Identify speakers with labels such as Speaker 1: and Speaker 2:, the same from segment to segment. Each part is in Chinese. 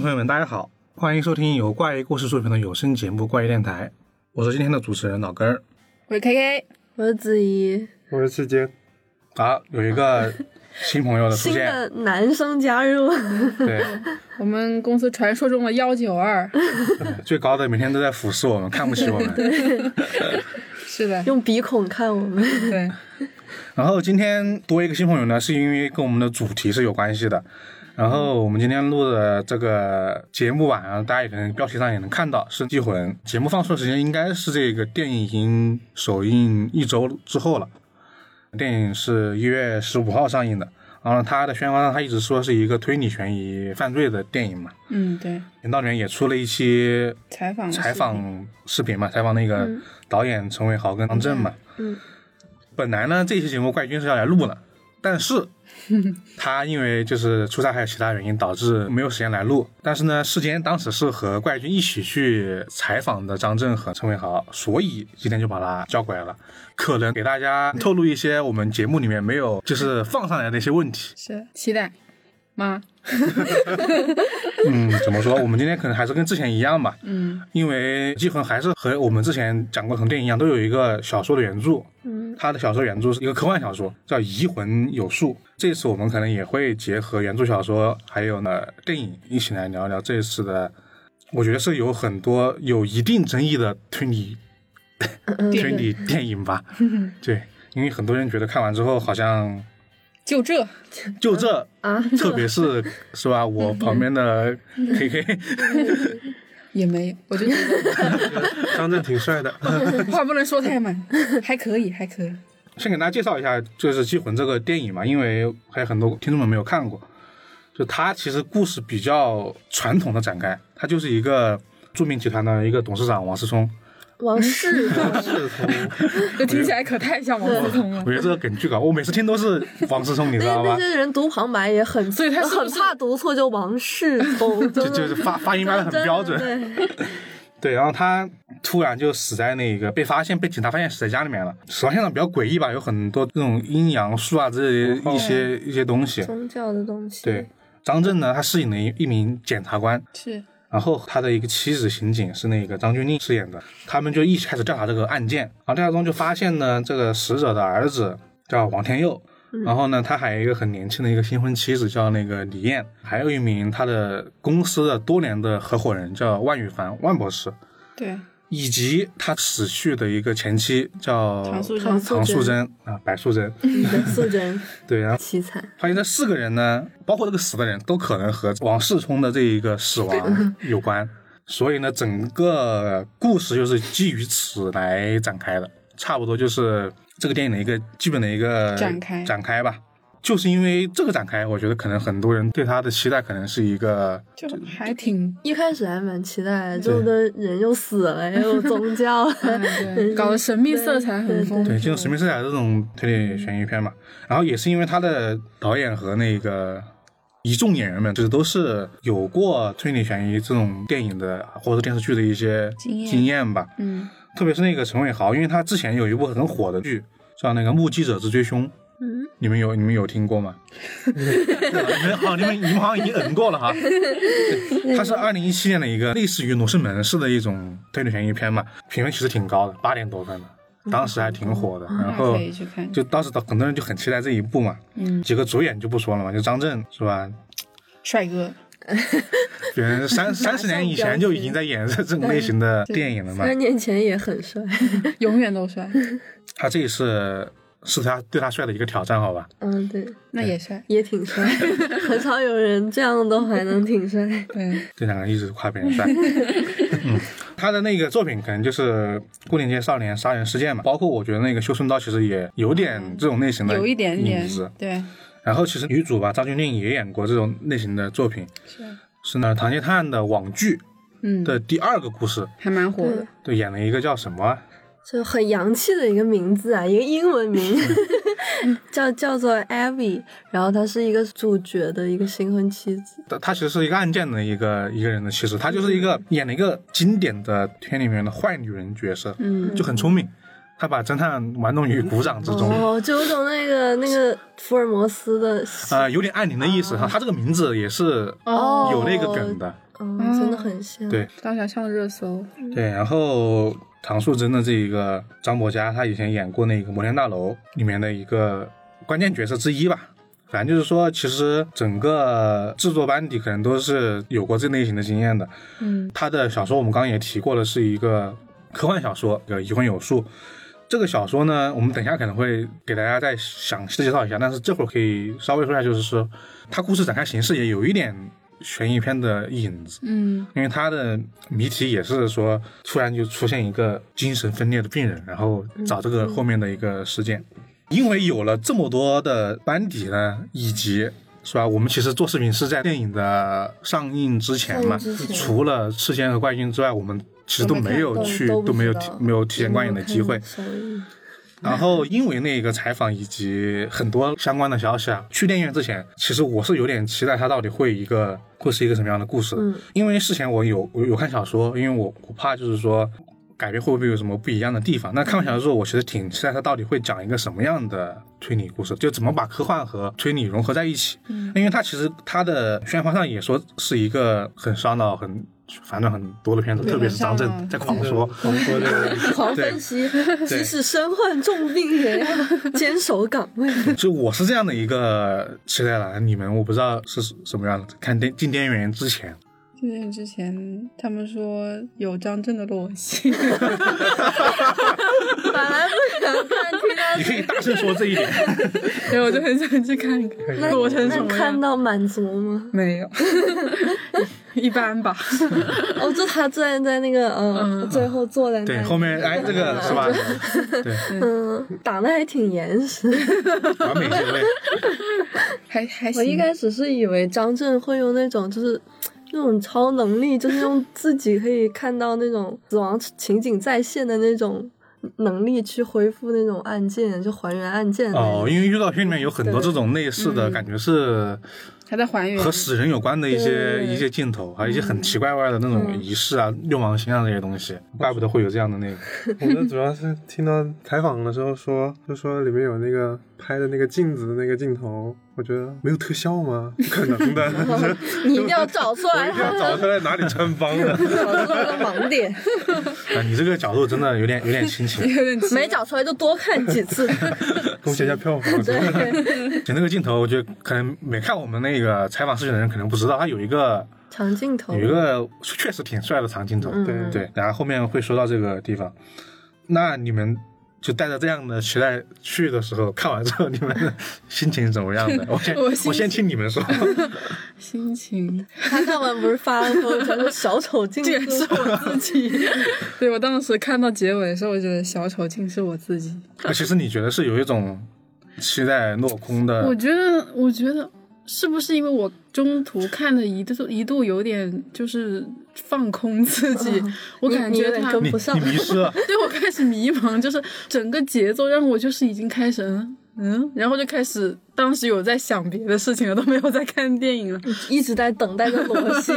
Speaker 1: 朋友们，大家好，欢迎收听由怪异故事出品的有声节目《怪异电台》，我是今天的主持人老根儿。
Speaker 2: 我是 K K，
Speaker 3: 我是子怡，
Speaker 4: 我是世间，
Speaker 1: 啊，有一个新朋友的出
Speaker 3: 新
Speaker 1: 现，
Speaker 3: 的男生加入，
Speaker 1: 对，
Speaker 2: 我们公司传说中的幺九二，
Speaker 1: 最高的每天都在俯视我们，看不起我们。
Speaker 2: 是 的，
Speaker 3: 用鼻孔看我们。
Speaker 2: 对，
Speaker 1: 然后今天多一个新朋友呢，是因为跟我们的主题是有关系的。然后我们今天录的这个节目吧，然后大家也能标题上也能看到是《地魂》。节目放出的时间应该是这个电影已经首映一周之后了，电影是一月十五号上映的。然后它的宣发上，它一直说是一个推理悬疑犯罪的电影嘛。
Speaker 2: 嗯，对，
Speaker 1: 频道里面也出了一些
Speaker 2: 采访
Speaker 1: 采访视频嘛，采访那个导演陈伟豪跟张震嘛。
Speaker 3: 嗯。
Speaker 1: 本来呢，这期节目怪君是要来录了，但是他因为就是出差还有其他原因，导致没有时间来录。但是呢，世间当时是和怪君一起去采访的张震和陈伟豪，所以今天就把他叫过来了，可能给大家透露一些我们节目里面没有就是放上来的一些问题。
Speaker 2: 是期待吗？
Speaker 1: 嗯，怎么说？我们今天可能还是跟之前一样吧，
Speaker 2: 嗯，
Speaker 1: 因为《祭魂》还是和我们之前讲过的电影一样，都有一个小说的原著。
Speaker 3: 嗯，
Speaker 1: 它的小说原著是一个科幻小说，叫《移魂有术》。这次我们可能也会结合原著小说，还有呢电影一起来聊聊这次的。我觉得是有很多有一定争议的推 理推理电影吧，对，因为很多人觉得看完之后好像
Speaker 2: 就这，
Speaker 1: 就这
Speaker 3: 啊，
Speaker 1: 特别是是吧？我旁边的 K K
Speaker 2: 也没有，我就觉得
Speaker 4: 张震挺帅的，
Speaker 2: 话不能说太满，还可以，还可以，
Speaker 1: 先给大家介绍一下，就是《祭魂》这个电影嘛，因为还有很多听众们没有看过。就它其实故事比较传统的展开，它就是一个著名集团的一个董事长王思聪。
Speaker 3: 王
Speaker 1: 嗯
Speaker 3: 世
Speaker 1: 啊
Speaker 4: 王世聪，
Speaker 2: 这听起来可太像王思聪了
Speaker 1: 我。觉得这个梗巨搞，我每次听都是王思聪，你知
Speaker 3: 那
Speaker 1: 道啊吧
Speaker 3: 那？些人读旁白也很，
Speaker 2: 所以他是不
Speaker 3: 很
Speaker 2: 是
Speaker 3: 怕读错，就 王世聪，
Speaker 1: 就
Speaker 3: 真
Speaker 1: 就
Speaker 3: 的
Speaker 1: 是发发音发的很
Speaker 3: 真的
Speaker 1: 标准。
Speaker 3: 对，
Speaker 1: 对，然后他突然就死在那个被发现被警察发现死在家里面了，死亡现场比较诡异吧，有很多这种阴阳术啊之类的一些一些东西。
Speaker 3: 宗教的东西。
Speaker 1: 对，，张震呢，他饰演了一一名检察官，
Speaker 2: 是，
Speaker 1: 然后他的一个妻子刑警是那个张钧甯饰演的，他们就一起开始调查这个案件。然后调查中就发现呢，这个死者的儿子叫王天佑，
Speaker 2: 嗯
Speaker 1: 然后呢，他还有一个很年轻的一个新婚妻子叫那个李艳，还有一名他的公司的多年的合伙人叫万宇凡万博士，
Speaker 2: 对，
Speaker 1: 以及他死去的一个前妻叫
Speaker 2: 唐素
Speaker 3: 唐
Speaker 2: 贞，
Speaker 3: 素
Speaker 1: 唐素
Speaker 3: 贞，
Speaker 1: 贞啊，白素贞。
Speaker 3: 白素贞，
Speaker 1: 对，然后
Speaker 3: 凄惨。
Speaker 1: 发现这四个人呢，包括这个死的人都可能和王世充的这一个死亡有关，所以呢，整个故事就是基于此来展开的，差不多就是这个电影的一个基本的一个
Speaker 2: 展开
Speaker 1: 展开吧。就是因为这个展开，我觉得可能很多人对他的期待可能是一个
Speaker 2: 就还挺，
Speaker 3: 一开始还蛮期待，就的人又死了，又有宗教，
Speaker 2: 嗯对，搞得神秘色彩很丰富
Speaker 1: 对，，这种神秘色彩的这种推理悬疑片嘛。然后也是因为他的导演和那个一众演员们，就是都是有过推理悬疑这种电影的或者电视剧的一些
Speaker 2: 经验
Speaker 1: 经验吧。
Speaker 2: 嗯，
Speaker 1: 特别是那个陈伟豪，因为他之前有一部很火的剧叫那个《目击者之追凶》。
Speaker 3: 嗯，
Speaker 1: 你们有你们有听过吗？你们好，你们你们好像已经嗯过了哈。对它是二零一七年的一个类似于《罗生门》式的一种推理悬疑片嘛，评分其实挺高的，八点多分的，当时还挺火的。然
Speaker 2: 那
Speaker 1: 后
Speaker 2: 可以去看，
Speaker 1: 就当时的很多人就很期待这一部嘛。
Speaker 2: 嗯，
Speaker 1: 几个主演就不说了嘛，就张震是吧？
Speaker 2: 帅哥，
Speaker 1: 别人三三十年以前就已经在演这种类型的电影了嘛。
Speaker 3: 三年前也很帅。
Speaker 2: 永远都帅，
Speaker 1: 他啊这一次是他对他帅的一个挑战，好吧？
Speaker 3: 嗯，对，
Speaker 2: 那也帅，
Speaker 3: 也 挺帅，很少有人这样都还能挺帅。
Speaker 2: 对，
Speaker 1: 这两个人一直夸别人 帅。嗯，他的那个作品可能就是《过年街少年杀人事件》嘛，包括我觉得那个《修身刀》其实也有点这种类型的
Speaker 2: 有一点点
Speaker 1: 影子。，
Speaker 2: 对，
Speaker 1: 然后其实女主吧，张钧甯也演过这种类型的作品，
Speaker 2: 是，
Speaker 1: 是呢《唐探探》的网剧
Speaker 2: 嗯，
Speaker 1: 的第二个故事，
Speaker 2: 还蛮火的，
Speaker 1: 对，演了一个叫什么啊？
Speaker 3: 就很洋气的一个名字 啊，一个英文名，嗯叫叫做 Abby，然后她是一个主角的一个新婚妻子，
Speaker 1: 他他其实是一个案件的一个一个人的妻子，他就是一个演了一个经典的片里面的坏女人角色，
Speaker 2: 嗯，
Speaker 1: 就很聪明，他把侦探玩弄于股掌之中。
Speaker 3: 哦，就有种那个那个福尔摩斯的，
Speaker 1: 啊呃，有点暗灵的意思哈，他这个名字也是
Speaker 3: 哦
Speaker 1: 有那个梗的，
Speaker 3: 嗯，
Speaker 2: 哦哦
Speaker 3: 真的很像。
Speaker 1: 对
Speaker 2: 当下上热搜，
Speaker 1: 对，然后唐素贞的这一个张柏佳，他以前演过那个《摩天大楼》里面的一个关键角色之一吧。反正就是说，其实整个制作班底可能都是有过这类型的经验的。
Speaker 2: 嗯，
Speaker 1: 他的小说我们刚刚也提过了，是一个科幻小说，呃，《已婚有术》。这个小说呢，我们等一下可能会给大家再详细的介绍一下，但是这会儿可以稍微说一下，就是说它故事展开形式也有一点悬疑片的影子。
Speaker 2: 嗯，
Speaker 1: 因为他的谜题也是说，突然就出现一个精神分裂的病人，然后找这个后面的一个事件。因为有了这么多的班底呢，以及是吧，我们其实做视频是在电影的上映之前嘛，
Speaker 3: 上映之前
Speaker 1: 除了《赤剑》和《怪军》之外，我们其实都
Speaker 2: 都没
Speaker 1: 没有
Speaker 2: 看都
Speaker 1: 去，
Speaker 2: 都不
Speaker 1: 都没有
Speaker 2: 知
Speaker 1: 体
Speaker 2: 道
Speaker 1: 没有体验观影的机会。
Speaker 3: 所以
Speaker 1: 然后因为那个采访以及很多相关的消息啊，去电影院之前，其实我是有点期待它到底会一个会是一个什么样的故事的，
Speaker 2: 嗯
Speaker 1: 因为事前我有我有看小说，因为我我怕就是说。改编会不会有什么不一样的地方？那看完小说之后，我其实挺期待它到底会讲一个什么样的推理故事，就怎么把科幻和推理融合在一起。嗯，因为它其实它的宣发上也说是一个很烧脑、很反转很多的片子，
Speaker 2: 对
Speaker 1: 特别是张震
Speaker 2: 很烧啊脑
Speaker 1: 在狂说，
Speaker 4: 我们说这个
Speaker 3: 狂分析，即使身患重病也要坚守岗位。
Speaker 1: 就我是这样的一个期待了，你们我不知道是什么样的。看电进电影院之前，
Speaker 2: 进电影之前他们说有张震的裸戏，
Speaker 3: 本来不想看，听到
Speaker 1: 你可以大声说这一点。
Speaker 2: 所以我就很想去看一看裸成什
Speaker 3: 那
Speaker 2: 么
Speaker 3: 看
Speaker 2: 样。
Speaker 3: 到满足吗？
Speaker 2: 没有， 一般吧。
Speaker 3: 哦，就他站在那个嗯，最后坐在那
Speaker 1: 对，
Speaker 3: 里
Speaker 1: 后面哎，这个是吧？对，
Speaker 3: 嗯，打的还挺严实。
Speaker 1: 完美结尾。
Speaker 2: 还还行。
Speaker 3: 我一开始是以为张震会用那种就是。那种超能力就是用自己可以看到那种死亡情景再现的那种能力去恢复那种案件，就还原案件的那种。
Speaker 1: 哦，因为预告片里面有很多这种类似的感觉，是
Speaker 2: 还在还原
Speaker 1: 和死人有关的一些
Speaker 3: 对
Speaker 1: 一些镜头，还有一些很奇怪怪的那种仪式啊、六芒星啊这些东西，怪不得会有这样的那个。
Speaker 4: 我们主要是听到采访的时候说，就说里面有那个拍的那个镜子的那个镜头，我觉得没有特效 吗？不可能 的，就是
Speaker 3: 你一定要找出来
Speaker 4: 一定
Speaker 3: 它
Speaker 4: 要找出来哪里穿帮的。
Speaker 3: 找出那个盲 点，
Speaker 1: 啊，你这个角度真的有点有点新奇。
Speaker 2: 有点奇
Speaker 3: 没找出来就多看几次。
Speaker 4: 贡献一下票房。
Speaker 3: 对，
Speaker 1: 就那个镜头，我觉得可能没看我们那个采访视频的人可能不知道，它有一个
Speaker 3: 长镜头
Speaker 1: 有一个确实挺帅的长镜头，
Speaker 4: 对
Speaker 1: 对，然后后面会说到这个地方。那你们就带着这样的期待去的时候，看完之后你们的心情怎么样的？我先
Speaker 2: 我
Speaker 1: 我
Speaker 2: 心
Speaker 1: 先听你们说，
Speaker 2: 心情，
Speaker 3: 他看完不是发了朋友圈说小丑镜
Speaker 2: 这也是
Speaker 3: 子，
Speaker 2: 我自己。对我当时看到结尾的时候，我觉得小丑竟是我自己。
Speaker 1: 其实你觉得是有一种期待落空
Speaker 2: 我
Speaker 1: 的，
Speaker 2: 觉得，我觉得是不是因为我中途看的一度一度有点就是放空自己，我感
Speaker 3: 你你
Speaker 2: 觉
Speaker 3: 有点
Speaker 2: 他
Speaker 3: 跟
Speaker 1: 你
Speaker 3: 不上
Speaker 1: 你迷失了。
Speaker 2: 对我开始迷茫，就是整个节奏让我就是已经开始嗯嗯，然后就开始当时有在想别的事情了，都没有在看电影了，
Speaker 3: 一直在等待着裸 戏。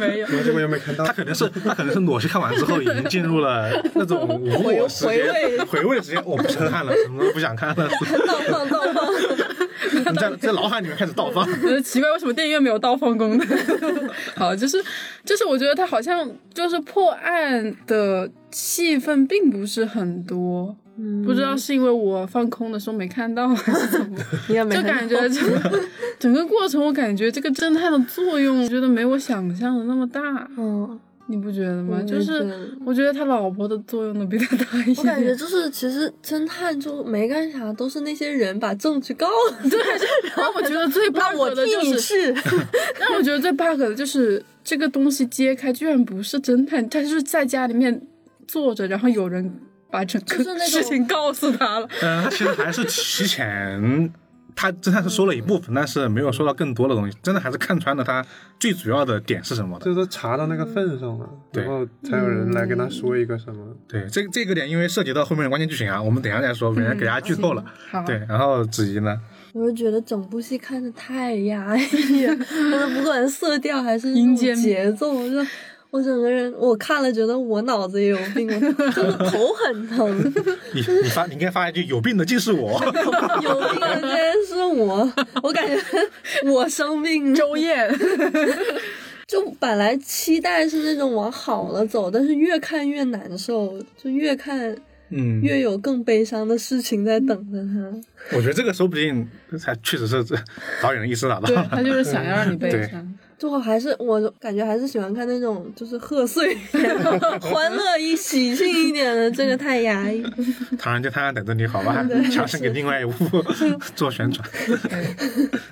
Speaker 2: 没有。
Speaker 4: 我这我又没看到
Speaker 1: 他，可能是他可能是裸戏看完之后已经进入了那种无我时间
Speaker 3: 回味
Speaker 1: 回味的时间，我不想看了，什么都不想看了，
Speaker 3: 倒放倒放，
Speaker 1: 在在脑海里面开始倒 放。
Speaker 2: 我觉得奇怪，为什么电影院没有倒放工呢？ 好，就是就是，我觉得他好像就是破案的戏份并不是很多，
Speaker 3: 嗯
Speaker 2: 不知道是因为我放空的时候没看到还是怎 么，
Speaker 3: 你也没
Speaker 2: 就
Speaker 3: 看
Speaker 2: 感
Speaker 3: 到
Speaker 2: 觉整个整个过程，我感觉这个侦探的作用，我觉得没我想象的那么大，
Speaker 3: 嗯，
Speaker 2: 你不觉得吗？
Speaker 3: 我也
Speaker 2: 就
Speaker 3: 觉
Speaker 2: 是
Speaker 3: 得
Speaker 2: 我觉得他老婆的作用都比他大一
Speaker 3: 我感觉
Speaker 2: 点。
Speaker 3: 就是，其实侦探就没干啥，都是那些人把证据告了。
Speaker 2: 对，就让我觉得最
Speaker 3: 那
Speaker 2: bug
Speaker 3: 我
Speaker 2: 的
Speaker 3: 替
Speaker 2: 就
Speaker 3: 你
Speaker 2: 是
Speaker 3: 去，
Speaker 2: 让我觉得最 bug 的就是这个东西揭开，居然不是侦探，他就是在家里面坐着，然后有人把整
Speaker 3: 就
Speaker 2: 个
Speaker 3: 是那种
Speaker 2: 事情告诉他 了。
Speaker 1: 嗯，他其实还是提前，他侦探是说了一部分，但是没有说到更多的东西，真的还是看穿了他最主要的点是什么的。
Speaker 4: 就是都查到那个份上了，
Speaker 1: 对
Speaker 4: 然后才有人来跟他说一个什么。
Speaker 1: 对，这这个点因为涉及到后面的关键剧情啊，我们等一下再说，别人给大家剧透了。
Speaker 2: 好，
Speaker 1: 对，然后子怡呢？
Speaker 3: 我就觉得整部戏看的太压抑 了，真的不管色调还是那
Speaker 2: 阴
Speaker 3: 种
Speaker 2: 间
Speaker 3: 节奏，我就我整个人我看了觉得我脑子也有病，我真的头 很疼，
Speaker 1: 你你发你应该发一句有病的竟是我，
Speaker 3: 有病的 真是我，我感觉我生病了。
Speaker 2: 周燕，
Speaker 3: 就本来期待是那种往好了走，但是越看越难受，就越看
Speaker 1: 嗯，
Speaker 3: 越有更悲伤的事情在等着他。
Speaker 1: 我觉得这个说不定才确实是这导演的意识达到
Speaker 2: 对
Speaker 1: 了。
Speaker 2: 他就是想要让你悲
Speaker 1: 对
Speaker 2: 伤。
Speaker 3: 就我还是我感觉还是喜欢看那种就是贺岁片、欢乐一喜庆一点的，这个太压抑。
Speaker 1: 唐人街探案等着你，好吧？强行给另外一部 做宣传。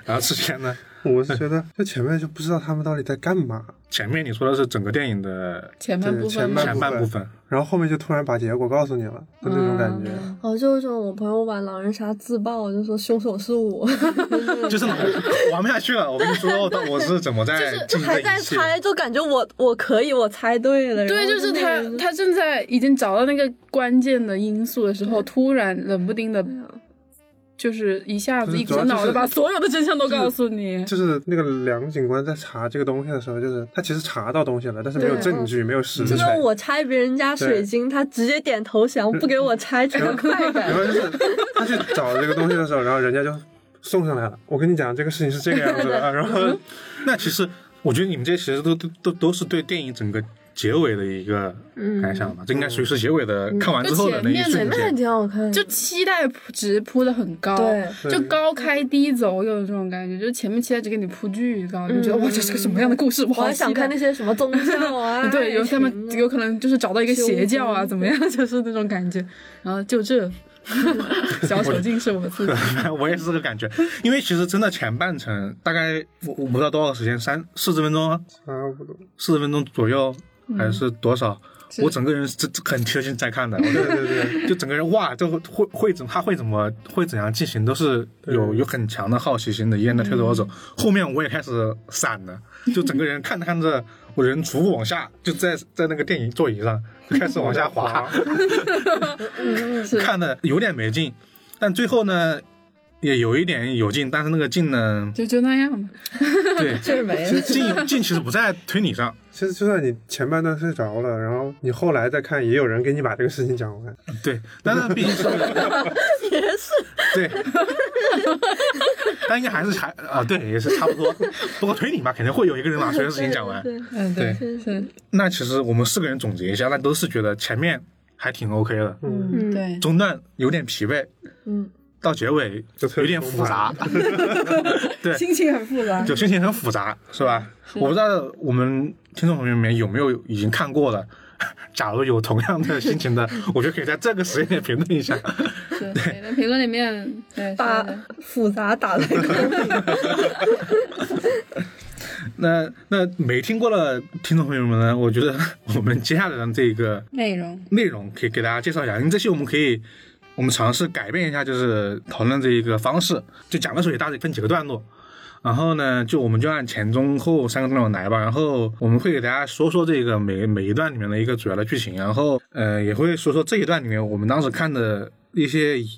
Speaker 1: 然后之前呢，
Speaker 3: 嗯
Speaker 4: 我是觉得，就前面就不知道他们到底在干嘛，
Speaker 1: 前面你说的是整个电影的
Speaker 2: 前半
Speaker 4: 对
Speaker 2: 部分
Speaker 4: 前
Speaker 2: 嘛
Speaker 4: 半
Speaker 1: 前半部分，
Speaker 4: 然后后面就突然把结果告诉你了，就那种感觉。
Speaker 3: 哦，就是说我朋友玩狼人杀自爆，就说凶手是我，
Speaker 1: 就是玩不下去了。我跟你说，到我是怎么在
Speaker 3: 就
Speaker 1: 经历
Speaker 3: 还
Speaker 1: 这
Speaker 3: 在
Speaker 1: 一切。
Speaker 3: 猜，就感觉我我可以，我猜对了。然
Speaker 2: 对，
Speaker 3: 后
Speaker 2: 就是
Speaker 3: 那
Speaker 2: 他
Speaker 3: 个人，
Speaker 2: 他正在已经找到那个关键的因素的时候，突然冷不丁的，
Speaker 3: 啊
Speaker 2: 就是一下
Speaker 4: 就
Speaker 2: 子
Speaker 4: 是
Speaker 2: 一
Speaker 4: 主要
Speaker 2: 股
Speaker 4: 就是
Speaker 2: 脑的把所有的真相都告诉你。
Speaker 4: 就是那个梁警官在查这个东西的时候，就是他其实查到东西了，但是没有
Speaker 3: 对
Speaker 4: 证据，没有实
Speaker 3: 就
Speaker 4: 锤。
Speaker 3: 是我拆别人家水晶，他直接点投降，不给我拆，这个快
Speaker 4: 然
Speaker 3: 感。
Speaker 4: 后就是他去找这个东西的时候，然后人家就送上来了。我跟你讲，这个事情是这个样 子的。然后
Speaker 1: 那其实我觉得你们这些其实都都都都是对电影整个结尾的一个感想吧，这应该属于是结尾的看完之后的那一瞬
Speaker 3: 那
Speaker 1: 间。
Speaker 3: 挺好看的，
Speaker 2: 就期待值铺的很高，
Speaker 3: 嗯对
Speaker 2: 就高开低走，有这种感觉。就前面期待只给你铺剧，然后就觉得、哇，这是个什么样的故事？我
Speaker 3: 嗯我
Speaker 2: 好
Speaker 3: 还想
Speaker 2: 期待
Speaker 3: 看那些什么宗教 啊，
Speaker 2: 对，有他们有可能就是找到一个邪教啊，
Speaker 3: 修
Speaker 2: 怎么样，就是那种感觉。然后就 这，小手竟是我自己。
Speaker 1: 我也是这个感觉，因为其实真的前半程大概我我不知道多少时间，三四十分钟，啊
Speaker 4: 差啊不多，
Speaker 1: 四十分钟左右还是多少？
Speaker 2: 是
Speaker 1: 我整个人是这这很贴心在看的，我觉
Speaker 4: 对
Speaker 1: 得
Speaker 4: 对对，
Speaker 1: 就整个人哇，就会会怎他会怎么会怎样进行，都是有有很强的好奇心的，一样的推着我走。后面我也开始散了，就整个人看着看着，我人逐步往下，就在在那个电影座椅上就开始往下滑，
Speaker 3: 嗯
Speaker 2: 是，
Speaker 1: 看的有点没劲，但最后呢也有一点有劲，但是那个劲呢
Speaker 2: 就就那样吧。
Speaker 1: 对，
Speaker 3: 确实没
Speaker 1: 其实劲劲其实不在推理上，
Speaker 4: 其实就算你前半段睡着了，然后你后来再看，也有人给你把这个事情讲完。
Speaker 1: 对，但是毕竟是
Speaker 3: 也是
Speaker 1: 对，但应该还是还啊，对，也是差不多。不过推理嘛，肯定会有一个人把所有事情讲完。
Speaker 3: 对，
Speaker 2: 嗯，
Speaker 1: 对
Speaker 2: 对，是，
Speaker 1: 那其实我们四个人总结一下，那都是觉得前面还挺 OK 的，
Speaker 4: 嗯，
Speaker 3: 嗯
Speaker 2: 对，
Speaker 1: 中段有点疲惫，
Speaker 3: 嗯，
Speaker 1: 到结尾
Speaker 4: 就特别
Speaker 1: 有点复杂，对
Speaker 2: 心情很复杂。
Speaker 1: 就心情很复杂，是吧？我不知道我们听众朋友们有没有已经看过的。假如有同样的心情的，我觉得可以在这个时间点评论一下。
Speaker 2: 是，对那评论里面，对，
Speaker 3: 把
Speaker 2: 是的
Speaker 3: 复杂打在空里。
Speaker 1: 那那没听过的听众朋友们呢，我觉得 我们接下来的这个
Speaker 2: 内容，
Speaker 1: 内容可以给大家介绍一下，因为这些我们可以，我们尝试改变一下，就是讨论这一个方式，就讲的时候也大致分几个段落，然后呢，就我们就按前中后三个段落来吧，然后我们会给大家说说这个每每一段里面的一个主要的剧情，然后呃也会说说这一段里面我们当时看的一些疑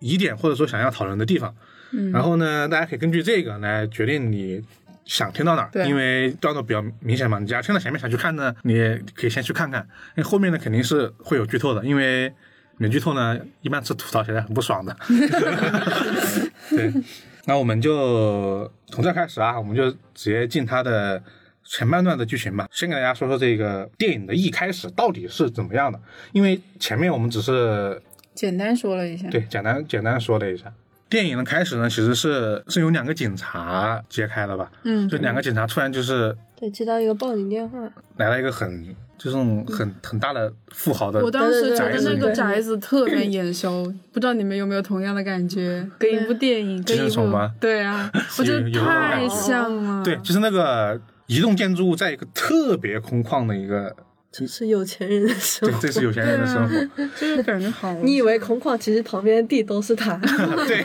Speaker 1: 疑点或者说想要讨论的地方，
Speaker 2: 嗯，
Speaker 1: 然后呢，大家可以根据这个来决定你想听到哪儿，
Speaker 2: 对
Speaker 1: 因为段落比较明显嘛。你只要听到前面想去看呢，你也可以先去看看。那后面呢，肯定是会有剧透的，因为免剧透呢，一般是吐槽起来很不爽的。对，那我们就从这儿开始啊，我们就直接进它的。前半段的剧情吧，先给大家说说这个电影的一开始到底是怎么样的，因为前面我们只是
Speaker 2: 简单说了一下，
Speaker 1: 对，简单简单说了一下。电影的开始呢，其实是是由两个警察揭开的吧？
Speaker 2: 嗯
Speaker 1: 就两个警察突然就是
Speaker 3: 对，接到一个报警电话，
Speaker 1: 来了一个很就是那种很很大的富豪的，
Speaker 2: 我当时
Speaker 3: 对对
Speaker 2: 觉得
Speaker 3: 对
Speaker 1: 宅
Speaker 2: 那
Speaker 1: 子
Speaker 2: 个
Speaker 3: 对
Speaker 2: 宅子特别眼熟，不知道你们有没有同样的感觉？跟一部电影，
Speaker 1: 寄
Speaker 2: 跟
Speaker 1: 生
Speaker 2: 一部
Speaker 1: 虫吗
Speaker 2: 对啊，我觉
Speaker 1: 有
Speaker 2: 得
Speaker 1: 有那种
Speaker 2: 太
Speaker 1: 感觉
Speaker 2: 像了。
Speaker 1: 对，就是那个移动建筑物在一个特别空旷的一个，
Speaker 3: 就是有钱人的生
Speaker 1: 对，
Speaker 3: 活。
Speaker 1: 这是有钱人的生活，
Speaker 2: 就是感觉好。
Speaker 3: 你以为空旷，其实旁边的地都是他。
Speaker 2: 啊
Speaker 1: 对。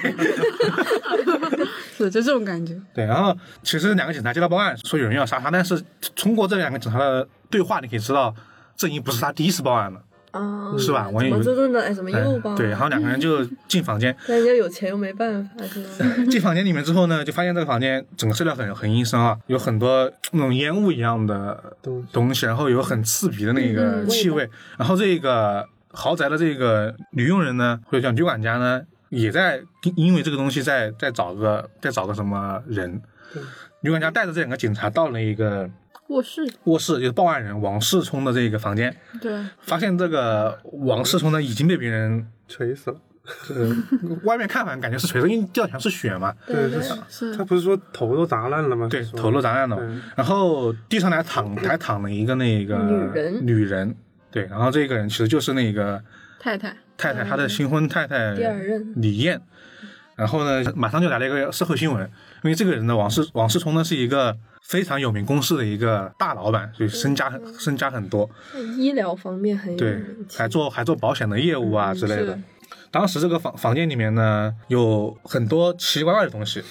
Speaker 2: 是就这种感觉，
Speaker 1: 对，然后其实两个警察接到报案说有人要杀他，但是通过这两个警察的对话，你可以知道郑怡不是他第一次报案了，
Speaker 3: 啊，
Speaker 1: 是吧我也
Speaker 3: 怎么
Speaker 1: 以为
Speaker 3: 这顿的哎，怎么又吧？
Speaker 1: 对，然后两个人就进房间，
Speaker 3: 但人家有钱又没办法，是 吧？
Speaker 1: 进房间里面之后呢，就发现这个房间整个色调很很阴森啊，有很多那种烟雾一样的
Speaker 4: 东西
Speaker 1: 东西，然后有很刺鼻的那个气味。然后这个豪宅的这个女佣人呢，或者叫女管家呢，也在因因为这个东西在在找个在找个什么人。女管家带着这两个警察到了一个
Speaker 3: 卧室，
Speaker 1: 卧室，就是报案人王世聪的这个房间，
Speaker 2: 对，
Speaker 1: 发现这个王世聪呢已经被别人，
Speaker 4: 锤死了。
Speaker 1: 呃，外面看反正感觉是锤子，因为地上全是血嘛，
Speaker 4: 对
Speaker 3: 对，
Speaker 4: 是
Speaker 2: 是
Speaker 4: 他不是说头都砸烂了吗？
Speaker 1: 对，
Speaker 4: 是说
Speaker 1: 头颅砸烂了
Speaker 4: 对。
Speaker 1: 然后地上还躺还躺了一个那个
Speaker 3: 女人
Speaker 1: 女人，对，然后这个人其实就是那个
Speaker 2: 太太，
Speaker 1: 太太，她的新婚太太
Speaker 3: 第二任
Speaker 1: 李艳。然后呢，马上就来了一个社会新闻，因为这个人呢，王世王世聪呢是一个非常有名公司的一个大老板，所以身家很
Speaker 3: 嗯
Speaker 1: 身家很多，
Speaker 3: 在医疗方面很有
Speaker 1: 对
Speaker 3: 名，气
Speaker 1: 还做还做保险的业务啊之类的
Speaker 2: 嗯是。
Speaker 1: 当时这个房房间里面呢，有很多奇奇怪怪的东西。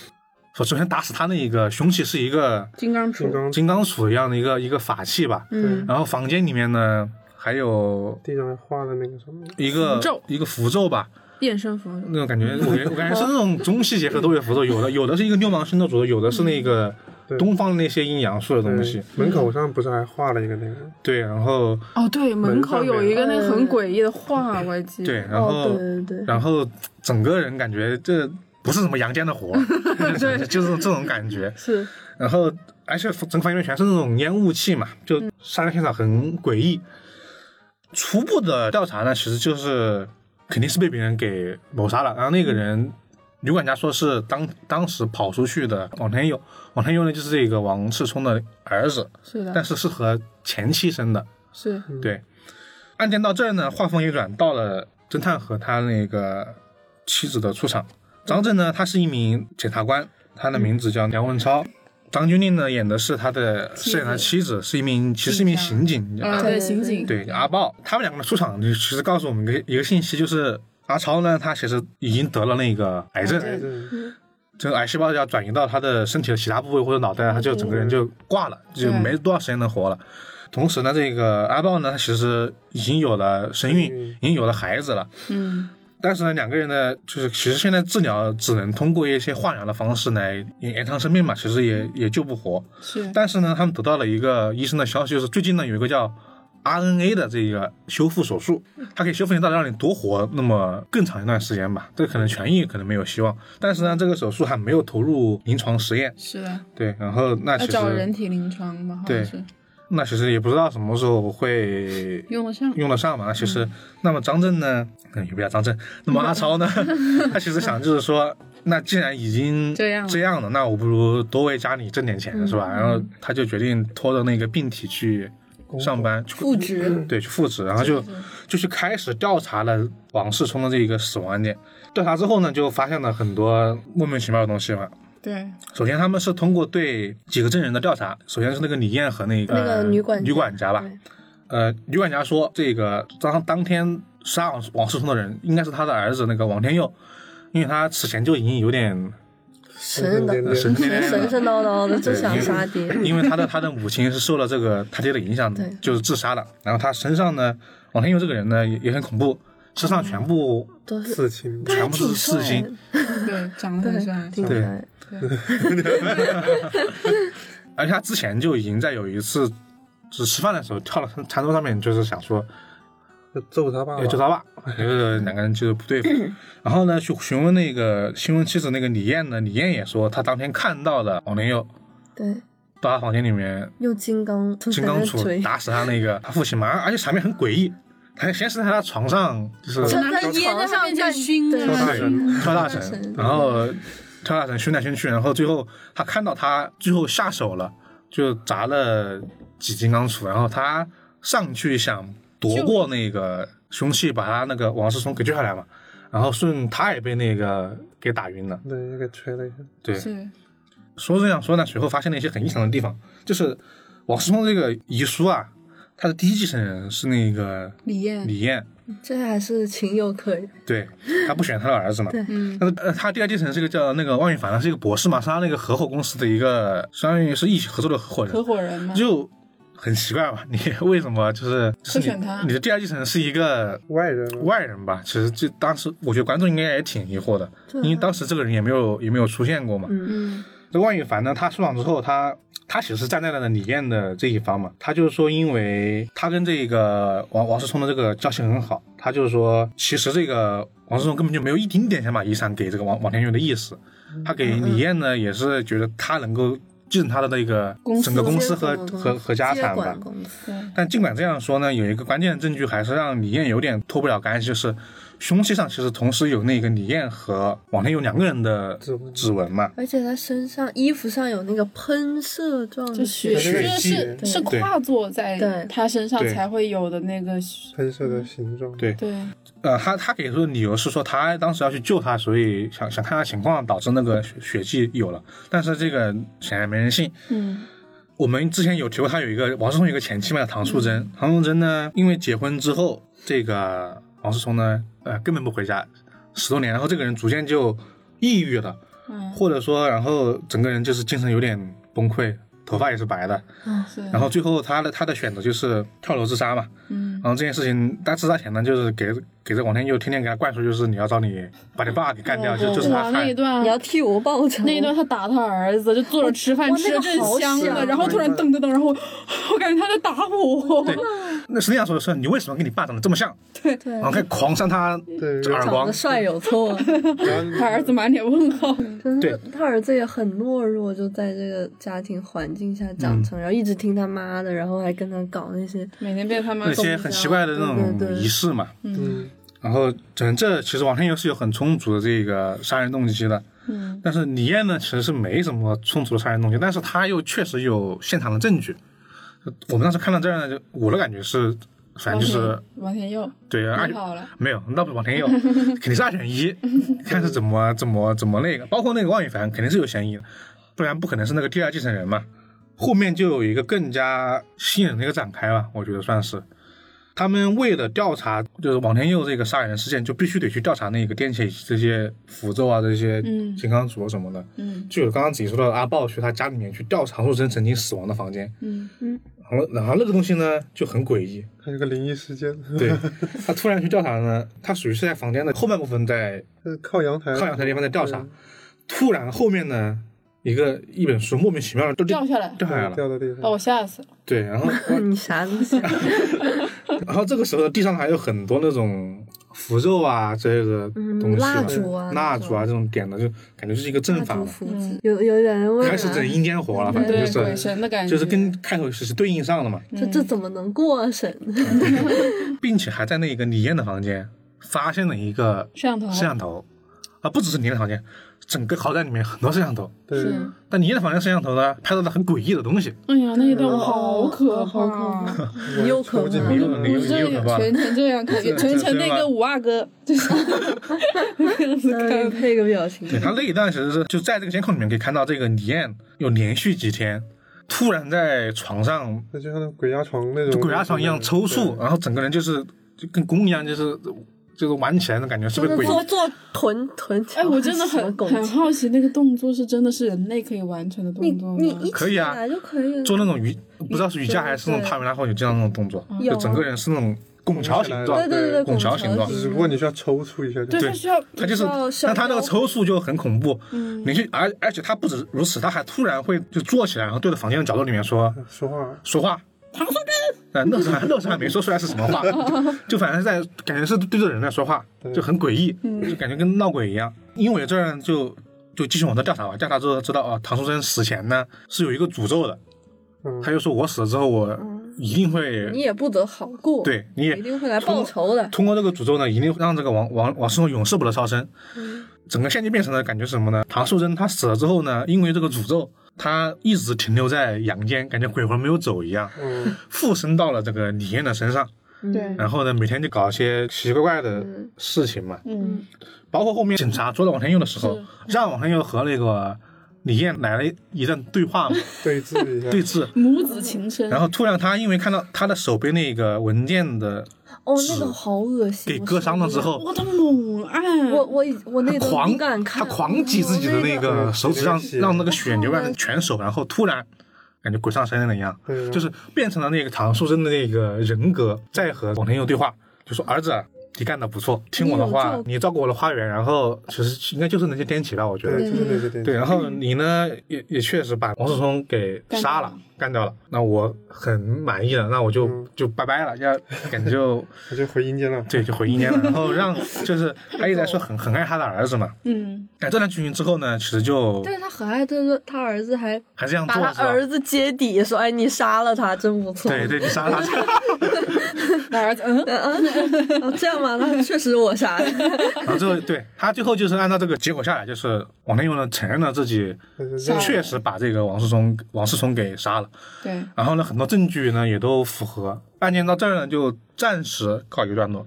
Speaker 1: 说首先打死他那一个凶器是一个
Speaker 2: 金刚杵
Speaker 4: 金，刚
Speaker 1: 金刚杵一样的一个一个法器吧。
Speaker 2: 嗯，
Speaker 1: 然后房间里面呢，还有
Speaker 4: 地上还画了那个什么，
Speaker 1: 一个
Speaker 2: 符咒
Speaker 1: 一个符咒吧，
Speaker 2: 变身符，
Speaker 1: 那种感 觉，我感觉我感觉是那种中西结合都有符咒，有的有的是一个六芒星的诅咒，有的是那个
Speaker 4: 对
Speaker 1: 东方的那些阴阳术的
Speaker 4: 对
Speaker 1: 东西。
Speaker 2: 嗯
Speaker 4: 门口上不是还画了一个那个？
Speaker 1: 对，然后
Speaker 2: 哦，对，门口有一个那个
Speaker 3: 门上
Speaker 2: 很
Speaker 3: 面
Speaker 2: 诡异的画，我还记得，
Speaker 1: 对，然
Speaker 3: 哦，
Speaker 1: 后
Speaker 3: 对对对，
Speaker 1: 然后整个人感觉这不是什么阳间的活，就是就是这种感觉。
Speaker 2: 是，
Speaker 1: 然后而且整个房间里面全是那种烟雾气嘛，就杀人现场很诡异。初步的调查呢，其实就是肯定是被别人给谋杀了。然后那个人，女管家说是当当时跑出去的王天佑，王天佑呢就是这个王世聪的儿子，
Speaker 2: 是
Speaker 1: 但嗯
Speaker 2: 的，
Speaker 1: 是是和前妻生的。
Speaker 2: 是，
Speaker 1: 对，案件到这儿呢，话锋一转，到了侦探和他那个妻子的出场。张震呢，他是一名检察官，他的名字叫梁文超。张钧甯呢，演的是他的
Speaker 2: 妻
Speaker 1: 饰演他
Speaker 2: 子
Speaker 1: 妻子，是一名其实是一名刑警，
Speaker 2: 啊，
Speaker 3: 对
Speaker 2: 对，
Speaker 3: 对
Speaker 2: 刑警，
Speaker 1: 对阿豹。他们两个的出场就其实告诉我们一个一个信息，就是阿超呢，他其实已经得了那个癌症，
Speaker 4: 对，
Speaker 1: 这个癌细胞要转移到他的身体的其他部位或者脑袋，啊他就整个人就挂了，就
Speaker 2: 对
Speaker 1: 没多少时间能活了。同时呢，这个阿豹呢，他其实已经有了身孕
Speaker 4: 嗯，
Speaker 1: 已经有了孩子了。
Speaker 2: 嗯，
Speaker 1: 但是呢，两个人呢，就是其实现在治疗只能通过一些化疗的方式来延延长生命嘛，其实也也救不活。
Speaker 2: 是，
Speaker 1: 但是呢，他们得到了一个医生的消息，就是最近呢有一个叫 RNA 的这个修复手术，它可以修复你大脑，让你多活那么更长一段时间吧。这可能痊愈可能没有希望，但是呢，这个手术还没有投入临床实验。
Speaker 2: 是的，
Speaker 1: 对，然后那
Speaker 2: 要
Speaker 1: 其
Speaker 2: 找人
Speaker 1: 实
Speaker 2: 体临床嘛，好
Speaker 1: 对
Speaker 2: 像是
Speaker 1: 那其实也不知道什么时候会
Speaker 2: 用得上，
Speaker 1: 用得上嘛。那其
Speaker 2: 嗯
Speaker 1: 实，那么张震呢， 嗯，也不叫张震，那么阿超 呢，他其实想就是说。那既然已经
Speaker 2: 这样了嗯
Speaker 1: 这样了，那我不如多为家里挣点钱，是吧？然后他就决定拖着那个病体去上班，
Speaker 2: 嗯
Speaker 1: 去
Speaker 3: 复职，
Speaker 1: 对，去复职，然后就就去开始调查了王世聪的这一个死亡案件。调查之后呢，就发现了很多莫名其妙的东西嘛。
Speaker 2: 对，
Speaker 1: 首先，他们是通过对几个证人的调查，首先是那个李艳和那个、
Speaker 3: 那个女管
Speaker 1: 管女家吧，
Speaker 3: 对
Speaker 1: 呃，女管家说这个当当天杀王王世聪的人应该是他的儿子那个王天佑，因为他此前就已经有点呃
Speaker 3: 神人的
Speaker 4: 神
Speaker 1: 神
Speaker 3: 神神神叨叨的，就想杀爹，
Speaker 1: 因为他的他的母亲是受了这个他爹的影响的
Speaker 3: 对，
Speaker 1: 就是自杀了。然后他身上呢，王天佑这个人呢也也很恐怖，身上全部、
Speaker 3: 都是
Speaker 4: 刺青，
Speaker 1: 全部
Speaker 3: 挺
Speaker 1: 都是
Speaker 3: 帅
Speaker 1: 刺青，
Speaker 2: 对，长得很帅
Speaker 3: 对，，挺
Speaker 1: 对
Speaker 3: 帅，
Speaker 1: 而且他之前就已经在有一次只吃饭的时候跳到餐餐桌上面，就是想说
Speaker 4: 就揍他爸爸，
Speaker 1: 要救他爸，就是两个人就是不对付。然后呢，去询问那个新闻妻子那个李艳呢，李艳也说她当天看到了王天佑
Speaker 3: 对，
Speaker 1: 到他房间里面
Speaker 3: 用金刚从
Speaker 1: 金刚
Speaker 3: 前
Speaker 1: 杵
Speaker 3: 面锤，
Speaker 1: 打死他那个他父亲嘛，而而且场面很诡异。他先是在他床上，就是
Speaker 3: 就
Speaker 2: 拿
Speaker 3: 在
Speaker 2: 着烟
Speaker 3: 床
Speaker 2: 在
Speaker 3: 上
Speaker 2: 上面
Speaker 3: 干
Speaker 2: 熏
Speaker 3: 对
Speaker 2: 啊
Speaker 1: 对，跳大神，然后跳大神熏来熏去，然后最后他看到他最后下手了，就砸了几金刚杵，然后他上去想夺过那个凶器，把他那个王世聪给救下来嘛，然后顺他也被那个给打晕了。
Speaker 4: 对，又给吹了一下，
Speaker 1: 对，
Speaker 2: 是，
Speaker 1: 说这样说呢，随后发现了一些很异常的地方，就是王世聪这个遗书啊，他的第一继承人是那个
Speaker 2: 李艳，
Speaker 1: 李艳，
Speaker 3: 这还是情有可原，
Speaker 1: 对他不选他的儿子嘛。
Speaker 3: 对
Speaker 2: 嗯，
Speaker 1: 那呃，他第二继承是个叫那个汪羽凡，他是一个博士嘛，是他那个合伙公司的一个，相当于是一起合作的合伙
Speaker 2: 合
Speaker 1: 人，
Speaker 2: 伙人嘛，
Speaker 1: 就很奇怪吧？你 为什么就是就是
Speaker 2: 会选他
Speaker 1: 你你的第二继承是一个
Speaker 4: 外人嘛，
Speaker 1: 外人吧？其实这当时我觉得观众应该也挺疑惑的，
Speaker 3: 对
Speaker 1: 因为当时这个人也没有也没有出现过嘛。
Speaker 3: 嗯，
Speaker 2: 啊嗯，
Speaker 1: 这万羽凡呢，他出场之后，他他其实是站在了李艳的这一方嘛，他就是说，因为他跟这个王王世聪的这个交情很好，他就是说，其实这个王世聪根本就没有一丁点想把遗产给这个王王天佑的意思，他给李艳呢，也是觉得他能够。继承他的那个
Speaker 2: 公司
Speaker 1: 整个公司和
Speaker 3: 接管
Speaker 1: 和和家产
Speaker 3: 接
Speaker 1: 吧
Speaker 3: 管。公司
Speaker 2: 对
Speaker 1: 但尽管这样说呢，有一个关键的证据还是让李艳有点脱不了干系，就是凶器上其实同时有那个李艳和王天佑两个人的
Speaker 4: 指纹
Speaker 1: 指纹嘛。
Speaker 3: 而且他身上衣服上有那个喷射状
Speaker 2: 就
Speaker 3: 的
Speaker 2: 血
Speaker 3: 血
Speaker 4: 这
Speaker 2: 是
Speaker 4: 个血
Speaker 2: 是
Speaker 4: 迹
Speaker 2: 是
Speaker 1: 对
Speaker 2: 跨坐在
Speaker 3: 对
Speaker 2: 他身上
Speaker 1: 对
Speaker 2: 才会有的那个血，
Speaker 4: 喷射的形状。
Speaker 1: 对
Speaker 2: 对，
Speaker 1: 呃，他他给出的理由是说他当时要去救他，所以想想看他情况，导致那个血血迹有了。但是这个显然没人信。
Speaker 2: 嗯
Speaker 1: 我们之前有提过，他有一个王思聪有一个前妻嘛，叫唐素贞。唐素贞呢，因为结婚之后，这个王思聪呢，呃，根本不回家，十多年，然后这个人逐渐就抑郁了，
Speaker 2: 嗯，
Speaker 1: 或者说，然后整个人就是精神有点崩溃，头发也是白的，
Speaker 2: 是，
Speaker 1: 然
Speaker 3: 嗯
Speaker 1: 后最后他的他的选择就是跳楼自杀嘛。
Speaker 2: 嗯
Speaker 1: 然后这件事情，他自杀前呢，就是给给这王天佑天天给他灌输，就是你要找你把你爸给干
Speaker 3: 哦
Speaker 1: 掉，就就是他
Speaker 2: 哇那
Speaker 1: 害
Speaker 2: 一段
Speaker 3: 你要替我报仇。
Speaker 2: 那一段他打他儿子，就坐着吃饭，
Speaker 3: 哇
Speaker 2: 吃的正
Speaker 3: 那个好
Speaker 2: 香呢，
Speaker 3: 香
Speaker 2: 然后突然噔噔噔，然后 我我感觉他在打我，
Speaker 1: 对那实际上说的是你为什么跟你爸长得这么像？
Speaker 2: 对
Speaker 3: 对
Speaker 1: 然后开始狂扇他
Speaker 4: 对，
Speaker 1: 这耳
Speaker 3: 长
Speaker 1: 光
Speaker 3: 得。帅 有错，
Speaker 4: 然 后
Speaker 2: 他儿子满脸问号，
Speaker 3: 真
Speaker 1: 对
Speaker 3: 是他儿子也很懦弱，就在这个家庭环境下长
Speaker 1: 嗯
Speaker 3: 成，然后一直听他妈的，然后还跟他搞那些
Speaker 2: 每天被他妈
Speaker 1: 那
Speaker 2: 揍
Speaker 1: 些很奇怪的那种
Speaker 3: 对对对
Speaker 1: 仪式嘛，
Speaker 4: 嗯，
Speaker 1: 然后整这其实王天佑是有很充足的这个杀人动机的，
Speaker 2: 嗯
Speaker 1: 但是李艳呢其实是没什么充足的杀人动机，但是他又确实有现场的证据。我们当时看到这儿呢，就我的感觉是，反正就是
Speaker 2: 王天佑
Speaker 1: 对，二
Speaker 2: 太好了，
Speaker 1: 没有，那不是王天佑，肯定是二选一，看是怎么怎么怎么那个，包括那个汪羽凡肯定是有嫌疑的，不然不可能是那个第二继承人嘛。后面就有一个更加吸引人的一个展开吧，我觉得算是。他们为了调查就是王天佑这个杀人事件，就必须得去调查那个电器以及这些符咒啊、这些
Speaker 2: 嗯
Speaker 1: 金刚杵什么的。
Speaker 2: 嗯
Speaker 1: 就有刚刚自己说到的阿豹去他家里面去调查陆生曾经死亡的房间，
Speaker 2: 嗯
Speaker 1: 然后然后那个东西呢就很诡异，
Speaker 4: 还有个灵异事件，
Speaker 1: 对他突然去调查呢，他属于是在房间的后半部分在
Speaker 4: 呃靠阳台，
Speaker 1: 靠阳台地方在调查
Speaker 4: 嗯，
Speaker 1: 突然后面呢一个一本书莫名其妙的就
Speaker 2: 掉下来，
Speaker 1: 掉下来了，
Speaker 4: 掉到地
Speaker 2: 把
Speaker 4: 上，
Speaker 2: 我吓死了，
Speaker 1: 对，然后
Speaker 3: 你啥东西啊，
Speaker 1: 然后这个时候地上还有很多那种符咒啊之类的
Speaker 3: 嗯
Speaker 1: 东西嘛，
Speaker 3: 蜡烛啊
Speaker 1: 蜡烛啊这种点的，就感觉是一个
Speaker 3: 蜡
Speaker 1: 阵法
Speaker 3: 烛
Speaker 1: 了，
Speaker 3: 符
Speaker 2: 嗯
Speaker 3: 纸，有有点问
Speaker 1: 开始整
Speaker 3: 啊，
Speaker 1: 阴间活了，反正
Speaker 2: 对
Speaker 1: 就是
Speaker 2: 鬼神的感觉，
Speaker 1: 就是跟开头是对应上的嘛。
Speaker 3: 这这怎么能过啊审？
Speaker 1: 并且还在那个李艳的房间发现了一个
Speaker 2: 摄像头
Speaker 1: 摄像头，啊，不只是李艳的房间，整个豪宅里面很多摄像头。
Speaker 4: 对，
Speaker 2: 是
Speaker 1: 但李艳的房间摄像头呢，拍到了很诡异的东西，
Speaker 2: 哎呀，那一段
Speaker 3: 哦
Speaker 2: 好可
Speaker 3: 好可
Speaker 2: 怕！
Speaker 3: 又可
Speaker 4: 抽
Speaker 3: 怕
Speaker 1: 你
Speaker 4: 筋
Speaker 1: 又
Speaker 4: 了
Speaker 1: 你
Speaker 2: 不
Speaker 1: 又
Speaker 2: 是
Speaker 1: 你又可怕了。
Speaker 2: 全程这样看，
Speaker 1: 是啊
Speaker 2: 全程那
Speaker 1: 是
Speaker 2: 个
Speaker 1: 吗
Speaker 2: 五阿哥就是 那样子
Speaker 3: 再给你
Speaker 2: 看，
Speaker 3: 呃配个表情，
Speaker 1: 对他那一段其实是就在这个监控里面可以看到，这个李艳有连续几天突然在床上
Speaker 4: 那就像那鬼压床那
Speaker 1: 就
Speaker 4: 种，
Speaker 1: 鬼压床一样抽搐，然后整个人就是就跟弓一样，就是就是玩起来的感觉，是被
Speaker 3: 就是
Speaker 1: 鬼
Speaker 3: 做做臀臀 桥，
Speaker 2: 哎，我真的
Speaker 3: 什么
Speaker 2: 很
Speaker 3: 拱
Speaker 2: 很
Speaker 3: 桥
Speaker 2: 好奇，那个动作是真的是人类可以完成的
Speaker 3: 你
Speaker 2: 动作
Speaker 3: 你
Speaker 2: 吗
Speaker 3: 一？
Speaker 1: 可以啊
Speaker 3: 起来就可以了
Speaker 1: 做那种瑜不知道是瑜伽还是那种帕梅拉后有这样那种动作，嗯
Speaker 3: 有
Speaker 1: 就
Speaker 3: 啊
Speaker 1: 整个人是那种拱桥形状
Speaker 3: 对，对对，
Speaker 1: 拱桥
Speaker 3: 桥
Speaker 1: 形状
Speaker 4: 只不过你需要抽搐一下，
Speaker 2: 对，
Speaker 1: 对
Speaker 2: 他需要
Speaker 1: 他就是
Speaker 3: 比较，小
Speaker 1: 但他那个抽搐就很恐怖，
Speaker 2: 嗯
Speaker 1: 连续而而且他不止如此，他还突然会就坐起来，然后对着房间的角落里面说
Speaker 4: 说话，
Speaker 1: 说话。
Speaker 2: 唐宋
Speaker 1: 呃，那时候还那时候还没说出来是什么话，就就反正是在感觉是对着人在说话，就很诡异，就感觉跟闹鬼一样。因为我这儿就就继续往这调查吧，调查之后知道啊，唐书生死前呢是有一个诅咒的，
Speaker 4: 嗯
Speaker 1: 他，就说我死了之后我一定会
Speaker 3: 你也不得好过，
Speaker 1: 对你也
Speaker 3: 一定会来报仇的。
Speaker 1: 通过这个诅咒呢，一定让这个王王王世充永世不得超生。整个线就变成了感觉什么呢？唐素贞她死了之后呢，因为这个诅咒，她一直停留在阳间，感觉鬼魂没有走一样，
Speaker 4: 嗯，
Speaker 1: 附身到了这个李艳的身上。
Speaker 2: 对，
Speaker 1: 然后呢，每天就搞一些奇奇怪怪的事情嘛，
Speaker 2: 嗯，
Speaker 1: 包括后面警察捉到王天佑的时候，让王天佑和那个李艳来了一段对话嘛，
Speaker 4: 对峙一下，
Speaker 1: 对峙。
Speaker 2: 母子情深
Speaker 1: 然，后突然他因为看到他的手被那个文件的
Speaker 3: 哦，那个好恶心，
Speaker 1: 给割伤了之后，
Speaker 2: 哇，他猛按，
Speaker 3: 我受不了，我我已我那
Speaker 1: 他
Speaker 3: 段
Speaker 1: 狂
Speaker 3: 不敢看，
Speaker 1: 他狂挤自己的那
Speaker 4: 哦那
Speaker 1: 个
Speaker 4: 个
Speaker 1: 手指上，
Speaker 4: 血
Speaker 1: 让那个血流满全手，然后突然感觉鬼上身了一样，
Speaker 4: 对
Speaker 1: 就是变成了那个唐素贞的那个人格，在和王天佑对话，就说儿子。啊你干的不错，听我的
Speaker 3: 你
Speaker 1: 话
Speaker 3: 有，
Speaker 1: 你照顾我的花园，然后其实应该就是那些滇旗吧，我觉
Speaker 4: 对，
Speaker 1: 得。
Speaker 4: 就是那个电
Speaker 1: 对，然后你呢，也也确实把王思聪给杀了，干掉了，那我很满意了，那我就、
Speaker 4: 嗯
Speaker 1: 就拜拜了，要感觉就。
Speaker 4: 我就回阴间了
Speaker 1: 对就回阴间了。然后 让就是阿姨来说很很爱他的儿子嘛，
Speaker 2: 嗯，
Speaker 1: 改断了军训之后呢，其实就
Speaker 3: 但是他很爱他的他儿子，还
Speaker 1: 还这样
Speaker 3: 把
Speaker 1: 做是
Speaker 3: 他
Speaker 1: 吧？
Speaker 3: 儿子揭底，说：“哎，你杀了他，真不错。”
Speaker 1: 对对，你杀了 他。
Speaker 2: 那儿子嗯，
Speaker 3: 哦，这样吗？那确实我杀的。
Speaker 1: 然后最后对他最后就是按照这个结果下来，就是王天佑呢承认了自己
Speaker 2: 杀了
Speaker 1: 确实把这个王世充王世充给杀了，
Speaker 2: 对，
Speaker 1: 然后呢很多证据呢也都符合，案件到这儿呢就暂时告一个段落。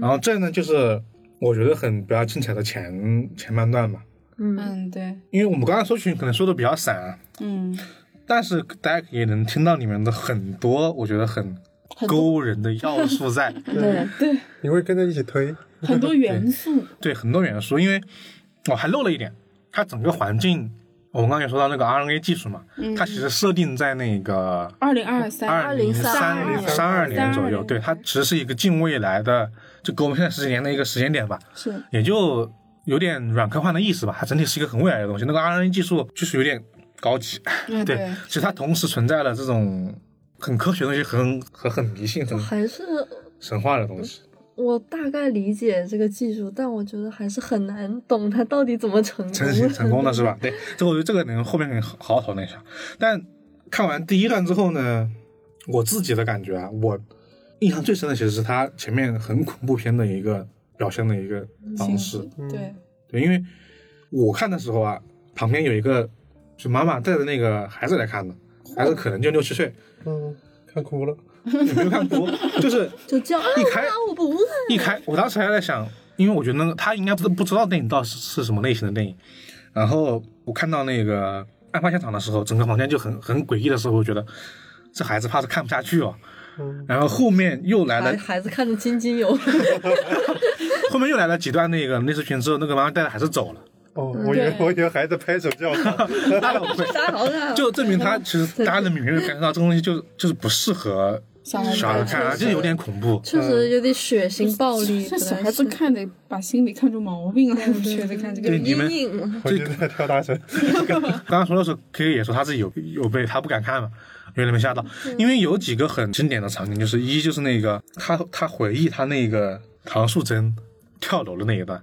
Speaker 1: 然后这呢就是我觉得很 比较精彩的前前半段吧，
Speaker 3: 嗯，
Speaker 2: 嗯对，
Speaker 1: 因为我们刚刚说群可能说的比较散啊，
Speaker 2: 嗯，
Speaker 1: 但是大家也能听到里面的很多我觉得很
Speaker 2: 很多
Speaker 1: 勾人的要素在，
Speaker 3: 对，
Speaker 2: 对
Speaker 4: 你会跟着一起推，
Speaker 2: 很多元素，
Speaker 1: 对很多元素，因为我还漏了一点，它整个环境，我们刚才也说到那个 RNA 技术嘛，它其实设定在那个
Speaker 2: 二零二三，
Speaker 1: 二零
Speaker 3: 2032
Speaker 1: 零三二年左右，
Speaker 2: 32
Speaker 1: 对，它其实是一个近未来的，就跟我们现在十几年的一个时间点吧，
Speaker 2: 是
Speaker 1: 也就有点软科幻的意思吧。它整体是一个很未来的东西，那个 RNA 技术就是有点高级，
Speaker 2: 嗯
Speaker 1: 对，
Speaker 2: 对，
Speaker 1: 其实它同时存在了这种很科学的东西和很和很迷信、很
Speaker 3: 还是
Speaker 1: 神话的东西。
Speaker 3: 我大概理解这个技术，但我觉得还是很难懂它到底怎么成功
Speaker 1: 成成功的是吧？对，这我觉得这个能后面可以好好讨论一下。但看完第一段之后呢，我自己的感觉啊，我印象最深的其实是他前面很恐怖片的一个表现的一个方式
Speaker 2: 形，式对，
Speaker 1: 对，因为我看的时候啊，旁边有一个就妈妈带着那个孩子来看的，孩子可能就六七岁，
Speaker 4: 嗯，看哭了。
Speaker 1: 也没有看哭， 就是
Speaker 3: 就叫啊，
Speaker 1: 一开
Speaker 3: 啊我不问。
Speaker 1: 一开，我当时还在想，因为我觉得那个他应该不不知道电影到底是是什么类型的电影。然后我看到那个案发现场的时候，整个房间就很很诡异的时候，我觉得这孩子怕是看不下去哦。
Speaker 4: 嗯
Speaker 1: 然后后面又来
Speaker 3: 孩
Speaker 1: 了，
Speaker 3: 孩子看得津津有味，
Speaker 1: 后面又来了几段那个类似群之后，那个妈妈带着孩子走了，
Speaker 4: 哦，我以为
Speaker 2: 嗯对
Speaker 4: 我以为还在拍手叫呢。
Speaker 1: 大了五岁，
Speaker 3: 杀好他。
Speaker 1: 就证明他其实大家能明确地感受到这个东西就就是不适合
Speaker 2: 小孩
Speaker 1: 小孩看啊，就有点恐怖。
Speaker 3: 确实有点血腥暴力，
Speaker 2: 这
Speaker 3: 本来
Speaker 2: 小孩子
Speaker 3: 是嗯
Speaker 2: 看得把心里看出毛病来，我 觉得看这
Speaker 1: 对
Speaker 2: 个，
Speaker 1: 你们
Speaker 3: 阴影了。
Speaker 4: 我就在跳大神。
Speaker 1: 刚刚说的时候，K 也说他自己有有被他不敢看嘛，有点被吓到，因为有几个很经典的场景，就是一就是那个他他回忆他那个唐素贞跳楼的那一段，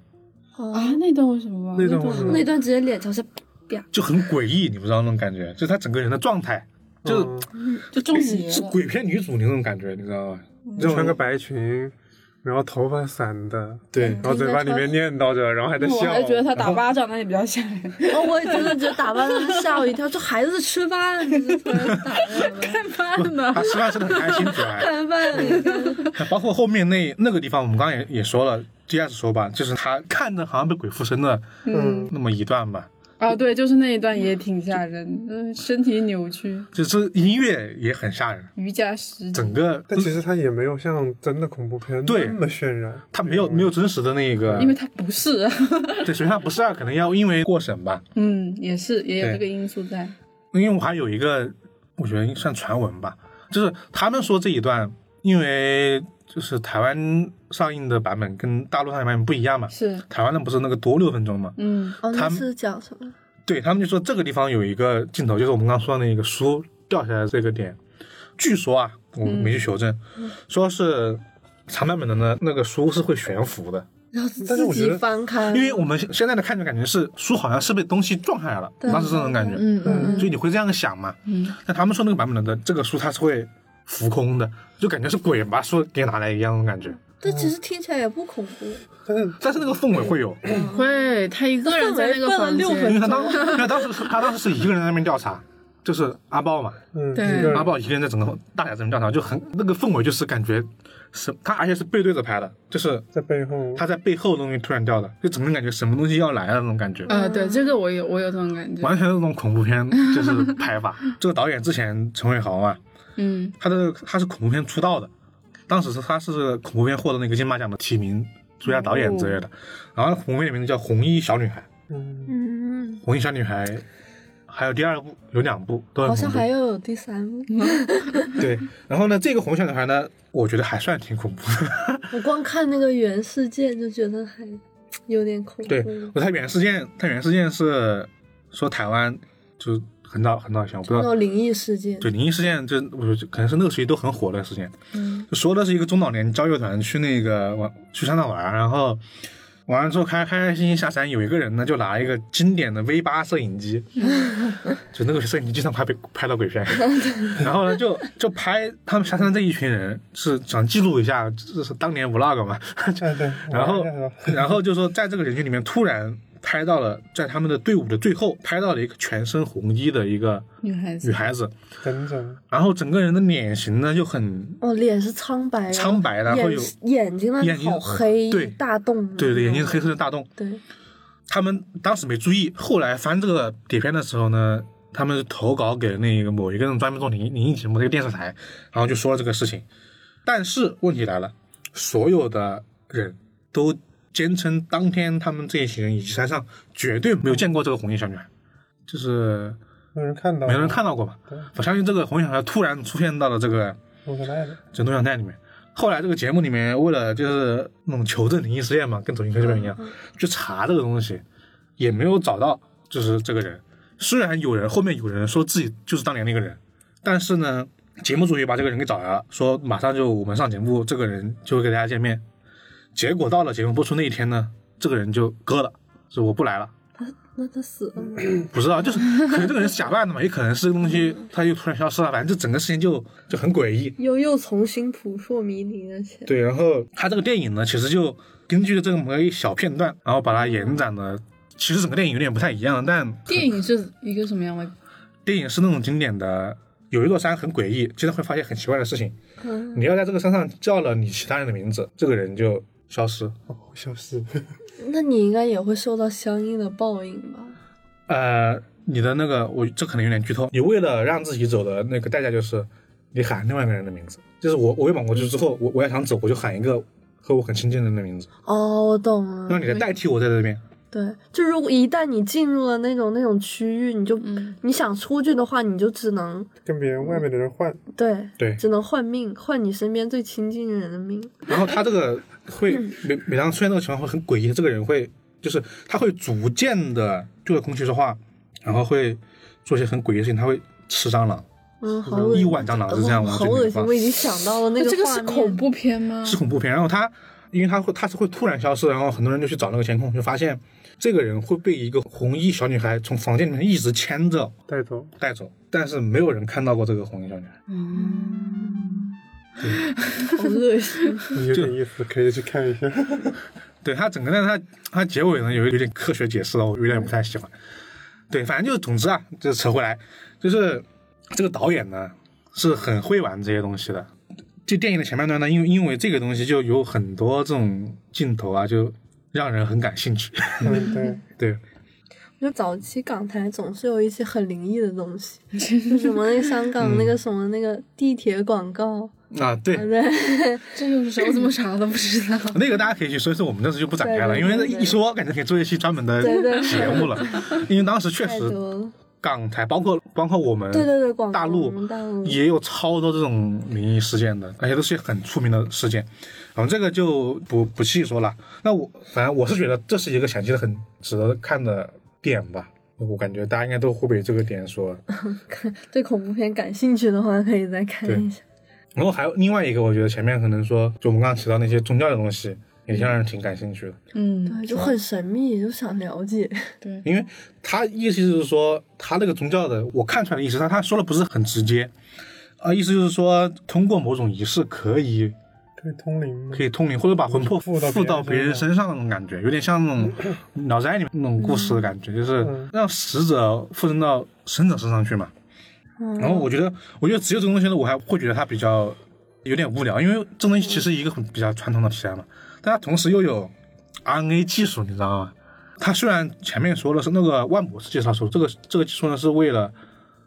Speaker 3: 哦
Speaker 2: 啊，那段为什么啊？
Speaker 4: 那段为什么
Speaker 3: 那段直接脸朝下，啪，
Speaker 1: 就很诡异，你不知道那种感觉，就是他整个人的状态，就是、
Speaker 4: 嗯
Speaker 2: 就中邪
Speaker 1: 是
Speaker 2: 了，
Speaker 1: 鬼片女主那种感觉，你知道吗？
Speaker 4: 就穿个白裙，然后头发散的，
Speaker 1: 对
Speaker 4: 然后嘴巴里面念叨着，然后还在
Speaker 2: 我
Speaker 4: 笑。
Speaker 2: 还觉得他打巴掌那也比较吓 人，
Speaker 3: 哦，我也真的觉得打扮的吓我一跳，说孩子吃饭，就是突然打扮了，
Speaker 2: 干嘛呢？
Speaker 1: 他吃饭吃的很开心，主要 还
Speaker 3: 干饭，
Speaker 1: 包括后面那那个地方，我们刚刚也也说了，第二次说吧，就是他看着好像被鬼附身的
Speaker 4: 嗯，
Speaker 1: 那么一段吧，
Speaker 2: 啊，对，就是那一段也挺吓人，嗯，身体扭曲，
Speaker 1: 就是音乐也很吓人，
Speaker 2: 瑜伽十
Speaker 1: 整个
Speaker 4: 但其实他也没有像真的恐怖片
Speaker 1: 对
Speaker 4: 那么渲染。
Speaker 1: 他没有没有真实的那个，
Speaker 2: 嗯因为他不是啊，
Speaker 1: 对，所以他不是啊，可能要因为过审吧。
Speaker 2: 嗯，也是也有
Speaker 1: 对
Speaker 2: 这个因素在，
Speaker 1: 因为我还有一个，我觉得算传闻吧，就是他们说这一段，因为就是台湾上映的版本跟大陆上映版本不一样嘛，
Speaker 2: 是，
Speaker 1: 台湾的不是那个多六分钟嘛，
Speaker 2: 嗯，
Speaker 3: 哦，
Speaker 1: 他
Speaker 3: 那
Speaker 1: 们
Speaker 3: 是讲什么？
Speaker 1: 对他们就说这个地方有一个镜头，就是我们刚刚说的那个书掉下来的这个点，据说啊，我没去求证，
Speaker 2: 嗯
Speaker 1: 说是长版本的呢那个书是会悬浮的，
Speaker 3: 然后
Speaker 4: 但是
Speaker 3: 哦自
Speaker 4: 我觉
Speaker 3: 己
Speaker 4: 得
Speaker 3: 翻开，
Speaker 1: 因为我们现在的看着感觉是书好像是被东西撞下来了，
Speaker 3: 对
Speaker 1: 当时这种感觉，
Speaker 2: 嗯嗯
Speaker 1: 所以你会这样想嘛？
Speaker 2: 嗯，
Speaker 1: 但他们说那个版本的这个书它是会浮空的，就感觉是鬼把书给拿来一样的感觉，
Speaker 3: 但其实听起来也不恐怖。
Speaker 1: 嗯
Speaker 4: 但是
Speaker 1: 但是那个氛围会有，
Speaker 2: 会，他一个人在那个房
Speaker 3: 氛围分了六
Speaker 1: 因
Speaker 3: 分
Speaker 1: 为
Speaker 2: 间，
Speaker 1: 他当因为他当时是他当时是一个人在那边调查。就是阿豹嘛，
Speaker 4: 嗯，
Speaker 2: 对
Speaker 4: 一个
Speaker 1: 阿
Speaker 4: 人
Speaker 1: 豹一个人在整个大宅子里面调查，就很那个氛围，就是感觉是他，而且是背对着拍的，就是
Speaker 4: 在背后，
Speaker 1: 他在背后的东西突然掉的，就整个人感觉什么东西要来了那种感觉。
Speaker 2: 啊，对，这个我有我有这种感觉，
Speaker 1: 完全那种恐怖片就是拍法。这个导演之前陈伟豪嘛，啊
Speaker 2: 嗯
Speaker 1: 他的他是恐怖片出道的，当时是他是恐怖片获得那个金马奖的提名最佳导演之
Speaker 3: 哦
Speaker 1: 类的。然后恐怖片的名字叫《红衣小女孩》，
Speaker 4: 嗯，
Speaker 3: 嗯，
Speaker 1: 《红衣小女孩》还有第二部有两部都很
Speaker 3: 好
Speaker 1: 恐
Speaker 3: 像
Speaker 1: 怖
Speaker 3: 还要有第三部。
Speaker 1: 对。然后呢，这个《红衣小女孩》呢，我觉得还算挺恐怖的。
Speaker 3: 我光看那个原事件就觉得还有点恐怖。
Speaker 1: 对，我它原事件，它原事件是说台湾就很早很早以前，我不知
Speaker 3: 那
Speaker 1: 道。
Speaker 3: 种灵异事件，
Speaker 1: 对灵异事件，这我觉得可能是那个时期都很火的事件。
Speaker 3: 嗯，
Speaker 1: 就说的是一个中老年交友团去那个玩去山上玩，然后玩完之后开开开心心下山，有一个人呢就拿一个经典的 V 八摄影机，就那个摄影机经常拍被拍到鬼片，然后呢就就拍他们下山的这一群人，是想记录一下这是当年 vlog 嘛，
Speaker 4: 哎对，
Speaker 1: 然后
Speaker 4: 我来一下吧
Speaker 1: 然后就说在这个人群里面突然。拍到了，在他们的队伍的最后，拍到了一个全身红衣的一个
Speaker 2: 女孩子
Speaker 1: 女，孩子，
Speaker 4: 等等，
Speaker 1: 然后整个人的脸型呢就很
Speaker 3: 哦，脸是苍白的，
Speaker 1: 苍白的，会有
Speaker 3: 眼眼睛呢
Speaker 1: 眼睛呃
Speaker 3: 好黑，
Speaker 1: 对
Speaker 3: 一大洞，
Speaker 1: 对对，眼睛是黑色的大洞。
Speaker 3: 对，
Speaker 1: 他们当时没注意，后来翻这个底片的时候呢，他们投稿给那个某一个人专门做灵灵异节目的一个电视台，然后就说了这个事情。但是问题来了，所有的人都坚称当天他们这一行人以及山上绝对没有见过这个红衣小女孩，就是
Speaker 4: 没有人看到，
Speaker 1: 没有人，看到过吧
Speaker 4: 对？
Speaker 1: 我相信这个红衣小女孩突然出现到了这个
Speaker 4: 我可爱的，
Speaker 1: 整录像带里面。后来这个节目里面，为了就是那种求证灵异事件嘛，跟走进科学班一样，去查这个东西，也没有找到就是这个人。虽然有人后面有人说自己就是当年那个人，但是呢，节目组也把这个人给找来了，说马上就我们上节目，这个人就会给大家见面。结果到了节目播出那一天呢，这个人就割了，说我不来了。
Speaker 3: 那他死了吗，
Speaker 1: 不知道，就是可能这个人是假扮的嘛，也可能是这个东西他又突然消失了，反正这整个事情就就很诡异。
Speaker 3: 又又重新扑朔迷离了起来，
Speaker 1: 对，然后他这个电影呢，其实就根据这么一小片段，然后把它延展的，其实整个电影有点不太一样，但
Speaker 2: 电影是一个什么样的？
Speaker 1: 电影是那种经典的，有一座山很诡异，经常会发现很奇怪的事情。
Speaker 3: 嗯
Speaker 1: 你要在这个山上叫了你其他人的名字，这个人就消失。
Speaker 4: 哦，消失，
Speaker 3: 那你应该也会受到相应的报应吧？
Speaker 1: 呃，你的那个我这可能有点剧透，你为了让自己走的那个代价就是你喊另外一个人的名字，就是我我被绑过去之后，我我要想走，我就喊一个和我很亲近的人的名字，
Speaker 3: 哦，我懂了。
Speaker 1: 让你来代替我在这边。
Speaker 3: 对，就如果一旦你进入了那种那种区域，你就、
Speaker 2: 嗯
Speaker 3: 你想出去的话，你就只能
Speaker 4: 跟别人外面的人换，
Speaker 3: 对
Speaker 1: 对
Speaker 3: 只能换命，换你身边最亲近的人的命。
Speaker 1: 然后他这个会
Speaker 3: 嗯
Speaker 1: 每每当出现这个情况会很诡异，这个人会就是他会逐渐的对着空气说话，然后会做一些很诡异的事情，他会吃蟑螂，
Speaker 3: 嗯，好恶
Speaker 1: 亿
Speaker 3: 心，
Speaker 1: 万蟑啊螂是这样吗？
Speaker 3: 好恶心，
Speaker 1: 这
Speaker 3: 我
Speaker 1: 个
Speaker 3: 已经想到了那个
Speaker 2: 这个
Speaker 3: 画
Speaker 2: 是
Speaker 3: 面
Speaker 2: 恐怖片吗？
Speaker 1: 是恐怖片。然后他因为他会他是会突然消失，然后很多人就去找那个监控，就发现这个人会被一个红衣小女孩从房间里面一直牵着
Speaker 4: 带走，
Speaker 1: 带走，但是没有人看到过这个红衣小女孩。
Speaker 3: 好恶心。
Speaker 4: 有点意思，可以去看一 下。
Speaker 1: 对他整个，但是他他结尾呢有有点科学解释了，啊我有点不太喜欢。对，反正就是总之啊，就扯回来，就是这个导演呢是很会玩这些东西的。这电影的前半段呢，因为因为这个东西就有很多这种镜头啊，就让人很感兴趣。
Speaker 4: 嗯，对，
Speaker 1: 对，
Speaker 3: 就早期港台总是有一些很灵异的 东西，就什么那个香港那个什么那个地铁广告，
Speaker 1: 啊对，
Speaker 3: 对，
Speaker 2: 这有时候怎么啥都不知道。
Speaker 1: 那个大家可以去搜一搜，我们这次就不展开了，
Speaker 3: 对
Speaker 1: 因为
Speaker 3: 对对
Speaker 1: 一说感觉可以做一期专门的
Speaker 3: 对对对
Speaker 1: 节目了。 因为当时嗯确
Speaker 3: 太
Speaker 1: 实
Speaker 3: 多了。
Speaker 1: 港台，包括包括我们
Speaker 3: 对对对，广
Speaker 1: 大陆
Speaker 3: 我们大陆
Speaker 1: 也有超多这种灵异事件的，而且都是很出名的事件。然后这个就不不细说了。那我反正我是觉得这是一个前期的很值得看的点吧。我感觉大家应该都会被这个点说。
Speaker 3: 对恐怖片感兴趣的话，可以再看一下。
Speaker 1: 然后还有另外一个，我觉得前面可能说，就我们刚刚提到那些宗教的东西，也让人挺感兴趣的。
Speaker 2: 嗯，
Speaker 3: 对，就很神秘，就想了解。
Speaker 2: 对，
Speaker 1: 因为他意思就是说，他那个宗教的，我看出来的意思，他他说的不是很直接，啊，意思就是说，通过某种仪式可以
Speaker 4: 可以通灵吗
Speaker 1: 可？以通灵，或者把魂魄
Speaker 4: 嗯附到
Speaker 1: 附到
Speaker 4: 别
Speaker 1: 别
Speaker 4: 人
Speaker 1: 人
Speaker 4: 身
Speaker 1: 身上那种感觉，有点像那种《聊斋》里面那种故事的感觉，就是
Speaker 4: 嗯
Speaker 1: 让死者附身到生者身上去嘛。
Speaker 3: 嗯
Speaker 1: 然后我觉得，我觉得只有这个东西呢，我还会觉得它比较有点无聊，因为这东西其实一个很比较传统的题材嘛，但它同时又有 RNA 技术，你知道吗？它虽然前面说的是那个万博士介绍说，这个这个技术呢是为了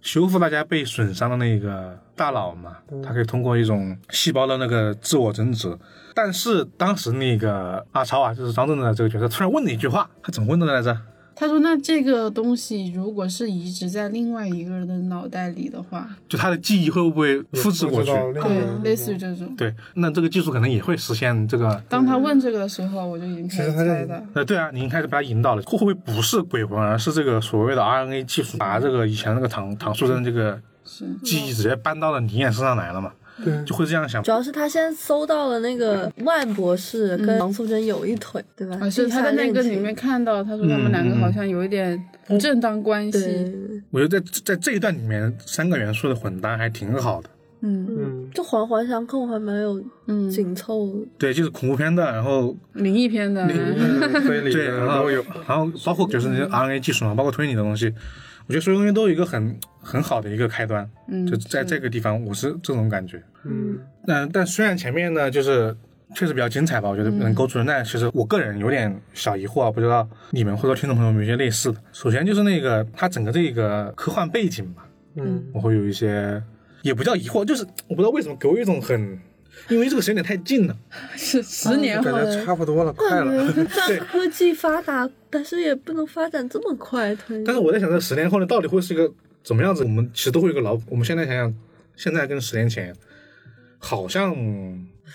Speaker 1: 修复大家被损伤的那个大脑嘛，它可以通过一种细胞的那个自我增值。但是当时那个阿超啊，就是张震的这个角色，突然问了一句话，他怎么问的来着？
Speaker 2: 他说：“那这个东西如果是移植在另外一个人的脑袋里的话，
Speaker 1: 就他的记忆会不会复制过去？
Speaker 4: 复制到另一个
Speaker 2: 对
Speaker 4: 人，
Speaker 2: 类似于这种。
Speaker 1: 对，那这个技术可能也会实现这个。
Speaker 2: 当他问这个的时候，我就已经开始
Speaker 4: 其实他就
Speaker 2: 猜了。
Speaker 1: 呃，对啊，你一开始把他引导了，会不会不是鬼魂，而是这个所谓的 RNA 技术，把这个以前那个唐唐素贞这个
Speaker 2: 是
Speaker 3: 嗯
Speaker 1: 记忆直接搬到了你眼身上来了嘛？
Speaker 4: 对
Speaker 1: 就会这样想
Speaker 3: 主。要是他先搜到了那个万博士跟王素贞有一腿，对吧？
Speaker 2: 嗯啊，是他在那个里面看到，他说
Speaker 4: 嗯
Speaker 2: 他们两个好像有一点
Speaker 3: 嗯
Speaker 2: 不正当关
Speaker 3: 地下
Speaker 2: 系。
Speaker 3: 恋情，
Speaker 1: 我觉得在在这一段里面，三个元素的混搭还挺好的。
Speaker 2: 嗯
Speaker 4: 嗯
Speaker 3: 对，，就环环相扣，还蛮有
Speaker 2: 嗯，
Speaker 3: 紧凑的。
Speaker 1: 对，就是恐怖片的，然后
Speaker 2: 灵异片的，
Speaker 4: 推理
Speaker 1: 对，然
Speaker 4: 的
Speaker 1: 后
Speaker 4: 都有，
Speaker 1: 然后包括就是那些 RNA 技术嘛，包括推理的东西，我觉得所有东西都有一个很很好的一个开端，
Speaker 2: 嗯，
Speaker 1: 就在这个地方，我是这种感觉。
Speaker 4: 嗯，
Speaker 1: 嗯，但虽然前面呢，就是确实比较精彩吧，我觉得能勾住人，但其实我个人有点小疑惑啊，不知道你们或者听众朋友们有些类似的。首先就是那个它整个这个科幻背景吧，
Speaker 4: 嗯
Speaker 1: 我会有一些也不叫疑惑，就是我不知道为什么给我一种很，因为这个时间点太近了，
Speaker 2: 是十年
Speaker 3: 哦
Speaker 4: 感
Speaker 2: 后
Speaker 4: 觉
Speaker 2: 的，
Speaker 4: 差不多了，快
Speaker 2: 嗯
Speaker 4: 了，
Speaker 3: 感觉像科技发达，但是也不能发展这么快。突然
Speaker 1: 但是我在想，这十年后呢，到底会是一个怎么样子？我们其实都会有一个老，我们现在想想，现在跟十年前好像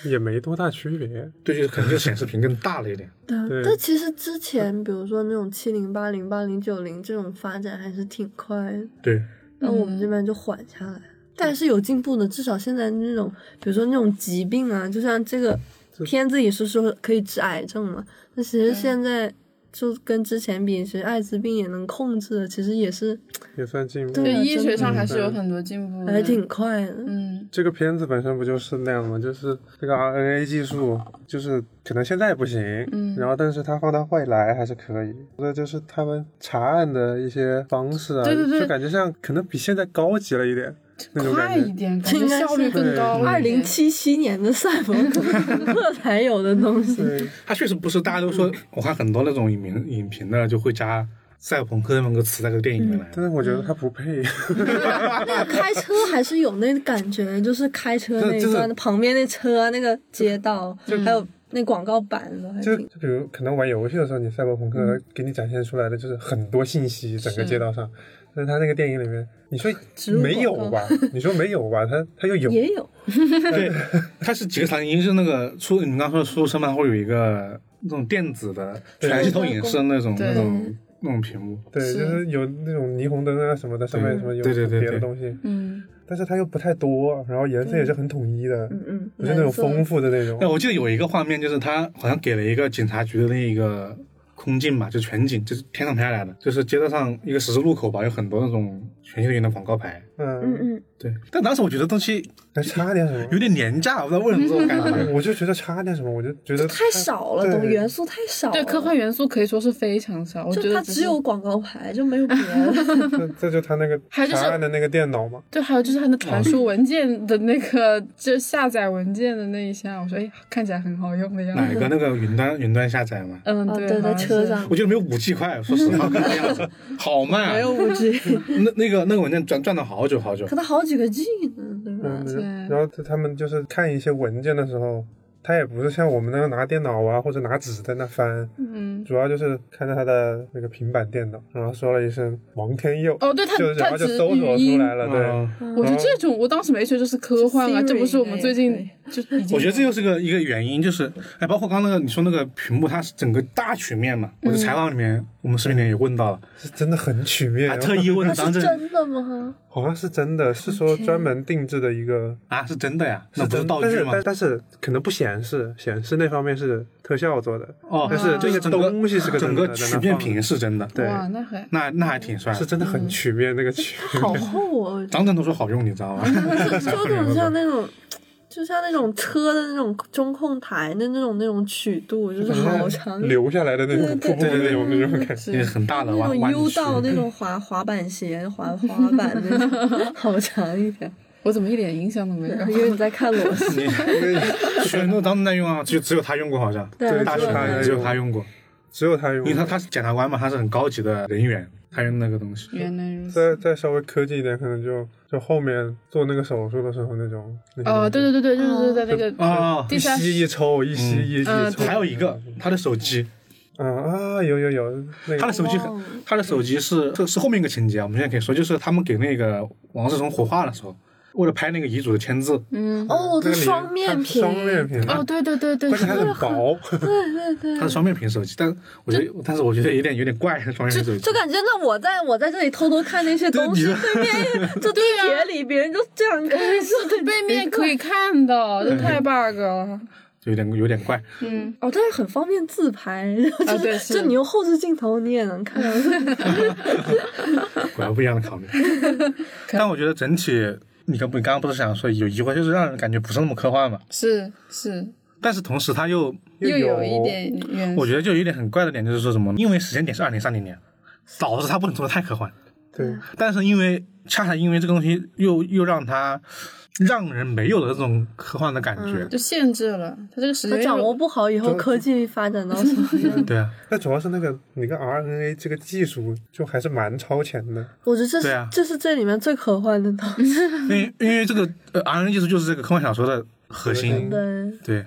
Speaker 4: 也没多大区别，
Speaker 1: 对，就是可能就显示屏更大了一点。
Speaker 4: 对
Speaker 3: 啊但其实之前，比如说那种七零八零八零九零这种发展还是挺快的，
Speaker 1: 对，
Speaker 3: 但我们这边就缓下来。但是有进步的，至少现在那种，比如说那种疾病啊，就像这个片子里是说可以治癌症嘛，那其实现在就跟之前比，其实艾滋病也能控制的，其实也是
Speaker 4: 也算进步
Speaker 2: 对
Speaker 3: 对。
Speaker 2: 医学上还是
Speaker 4: 嗯
Speaker 2: 有很多进步的，
Speaker 3: 还挺快的。
Speaker 2: 嗯
Speaker 4: 这个片子本身不就是那样吗？就是这个 RNA 技术，就是可能现在不行，
Speaker 2: 嗯
Speaker 4: 然后但是它放到未来还是可以。那就是他们查案的一些方式啊，
Speaker 2: 对对对
Speaker 4: 就感觉像可能比现在高级了一点那种
Speaker 2: 快
Speaker 4: 感
Speaker 2: 一
Speaker 4: 觉。
Speaker 2: 点，感觉效率更高。
Speaker 3: 二零七七年的赛博朋克才有的东西，
Speaker 4: 对，
Speaker 1: 它确实不是大家都说，我看很多那种影评影评的就会加赛博朋克这么个词在这个电影里面来。
Speaker 4: 但是我觉得它不配。
Speaker 2: 嗯
Speaker 3: 那个开车还是有那感觉，就是开车那一
Speaker 4: 这
Speaker 3: 段
Speaker 4: 这，
Speaker 3: 旁边那车啊，那个街道，还有那广告板的，还
Speaker 4: 就
Speaker 3: 挺
Speaker 4: 就比如可能玩游戏的时候，你赛博朋
Speaker 2: 嗯
Speaker 4: 克给你展现出来的就是很多信息，整个街道上。但是他那个电影里面，你说
Speaker 3: 植入
Speaker 4: 没有
Speaker 3: 广告
Speaker 4: 吧？你说没有吧？他他又有，
Speaker 3: 也有。
Speaker 1: 对，它是几个场景，一个是那个出你们刚说的出租车嘛，它会有一个那种电子的全系统影视那种
Speaker 2: 对
Speaker 1: 那种那种屏幕。
Speaker 4: 对，就是有那种霓虹灯啊什么的，上面什么有
Speaker 1: 对对对
Speaker 4: 别的
Speaker 1: 对
Speaker 4: 东西。
Speaker 2: 嗯，
Speaker 4: 但是它又不太多，然后颜色也是很统一的，
Speaker 3: 嗯
Speaker 4: 不是那种丰富的那种
Speaker 1: 那。我记得有一个画面，就是他好像给了一个警察局的那一个空镜吧，就是全景，就是天上拍下来的，就是街道上一个十字路口吧，有很多那种全球云的广告牌。
Speaker 3: 嗯
Speaker 4: 嗯，
Speaker 3: 嗯，
Speaker 1: 对，但当时我觉得东西
Speaker 4: 还差点什
Speaker 1: 有
Speaker 4: 么？
Speaker 1: 点廉价，我不知道为什么这种感 觉。
Speaker 4: 我就觉得差点什么，我就觉得
Speaker 3: 太少了，
Speaker 4: 对
Speaker 3: 懂元素太少了。
Speaker 2: 对，科幻元素可以说是非常少，我觉
Speaker 3: 哦就
Speaker 2: 得
Speaker 3: 它
Speaker 2: 是
Speaker 3: 只有广告牌，就没有别 的。
Speaker 4: 这这就他那个
Speaker 2: 还有就是
Speaker 4: 查案的那个电脑嘛，
Speaker 2: 对，还有就是它的传
Speaker 1: 哦
Speaker 2: 输文件的那个， 就下载文件的那一下，我说哎，看起来很好用的样
Speaker 1: 哪
Speaker 2: 子。
Speaker 1: 一个那个云端云端下载嘛？
Speaker 2: 嗯，
Speaker 3: 啊，
Speaker 2: 对，好
Speaker 3: 对，
Speaker 2: 像
Speaker 3: 在车
Speaker 2: 是
Speaker 3: 上
Speaker 1: 我觉得没有五 G 快，说实
Speaker 3: 嗯
Speaker 1: 话，那样 子好慢
Speaker 3: 没有
Speaker 1: 啊。
Speaker 3: 五 G，
Speaker 1: 那那个那个文件转转了好久好久
Speaker 3: 可。能好几个 G 呢，对吧
Speaker 4: 嗯，？
Speaker 2: 对
Speaker 4: 然后他们就是看一些文件的时候，他也不是像我们那样拿电脑啊或者拿纸在那翻，
Speaker 2: 嗯，
Speaker 4: 主要就是看着他的那个平板电脑，然后说了一声王天佑，
Speaker 2: 哦，对，它
Speaker 4: 就然
Speaker 2: 它
Speaker 4: 后
Speaker 2: 只
Speaker 4: 就搜索
Speaker 2: 语
Speaker 4: 出
Speaker 2: 音。
Speaker 4: 来了，对。
Speaker 1: 嗯
Speaker 2: 我觉得这种我当时没觉得是科幻啊，
Speaker 3: Siri，
Speaker 2: 这不是我们最近就已经
Speaker 1: 我觉得这就是个一个原因，就是哎，包括刚刚那个你说那个屏幕，它是整个大曲面嘛。我的采访里面，我们视频里面也问到了，
Speaker 4: 是真的很曲面，
Speaker 1: 还啊特意问
Speaker 4: 嗯
Speaker 3: 那
Speaker 1: 张
Speaker 3: 是
Speaker 1: 震
Speaker 3: 真的吗？
Speaker 4: 好像是真
Speaker 2: 哦
Speaker 4: 的，是说专门定制的一个，
Speaker 1: 啊，是真的呀？那
Speaker 4: 是
Speaker 1: 不是
Speaker 4: 真，
Speaker 1: 道
Speaker 4: 但
Speaker 1: 具
Speaker 4: 是
Speaker 1: 吗？
Speaker 4: 但但是可能不显示，显示那方面是特效做的，
Speaker 1: 哦，
Speaker 4: 但是
Speaker 1: 这个
Speaker 4: 这个
Speaker 1: 整个
Speaker 4: 东西是个
Speaker 1: 整
Speaker 4: 真
Speaker 1: 个
Speaker 4: 的在那
Speaker 1: 曲面
Speaker 4: 放着
Speaker 1: 屏是真的，
Speaker 4: 对，
Speaker 2: 哇，那还
Speaker 1: 那那还挺帅。
Speaker 4: 是真的很曲面那个曲，
Speaker 3: 好厚啊！我 觉得
Speaker 1: 张震都说好用，你知道吗？
Speaker 3: 就是有种像那种，就像那种车的那种中控台的那种那种曲度，就是
Speaker 2: 嗯
Speaker 3: 好长，就
Speaker 4: 流下来的那种瀑布的那种那种感觉，
Speaker 1: 一个很大的
Speaker 3: 那
Speaker 1: 弯
Speaker 3: 种
Speaker 1: 弯
Speaker 3: 优
Speaker 1: 曲
Speaker 3: 道 那 种滑滑板鞋、滑滑板那种， 好长一点。
Speaker 2: 我怎么一点影响都没有？
Speaker 3: 因为你在看 裸视，
Speaker 1: 所以那张震在用啊，就只有他用过，好像
Speaker 3: 对
Speaker 1: 大
Speaker 4: 只
Speaker 1: 学
Speaker 4: 有他
Speaker 1: 里面
Speaker 4: 用
Speaker 1: 只有他用过，
Speaker 4: 只有他用
Speaker 1: 因为。他他是检察官嘛，他是很高级的人员，他用那个东西。
Speaker 2: 原来如此。
Speaker 4: 再再稍微科技一点，可能就就后面做那个手术的时候那种，那些
Speaker 2: 哦，对
Speaker 4: 东西
Speaker 2: 对对对，就是在那个
Speaker 1: 啊，
Speaker 2: 第三
Speaker 4: 一吸一抽，一吸一一
Speaker 2: 嗯
Speaker 4: 抽，
Speaker 1: 还有一个他的手机，
Speaker 4: 嗯啊，有有有，那
Speaker 1: 他
Speaker 4: 个
Speaker 1: 的手机很
Speaker 3: 哦，
Speaker 1: 他的手机是这是后面一个情节啊，我们现在可以说，就是他们给那个王世充火化的时候，为了拍那个遗嘱的签字，
Speaker 2: 嗯，
Speaker 3: 哦，
Speaker 4: 那
Speaker 3: 这
Speaker 4: 个
Speaker 3: 双面
Speaker 4: 屏，
Speaker 3: 屏，
Speaker 4: 双面屏，
Speaker 2: 哦，对对对对，
Speaker 4: 关键还很薄，
Speaker 1: 它是双面屏手机，但我觉得，但是我觉得有点有点怪，双面屏手
Speaker 3: 就
Speaker 1: 机
Speaker 3: 就。感觉那我在我在这里偷偷看那些东西，
Speaker 1: 对你
Speaker 3: 对 啊面就地铁里别人就这样看，是
Speaker 2: 背面可以看的，这太 bug 了。
Speaker 1: 有点有点怪，
Speaker 2: 嗯，
Speaker 3: 哦，但是很方便自拍，就是、
Speaker 2: 对是
Speaker 3: 就你用后置镜头你也能看到。
Speaker 1: 果然不一样 的考虑。但我觉得整体，你刚不你刚刚不是想说有疑惑，就是让人感觉不是那么科幻嘛。
Speaker 2: 是是，
Speaker 1: 但是同时它又，
Speaker 2: 又有
Speaker 4: 有
Speaker 2: 一，点元素
Speaker 1: 我觉得就有一点很怪的点，就是说什么，因为时间点是二零三零年，导致它不能做的太科幻。
Speaker 4: 对，
Speaker 1: 但是因为恰恰因为这个东西又又让它让人没有的这种科幻的感觉，？
Speaker 2: 就限制了它这个时
Speaker 3: 他
Speaker 2: 间
Speaker 3: 掌握
Speaker 2: 又。
Speaker 3: 不好以后科技发展到什么样
Speaker 1: 对啊，
Speaker 4: 但主要是那个你个 RNA 这个技术就还是蛮超前的，
Speaker 3: 我觉得这是、
Speaker 1: 对啊
Speaker 3: 这是这里面最科幻的东西。
Speaker 1: 因为因为这个呃 RNA 技术就是这个科幻小说的核心。
Speaker 3: 对，
Speaker 1: 对，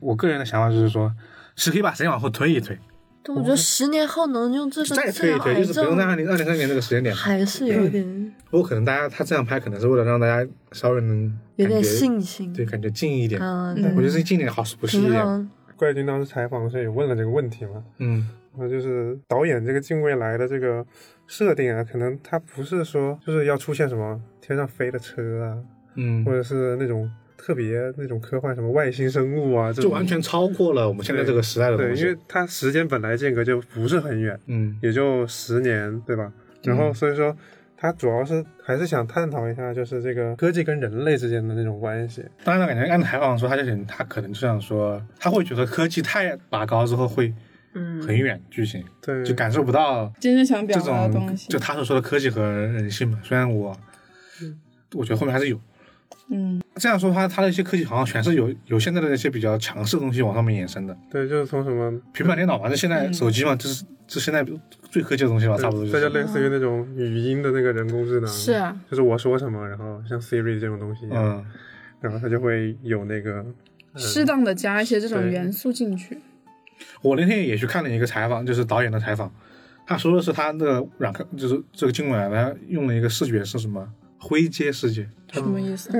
Speaker 1: 我个人的想法就是说，是可以把时间往后推一推，
Speaker 3: 对，我觉得十年后能用这
Speaker 1: 再
Speaker 3: 个治
Speaker 1: 推一
Speaker 3: 疗
Speaker 1: 推，
Speaker 3: 癌
Speaker 1: 就是不用在二
Speaker 3: 症，
Speaker 1: 零二零三年这个时间点。
Speaker 3: 还是有点
Speaker 1: 不过可能大家他这样拍，可能是为了让大家稍微能
Speaker 3: 有点
Speaker 1: 感觉
Speaker 3: 信心。
Speaker 1: 对，感觉近一点。
Speaker 3: 嗯，
Speaker 1: 我觉得是近一点好，不是一
Speaker 3: 平
Speaker 1: 点。
Speaker 3: 衡。
Speaker 4: 怪军当时采访的时候也问了这个问题嘛，
Speaker 1: 嗯，
Speaker 4: 那就是导演这个近未来的这个设定啊，可能他不是说就是要出现什么天上飞的车啊，
Speaker 1: 嗯
Speaker 4: 或，者是那种特别那种科幻什么外星生物啊，这
Speaker 1: 就
Speaker 4: 种
Speaker 1: 完全超过了我们现在这个时代的
Speaker 4: 对，
Speaker 1: 东
Speaker 4: 因为
Speaker 1: 西。
Speaker 4: 它时间本来间隔就不是很远，
Speaker 1: 嗯，
Speaker 4: 也就十年，对吧？然后所以说。他主要是还是想探讨一下，就是这个科技跟人类之间的那种关系。
Speaker 1: 当然了，感觉按采访说，他就想，他可能就想说，他会觉得科技太拔高之后会很远剧情，
Speaker 4: 嗯对，
Speaker 1: 就感受不到
Speaker 2: 真正想
Speaker 1: 这
Speaker 2: 表达的
Speaker 1: 种
Speaker 2: 东西，
Speaker 1: 就他所说的科技和人性嘛。虽然我，
Speaker 4: 嗯
Speaker 1: 我觉得后面还是有。
Speaker 2: 嗯，
Speaker 1: 这样说的话，他的一些科技好像全是由由现在的那些比较强势的东西往上面延伸的，
Speaker 4: 对，就是从什么
Speaker 1: 平板电脑嘛，那现在手机嘛，这是这现在最科技的东西吧，啊差不多就。
Speaker 4: 嗯这就是类似于那种语音的那个人工
Speaker 1: 嗯
Speaker 4: 智能，
Speaker 2: 是啊，
Speaker 4: 就是我说什么，然后像 Siri 这种东西一样，
Speaker 1: 嗯，
Speaker 4: 然后它就会有那个，呃
Speaker 2: 适当的加一些这种
Speaker 4: 对
Speaker 2: 元素进去，
Speaker 1: 我那天也去看了一个采访，就是导演的采访，他说的是他那个软科，就是这个今晚他用了一个视觉是什么灰阶视觉，
Speaker 2: 什么意思？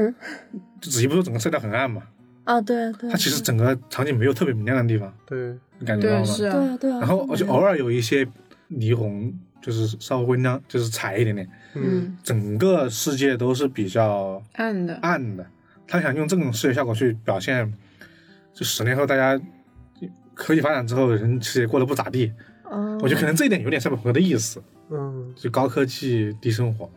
Speaker 1: 就只不过整个色调很暗嘛，
Speaker 3: 啊，对
Speaker 2: 嗯
Speaker 3: 啊对啊
Speaker 1: 它其实整个场景没有特别明亮的地方，
Speaker 4: 对，
Speaker 1: 你感觉到
Speaker 2: 对，
Speaker 1: 吗？
Speaker 2: 是
Speaker 3: 对
Speaker 2: 啊，
Speaker 3: 啊对啊。
Speaker 1: 然后而且偶尔有一些霓虹，就是稍微亮，就是彩一点点，
Speaker 2: 嗯，
Speaker 1: 整个世界都是比较
Speaker 2: 暗的，
Speaker 1: 暗的。他想用这种视觉效果去表现，就十年后大家科技发展之后，人其实也过得不咋地。
Speaker 2: 嗯
Speaker 3: 哦
Speaker 1: 我觉得可能这一点有点赛博朋克的意思，
Speaker 4: 嗯，
Speaker 1: 就高科技低生活，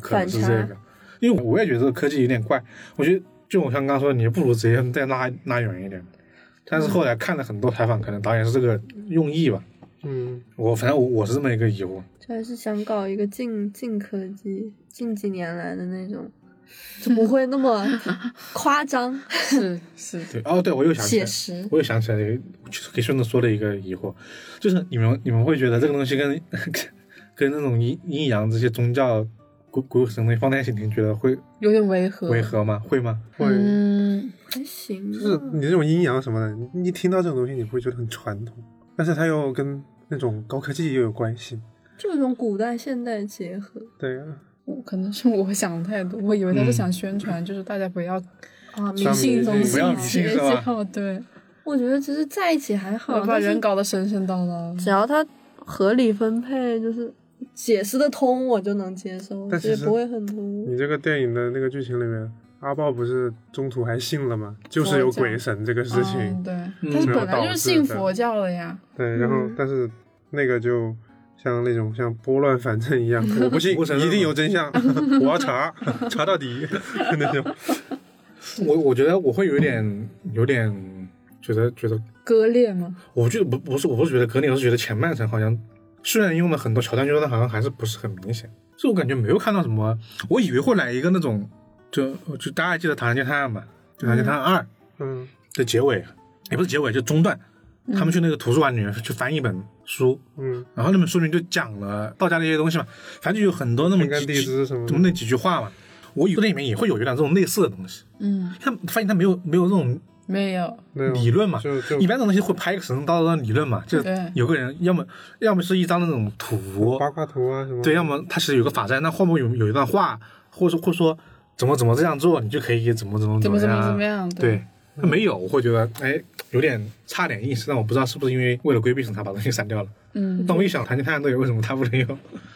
Speaker 1: 可能是这
Speaker 3: 反
Speaker 1: 个。因为我也觉得这个科技有点怪，我觉得就我像刚刚说的，你不如直接再拉拉远一点。但是后来看了很多采访，可能导演是这个用意吧。
Speaker 4: 嗯，
Speaker 1: 我反正我我是这么一个疑问，
Speaker 3: 这还哦是想搞一个近近科技，近几年来的那种，就不会那么 夸张
Speaker 2: 是是，
Speaker 1: 对，哦，对，我又想起
Speaker 3: 写
Speaker 1: 来，
Speaker 3: 实。
Speaker 1: 我又想起来一个，就是可以顺着说的一个疑惑，就是你们你们会觉得这个东西跟跟那种阴阴阳这些宗教鬼鬼鬼神东西放在一起，你们觉得会
Speaker 2: 有点违和，
Speaker 1: 违，和吗？会吗？
Speaker 4: 会，
Speaker 2: 嗯，
Speaker 3: 还行啊吧，
Speaker 4: 就是嗯你这种阴阳什么的，你一听到这种东西，你会觉得很传统，但是它又跟那种高科技又有关系，
Speaker 3: 就有种古代现代结合。
Speaker 4: 对啊，
Speaker 2: 我可能是我想太多，我以为他是
Speaker 1: 嗯
Speaker 2: 想宣传，就是大家不要
Speaker 3: 啊，迷
Speaker 4: 迷
Speaker 2: 信
Speaker 4: 信
Speaker 2: 宗
Speaker 4: 不
Speaker 1: 要
Speaker 2: 教
Speaker 1: 迷信
Speaker 2: 邪
Speaker 1: 是吧
Speaker 2: 教，对，
Speaker 3: 我觉得其实在一起还
Speaker 2: 我
Speaker 3: 好，
Speaker 2: 把
Speaker 3: 但是
Speaker 2: 人搞得神神叨叨
Speaker 3: 只
Speaker 2: 的。
Speaker 3: 要它合理分配，就是解释得通，我就能接受，
Speaker 4: 但
Speaker 3: 也
Speaker 4: 其实
Speaker 3: 不会很突兀。
Speaker 4: 你这个电影的那个剧情里面，阿豹不是中途还信了吗？就是有鬼神这个事情，
Speaker 2: 嗯，对，但是本来就是信佛教的呀，
Speaker 4: 对，然后
Speaker 3: 嗯
Speaker 4: 但是那个就。像那种像拨乱反正一样，我不 信，
Speaker 1: 无神论
Speaker 4: 一定有真相，我要查，查 到底那种。
Speaker 1: 我我觉得我会有点有点觉得觉得，
Speaker 2: 割裂嘛，
Speaker 1: 我觉得不不是，我不是觉得格里，我是觉得前半程好像虽然用了很多桥段，但好像还是不是很明显，就我感觉没有看到什么，我以为会来一个那种，就就大家记得《唐人街探案》嘛，《就唐人街探案二》
Speaker 4: 嗯，
Speaker 1: 的结尾，也不是结尾，就中段，他们去那个图书馆里面去翻一本书，
Speaker 4: 嗯，
Speaker 1: 然后那本书里面就讲了道家的一些东西嘛，反正就有很多那么
Speaker 4: 天干
Speaker 1: 几
Speaker 4: 地
Speaker 1: 几
Speaker 4: 支什么
Speaker 1: 怎
Speaker 4: 的
Speaker 1: 么。那几句话嘛，我以为那里面也会有一点这种类似的东西，
Speaker 2: 嗯，
Speaker 1: 他发现他没有没有这种
Speaker 2: 没有，
Speaker 4: 那种
Speaker 1: 理论嘛
Speaker 4: 就就
Speaker 1: 一般这种东西会拍一个神神叨叨的理论嘛，就
Speaker 2: 对
Speaker 1: 有个人要么要么是一张那种图，
Speaker 4: 八卦图啊什么，
Speaker 1: 对，要么他其实有个法在，那后面有有一段话，或者说或者说怎么怎么这样做，你就可以怎么怎么
Speaker 2: 怎么
Speaker 1: 么
Speaker 2: 怎么
Speaker 1: 样啊
Speaker 2: 怎么样，
Speaker 1: 对，他没有，我会觉得哎有点差点意思，但我不知道是不是因为为了规避审查把东西删掉了。
Speaker 2: 嗯，
Speaker 1: 但我一想谈恋爱队为什么他不能有？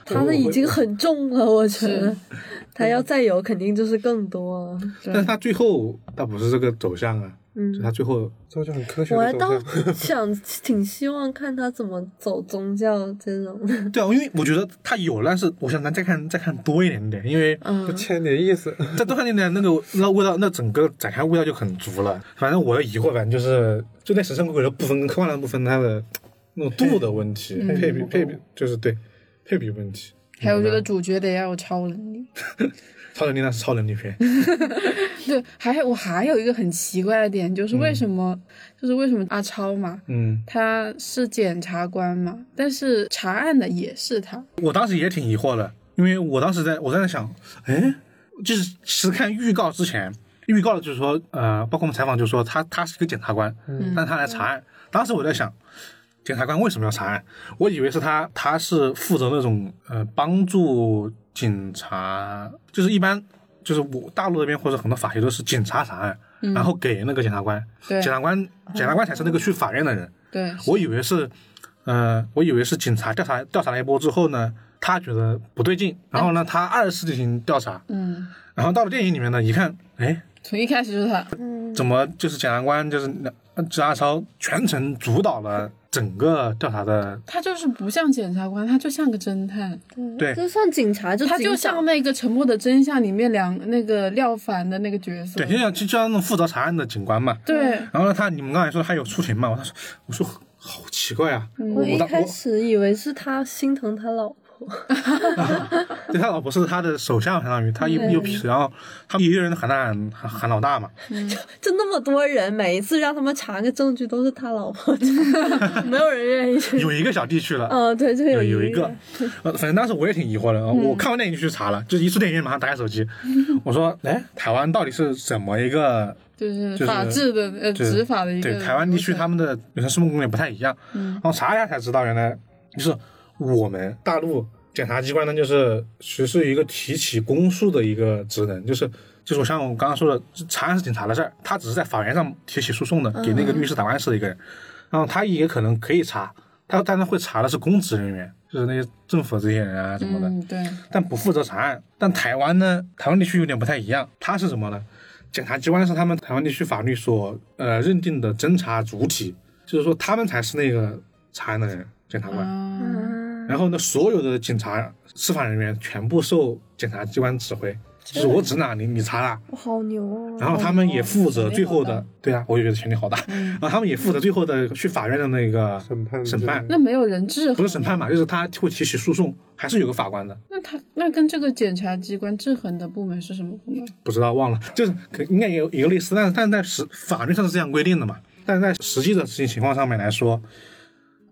Speaker 3: 他的已经很重了，我觉得
Speaker 2: 是
Speaker 3: 他要再有肯定就是更多了。
Speaker 2: 对
Speaker 1: 但是他最后他不是这个走向啊，就他
Speaker 3: 嗯，
Speaker 1: 最后
Speaker 4: 这就很科学
Speaker 3: 我还
Speaker 4: 的
Speaker 3: 倒
Speaker 4: 走向。
Speaker 3: 想挺希望看他怎么走宗教这种。
Speaker 2: 嗯
Speaker 1: 对啊，因为我觉得他有，但是我想咱再看再看多一点点，因为
Speaker 2: 嗯
Speaker 4: 就，欠点意思，
Speaker 1: 再多看一点点那个那味道，那整个展开味道就很足了。反正我的疑惑，反正就是就那神圣鬼鬼的部分跟科幻的部分，它的那种度的问题，
Speaker 2: 嗯
Speaker 1: 配比配比就是对配比问题。嗯
Speaker 2: 还有这个主角得要有超能力。
Speaker 1: 超能力那是超能力片，
Speaker 2: 对，还有我还有一个很奇怪的点，就是为什么，就是为什么阿超嘛，
Speaker 1: 嗯，
Speaker 2: 他是检察官嘛，但是查案的也是他，
Speaker 1: 我当时也挺疑惑的，因为我当时在我在那想，哎，就是其实看预告之前，预告的就是说，呃，包括我们采访就是说他他是一个检察官，
Speaker 2: 嗯
Speaker 1: 但他来查案。当时我在想，检察官为什么要查案？我以为是他他是负责那种呃帮助警察，就是一般就是我大陆那边或者很多法系都是警察查案，然后给那个检察官，
Speaker 2: 嗯对
Speaker 1: 检察官检察官才是那个去法院的人。
Speaker 2: 对，
Speaker 1: 我以为是，呃，我以为是警察调查调查了一波之后呢，他觉得不对劲，然后呢，他二次进行调查，
Speaker 2: 嗯，
Speaker 1: 然后到了电影里面呢，一看，哎，
Speaker 2: 从一开始就是他，
Speaker 1: 怎么就是检察官就是那呃张阿超全程主导了整个调查的，
Speaker 2: 他就是不像检察官，他就像个侦探，
Speaker 1: 对
Speaker 3: 就算警察就
Speaker 2: 他就
Speaker 3: 警长
Speaker 2: 像那个《沉默的真相》里面梁那个廖凡的那个角色
Speaker 1: 对，，就 像就像那种负责查案的警官嘛。
Speaker 2: 对，
Speaker 1: 然后呢，他你们刚才说他有出庭嘛？我说我说好奇怪啊，
Speaker 3: 嗯我
Speaker 1: 我
Speaker 3: 一
Speaker 1: 我当
Speaker 3: 开
Speaker 1: 我
Speaker 3: 始以为是他心疼他老婆，
Speaker 1: 对他老婆是他的手下嘛，相当于他一
Speaker 3: 对
Speaker 1: 又痞，然后他们一个人喊他喊喊喊老大嘛。
Speaker 3: 就那么多人，每一次让他们查个证据都是他老婆查， 没有人愿意去。
Speaker 1: 有一个小弟去了，
Speaker 3: 嗯，对，就
Speaker 1: 有
Speaker 3: 有
Speaker 1: 有一个，呃，反正当时我也挺疑惑的，呃我看完电影就去查了，就是一出电影院马上打开手 机，我说，哎，台湾到底是怎么一个？
Speaker 2: 就是
Speaker 1: 就是
Speaker 2: 法治的呃
Speaker 1: 就是
Speaker 2: 执法的一个嗯
Speaker 1: 对，台湾地区他们的有些生活攻略不太一样，然后查一下才知道，原来就是我们大陆检察机关呢，就是其实是一个提起公诉的一个职能，就是。就是我像我刚刚说的，查案是警察的事儿，他只是在法院上提起诉讼
Speaker 2: 嗯
Speaker 1: 的，给那个律师打官司的一个人，然后他也可能可以查，他但他会查的是公职人员，就是那些政府这些人啊什么的，
Speaker 2: 嗯对，
Speaker 1: 但不负责查案。但台湾呢，台湾地区有点不太一样，它是什么呢？检察机关是他们台湾地区法律所呃认定的侦查主体，就是说他们才是那个查案的人，检察官。
Speaker 2: 啊，
Speaker 3: 嗯，
Speaker 1: 然后呢，所有的警察、司法人员全部受检察机关指挥，就是我指哪里，你查哪。
Speaker 3: 我好牛哦！
Speaker 1: 然后他们也负责
Speaker 2: 哦
Speaker 1: 最后
Speaker 2: 权力
Speaker 1: 的
Speaker 2: 好，
Speaker 1: 对啊，我就觉得权力好大。然后他们也负责最后的去法院的那个
Speaker 4: 审判
Speaker 1: 审判，
Speaker 2: 那没有人治
Speaker 1: 不
Speaker 2: 衡
Speaker 1: 是，审判嘛，就是他会提起诉讼，还是有个法官的。
Speaker 2: 那他那跟这个检察机关制衡的部门是什么部门？
Speaker 1: 不知道忘了，就是可应该也有也有类似，但是但是在实法律上是这样规定的嘛，但是在实际的实际情况上面来说，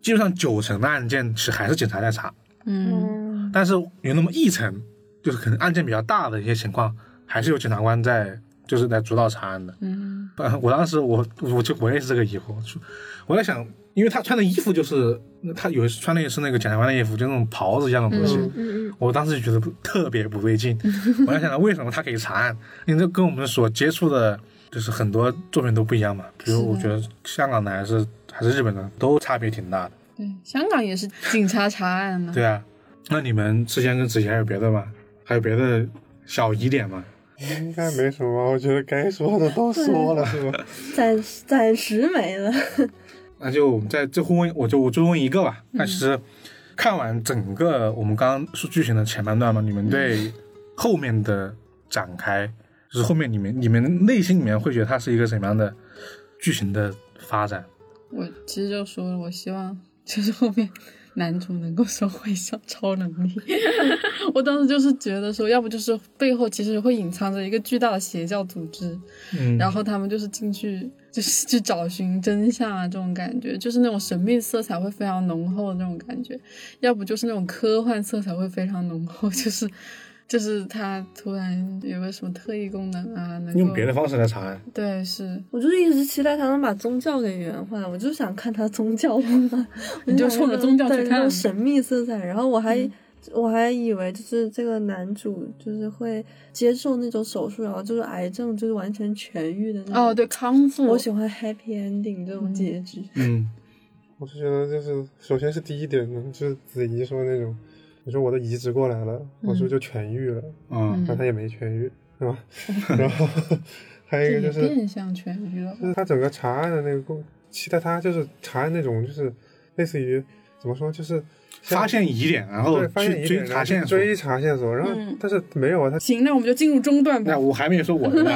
Speaker 1: 基本上九成的案件其实还是警察在查，
Speaker 2: 嗯
Speaker 3: 嗯，
Speaker 1: 但是有那么一成，就是可能案件比较大的一些情况，还是有检察官在就是在主导查案的。
Speaker 2: 嗯，
Speaker 1: 呃，我当时我我就我也是这个疑惑，我在想，因为他穿的衣服就是他有穿的也是那个检察官的衣服，就那种袍子一样的东西，
Speaker 2: 嗯
Speaker 3: 嗯嗯
Speaker 1: 我当时就觉得不特别不对劲，我在想着为什么他可以查案，因为这跟我们所接触的，就是很多作品都不一样嘛。比如我觉得香港的还是还是日本的都差别挺大的。
Speaker 2: 对，香港也是警察查案呢、
Speaker 1: 对啊，那你们之前跟之前还有别的吗？还有别的小疑点吗？
Speaker 4: 应该没什么吧，我觉得该说的都说了，是吧？
Speaker 3: 暂时暂时没了。
Speaker 1: 那就我们再最后问，我就我就问一个吧。
Speaker 4: 嗯
Speaker 1: 那其实看完整个我们刚刚说剧情的前半段嘛，你们对后面的展开，就是后面你们你们内心里面会觉得它是一个什么样的剧情的发展？
Speaker 2: 我其实就说了，我希望就是后面男主能够收回小超能力。 我当时就是觉得说，要不就是背后其实会隐藏着一个巨大的邪教组织，
Speaker 1: 嗯，
Speaker 2: 然后他们就是进去就是去找寻真相啊，这种感觉，就是那种神秘色彩会非常浓厚的那种感觉，要不就是那种科幻色彩会非常浓厚，就是 就是它突然有个什么特异功能啊，能够
Speaker 1: 用别的方式来查案。
Speaker 2: 对是，
Speaker 3: 我就是一直期待他能把宗教给圆化，我就想看他宗教化，
Speaker 2: 你就冲着宗教去
Speaker 3: 对那种
Speaker 2: 看嗯
Speaker 3: 神秘色彩。然后我还、我还以为就是这个男主就是会接受那种手术，然后就是癌症就是完全痊愈的那种。
Speaker 2: 哦，对，康复，
Speaker 3: 嗯我喜欢 happy ending 这种结局。
Speaker 1: 嗯，
Speaker 4: 我是觉得就是，首先是第一点呢，就是子怡说那种，你说我的移植过来了，我是不是就痊愈了？
Speaker 1: 嗯，
Speaker 4: 但
Speaker 2: 嗯
Speaker 4: 他也没痊愈，是吧？ 然后还有
Speaker 2: 这
Speaker 4: 一个就
Speaker 2: 也
Speaker 4: 是，
Speaker 2: 变相痊愈了。
Speaker 4: 就是他整个查案的那个过，期待他就是查案那种，就是类似于怎么说，就是像
Speaker 1: 发现疑点，然后
Speaker 4: 对发现
Speaker 1: 哦去
Speaker 4: 疑
Speaker 1: 追
Speaker 4: 点，然
Speaker 1: 查
Speaker 4: 后去
Speaker 1: 线索。
Speaker 4: 追查线索，然后、
Speaker 2: 嗯
Speaker 4: 但是没有啊，他
Speaker 2: 行，那我们就进入中段
Speaker 1: 那
Speaker 2: 吧。
Speaker 1: 我还没有说我 的呢，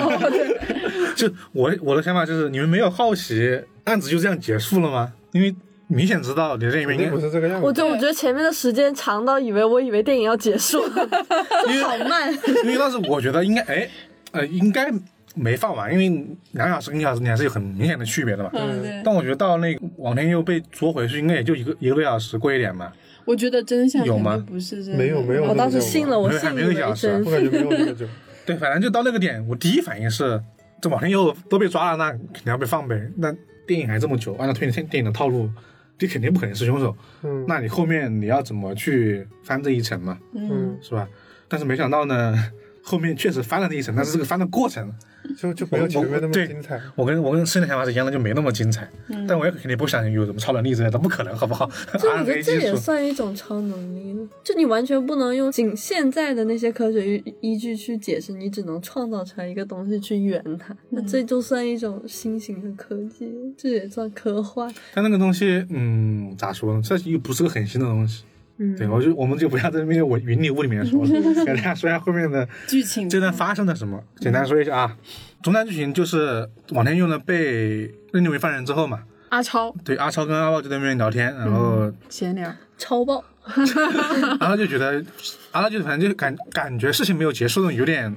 Speaker 1: 就我我的想法就是，你们没有好奇案子就这样结束了吗？因为明显知道你这里面
Speaker 4: 肯
Speaker 1: 应
Speaker 4: 定不
Speaker 1: 该，
Speaker 4: 是这个样
Speaker 3: 我
Speaker 4: 子。
Speaker 3: 就我觉得前面的时间长到以为我以为电影要结束了，好慢。
Speaker 1: 因为当时我觉得应该，哎，呃，应该没放完，因为两小时跟一小时你还是有很明显的区别的嘛。
Speaker 2: 嗯，对，
Speaker 1: 但我觉得到那个往天佑被捉回去，应该也就一个一个多小时过一点吧。
Speaker 2: 我觉得真相
Speaker 1: 有
Speaker 2: 肯
Speaker 1: 吗
Speaker 2: 定不是真的。
Speaker 4: 没有没有
Speaker 3: 我当时信了，我
Speaker 1: 没有
Speaker 3: 信
Speaker 1: 还
Speaker 3: 以
Speaker 1: 没有
Speaker 3: 为
Speaker 1: 想
Speaker 3: 真
Speaker 4: 我。感觉没有那么久，
Speaker 1: 对，反正就到那个点，我第一反应是，这往天佑都被抓了，那肯定要被放呗。那电影还这么久，按照推理电电影的套路，你肯定不可能是凶手。
Speaker 4: 嗯，
Speaker 1: 那你后面你要怎么去翻这一层嘛，
Speaker 2: 嗯，
Speaker 4: 嗯，
Speaker 1: 是吧？但是没想到呢，后面确实翻了这一层，但是这个翻的过程，
Speaker 4: 就就没有前面那么精彩。
Speaker 1: 我跟我跟森的想法是一样的，就没那么精彩。
Speaker 2: 嗯
Speaker 1: 但我也肯定不想有什么超能力之类的，不可能，好不好？
Speaker 3: 就我觉
Speaker 1: RNA
Speaker 3: 得这
Speaker 1: 技
Speaker 3: 也
Speaker 1: 术
Speaker 3: 算一种超能力了，就你完全不能用仅现在的那些科学依依据去解释，你只能创造出来一个东西去圆它。
Speaker 1: 嗯
Speaker 3: 那这就算一种新型的科技，这也算科幻。
Speaker 1: 但那个东西，嗯，咋说呢？这又不是个很新的东西。
Speaker 3: 嗯
Speaker 1: 对，我就我们就不要在那边我云里雾里面说 了，给大家说一下后面的
Speaker 2: 剧情
Speaker 1: 这段发生了什么，简单说一下啊。中段剧情就是往天佑呢被认定为犯人之后嘛，
Speaker 2: 阿超
Speaker 1: 对阿超跟阿豹就在那边聊天，然
Speaker 3: 嗯
Speaker 1: 后
Speaker 2: 闲聊，
Speaker 3: 超爆，
Speaker 1: 阿超就觉得阿超就反正就感感觉事情没有结束，有点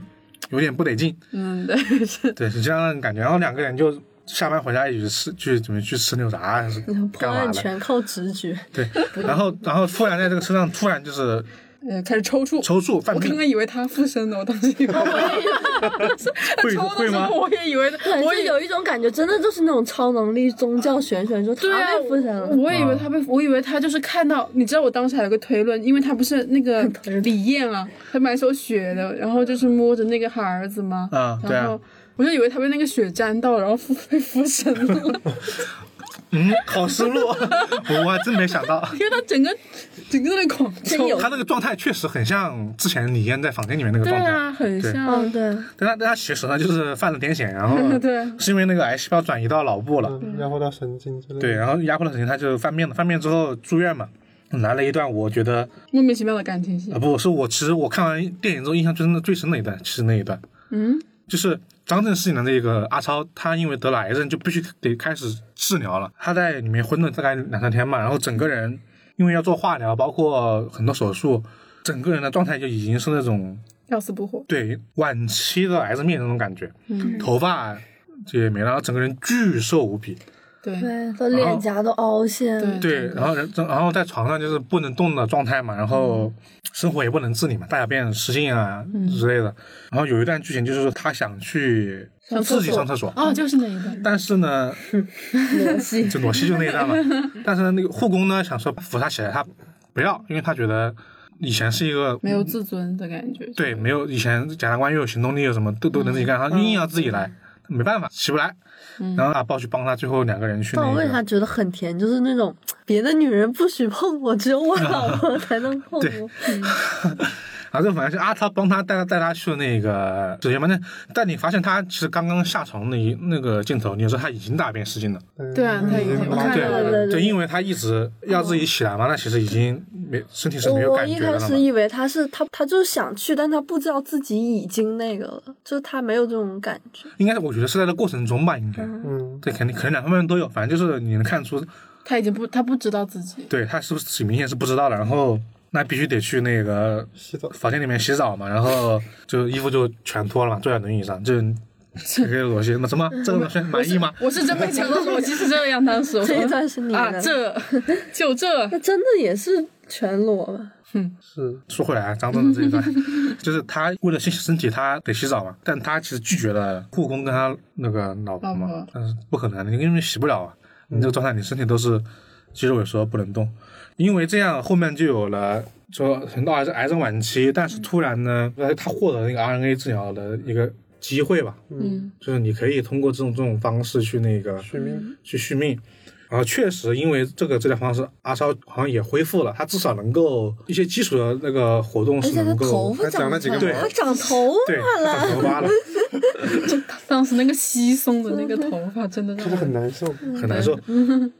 Speaker 1: 有点不得劲，
Speaker 2: 嗯，对， 是
Speaker 1: 对，是这样的感觉。然后两个人就下班回家一起吃，去准备去吃牛杂，啊还是
Speaker 3: 嗯破
Speaker 1: 干嘛
Speaker 3: 案
Speaker 1: 的？
Speaker 3: 全靠直 觉。
Speaker 1: 对，然后然后突然在这个车上突然就是
Speaker 2: 呃，开始抽搐。
Speaker 1: 抽搐犯
Speaker 2: 我刚
Speaker 1: 病
Speaker 2: 刚，以为他附身的，我当时 以为
Speaker 1: 会
Speaker 2: 抽
Speaker 1: 会
Speaker 2: 的时
Speaker 1: 吗
Speaker 2: 候？我也以为，
Speaker 3: 对，
Speaker 2: 我
Speaker 3: 就
Speaker 2: 也
Speaker 3: 有一种感觉，真的就是那种超能力宗教玄学，就他
Speaker 2: 对啊
Speaker 3: 被附身了。，
Speaker 2: 我也以
Speaker 1: 啊
Speaker 2: 为他被，我以为他就是看到，你知道我当时还有个推论，因为他不是那个李艳啊，他买手雪的，然后就是摸着那个孩儿子嘛，
Speaker 1: 啊对啊
Speaker 2: 然后我就以为他被那个雪沾到，然后附被附身 了，
Speaker 1: 嗯，好失落，我还真没想到。
Speaker 2: 因为他整个整个那狂抽
Speaker 3: 真，有
Speaker 1: 他那个状态确实很像之前李嫣在房间里面那个
Speaker 2: 对
Speaker 1: 状态，
Speaker 2: 啊，很
Speaker 1: 对
Speaker 2: 像
Speaker 3: 嗯，，对，
Speaker 1: 但他但他其实呢就是犯了癫痫，然后
Speaker 2: 对
Speaker 1: 是因为那个癌细胞转移到脑部了，
Speaker 4: 嗯，然后到神经之类的。
Speaker 1: 对，，啊然后压迫了神经，他就犯病了，犯病之后住院嘛。来了一段，我觉得
Speaker 2: 莫名其妙的感情戏
Speaker 1: 啊、，不是我，其实我看完电影之后印象最深的最深的一段，其实那一段
Speaker 2: 嗯，
Speaker 1: 就是张震饰演的这个阿超，他因为得了癌症，就必须得开始治疗了。他在里面昏了大概两三天嘛，然后整个人因为要做化疗，包括很多手术，整个人的状态就已经是那种
Speaker 2: 要死不活，
Speaker 1: 对晚期的癌症面那种感觉，
Speaker 2: 嗯，
Speaker 1: 头发就也没了，然后整个人巨瘦无比。
Speaker 2: 对，
Speaker 3: 对，都脸颊都凹陷 了。
Speaker 1: 嗯对，然后人然后在床上就是不能动的状态嘛，然后
Speaker 2: 嗯
Speaker 1: 生活也不能自理嘛，大小便失禁啊之类的。然后有一段剧情就是他想去
Speaker 2: 上厕
Speaker 1: 自
Speaker 2: 所
Speaker 1: 己上厕所，
Speaker 2: 哦，就是那一段，
Speaker 1: 但是呢，
Speaker 3: 裸 戏，
Speaker 1: 就裸戏就那一段 嘛。但是呢，那个护工呢想说扶他起来，他不要，因为他觉得以前是一个
Speaker 2: 没有自尊的感觉，
Speaker 1: 对，没有以前检察官又有行动力，有什么都都能自己干，
Speaker 3: 嗯
Speaker 1: 他硬要自己来，没办法起不来。然后阿豹去帮他，最后两个人去
Speaker 3: 但
Speaker 1: 那
Speaker 3: 嗯我为啥
Speaker 1: 个。
Speaker 3: 觉得很甜？就是那种别的女人不许碰我，只有我 老婆才能碰
Speaker 1: 对
Speaker 3: 我。
Speaker 1: 然后反正是阿超帮他带他带他去那个酒店嘛。那但你发现他其实刚刚下床那一那个镜头，你说他已经大便失禁了。
Speaker 4: 嗯
Speaker 2: 对啊他已经我看
Speaker 1: 嗯对
Speaker 2: 到了
Speaker 3: 对对
Speaker 1: 对，因为他一直要自己起来嘛，那其实已经没身体是没
Speaker 3: 我
Speaker 1: 有
Speaker 3: 我
Speaker 1: 感
Speaker 3: 一
Speaker 1: 觉
Speaker 3: 开
Speaker 1: 的了
Speaker 3: 始
Speaker 1: 嘛。
Speaker 3: 以为他是他，他就是想去，但他不知道自己已经那个了，就是他没有这种感 觉。
Speaker 1: 应该是我觉得是在这过程中吧，应该。
Speaker 4: 嗯，
Speaker 1: 对，肯定可能两方面都有，反正就是你能看出，
Speaker 2: 他已经不，他不知道自己，
Speaker 1: 对他是不是明显是不知道的，然后那必须得去那个
Speaker 4: 洗澡。
Speaker 1: 房间里面洗澡嘛，然后就衣服就全脱了嘛，坐在轮椅上，就这个裸戏，那什么这个裸戏满意吗？
Speaker 2: 我是真没想到我其实这样，当时我啊
Speaker 3: 这一段是你的
Speaker 2: 啊，这就这
Speaker 3: 那真的也是全裸吧？
Speaker 4: 是
Speaker 1: 说回来啊，张震的这一段，就是他为了身身体，他得洗澡嘛，但他其实拒绝了护工跟他那个老婆
Speaker 2: 老
Speaker 1: 嘛
Speaker 2: 婆，
Speaker 1: 但是不可能，因为洗不了啊，你这个状态，你身体都是肌肉萎缩不能动，因为这样后面就有了。说很多癌症癌症晚期，但是突然呢，呃他获得那个 RNA 治疗的一个机会吧，
Speaker 2: 嗯
Speaker 1: 就是你可以通过这种这种方式去那个
Speaker 4: 续命，
Speaker 1: 去续命。然后确实，因为这个治疗方式，阿超好像也恢复了，他至少能够一些基础的那个活动
Speaker 5: 而
Speaker 1: 是
Speaker 5: 且他
Speaker 1: 能
Speaker 5: 头
Speaker 1: 够
Speaker 5: 发
Speaker 4: 还长
Speaker 5: 长
Speaker 4: 了几
Speaker 5: 出
Speaker 4: 个
Speaker 5: 来
Speaker 1: 毛
Speaker 5: 了，他长头
Speaker 1: 对长头发了，
Speaker 2: 当时那个稀松的那个头发真的让
Speaker 4: 真的
Speaker 2: 我
Speaker 4: 很难受。
Speaker 1: 很难 受。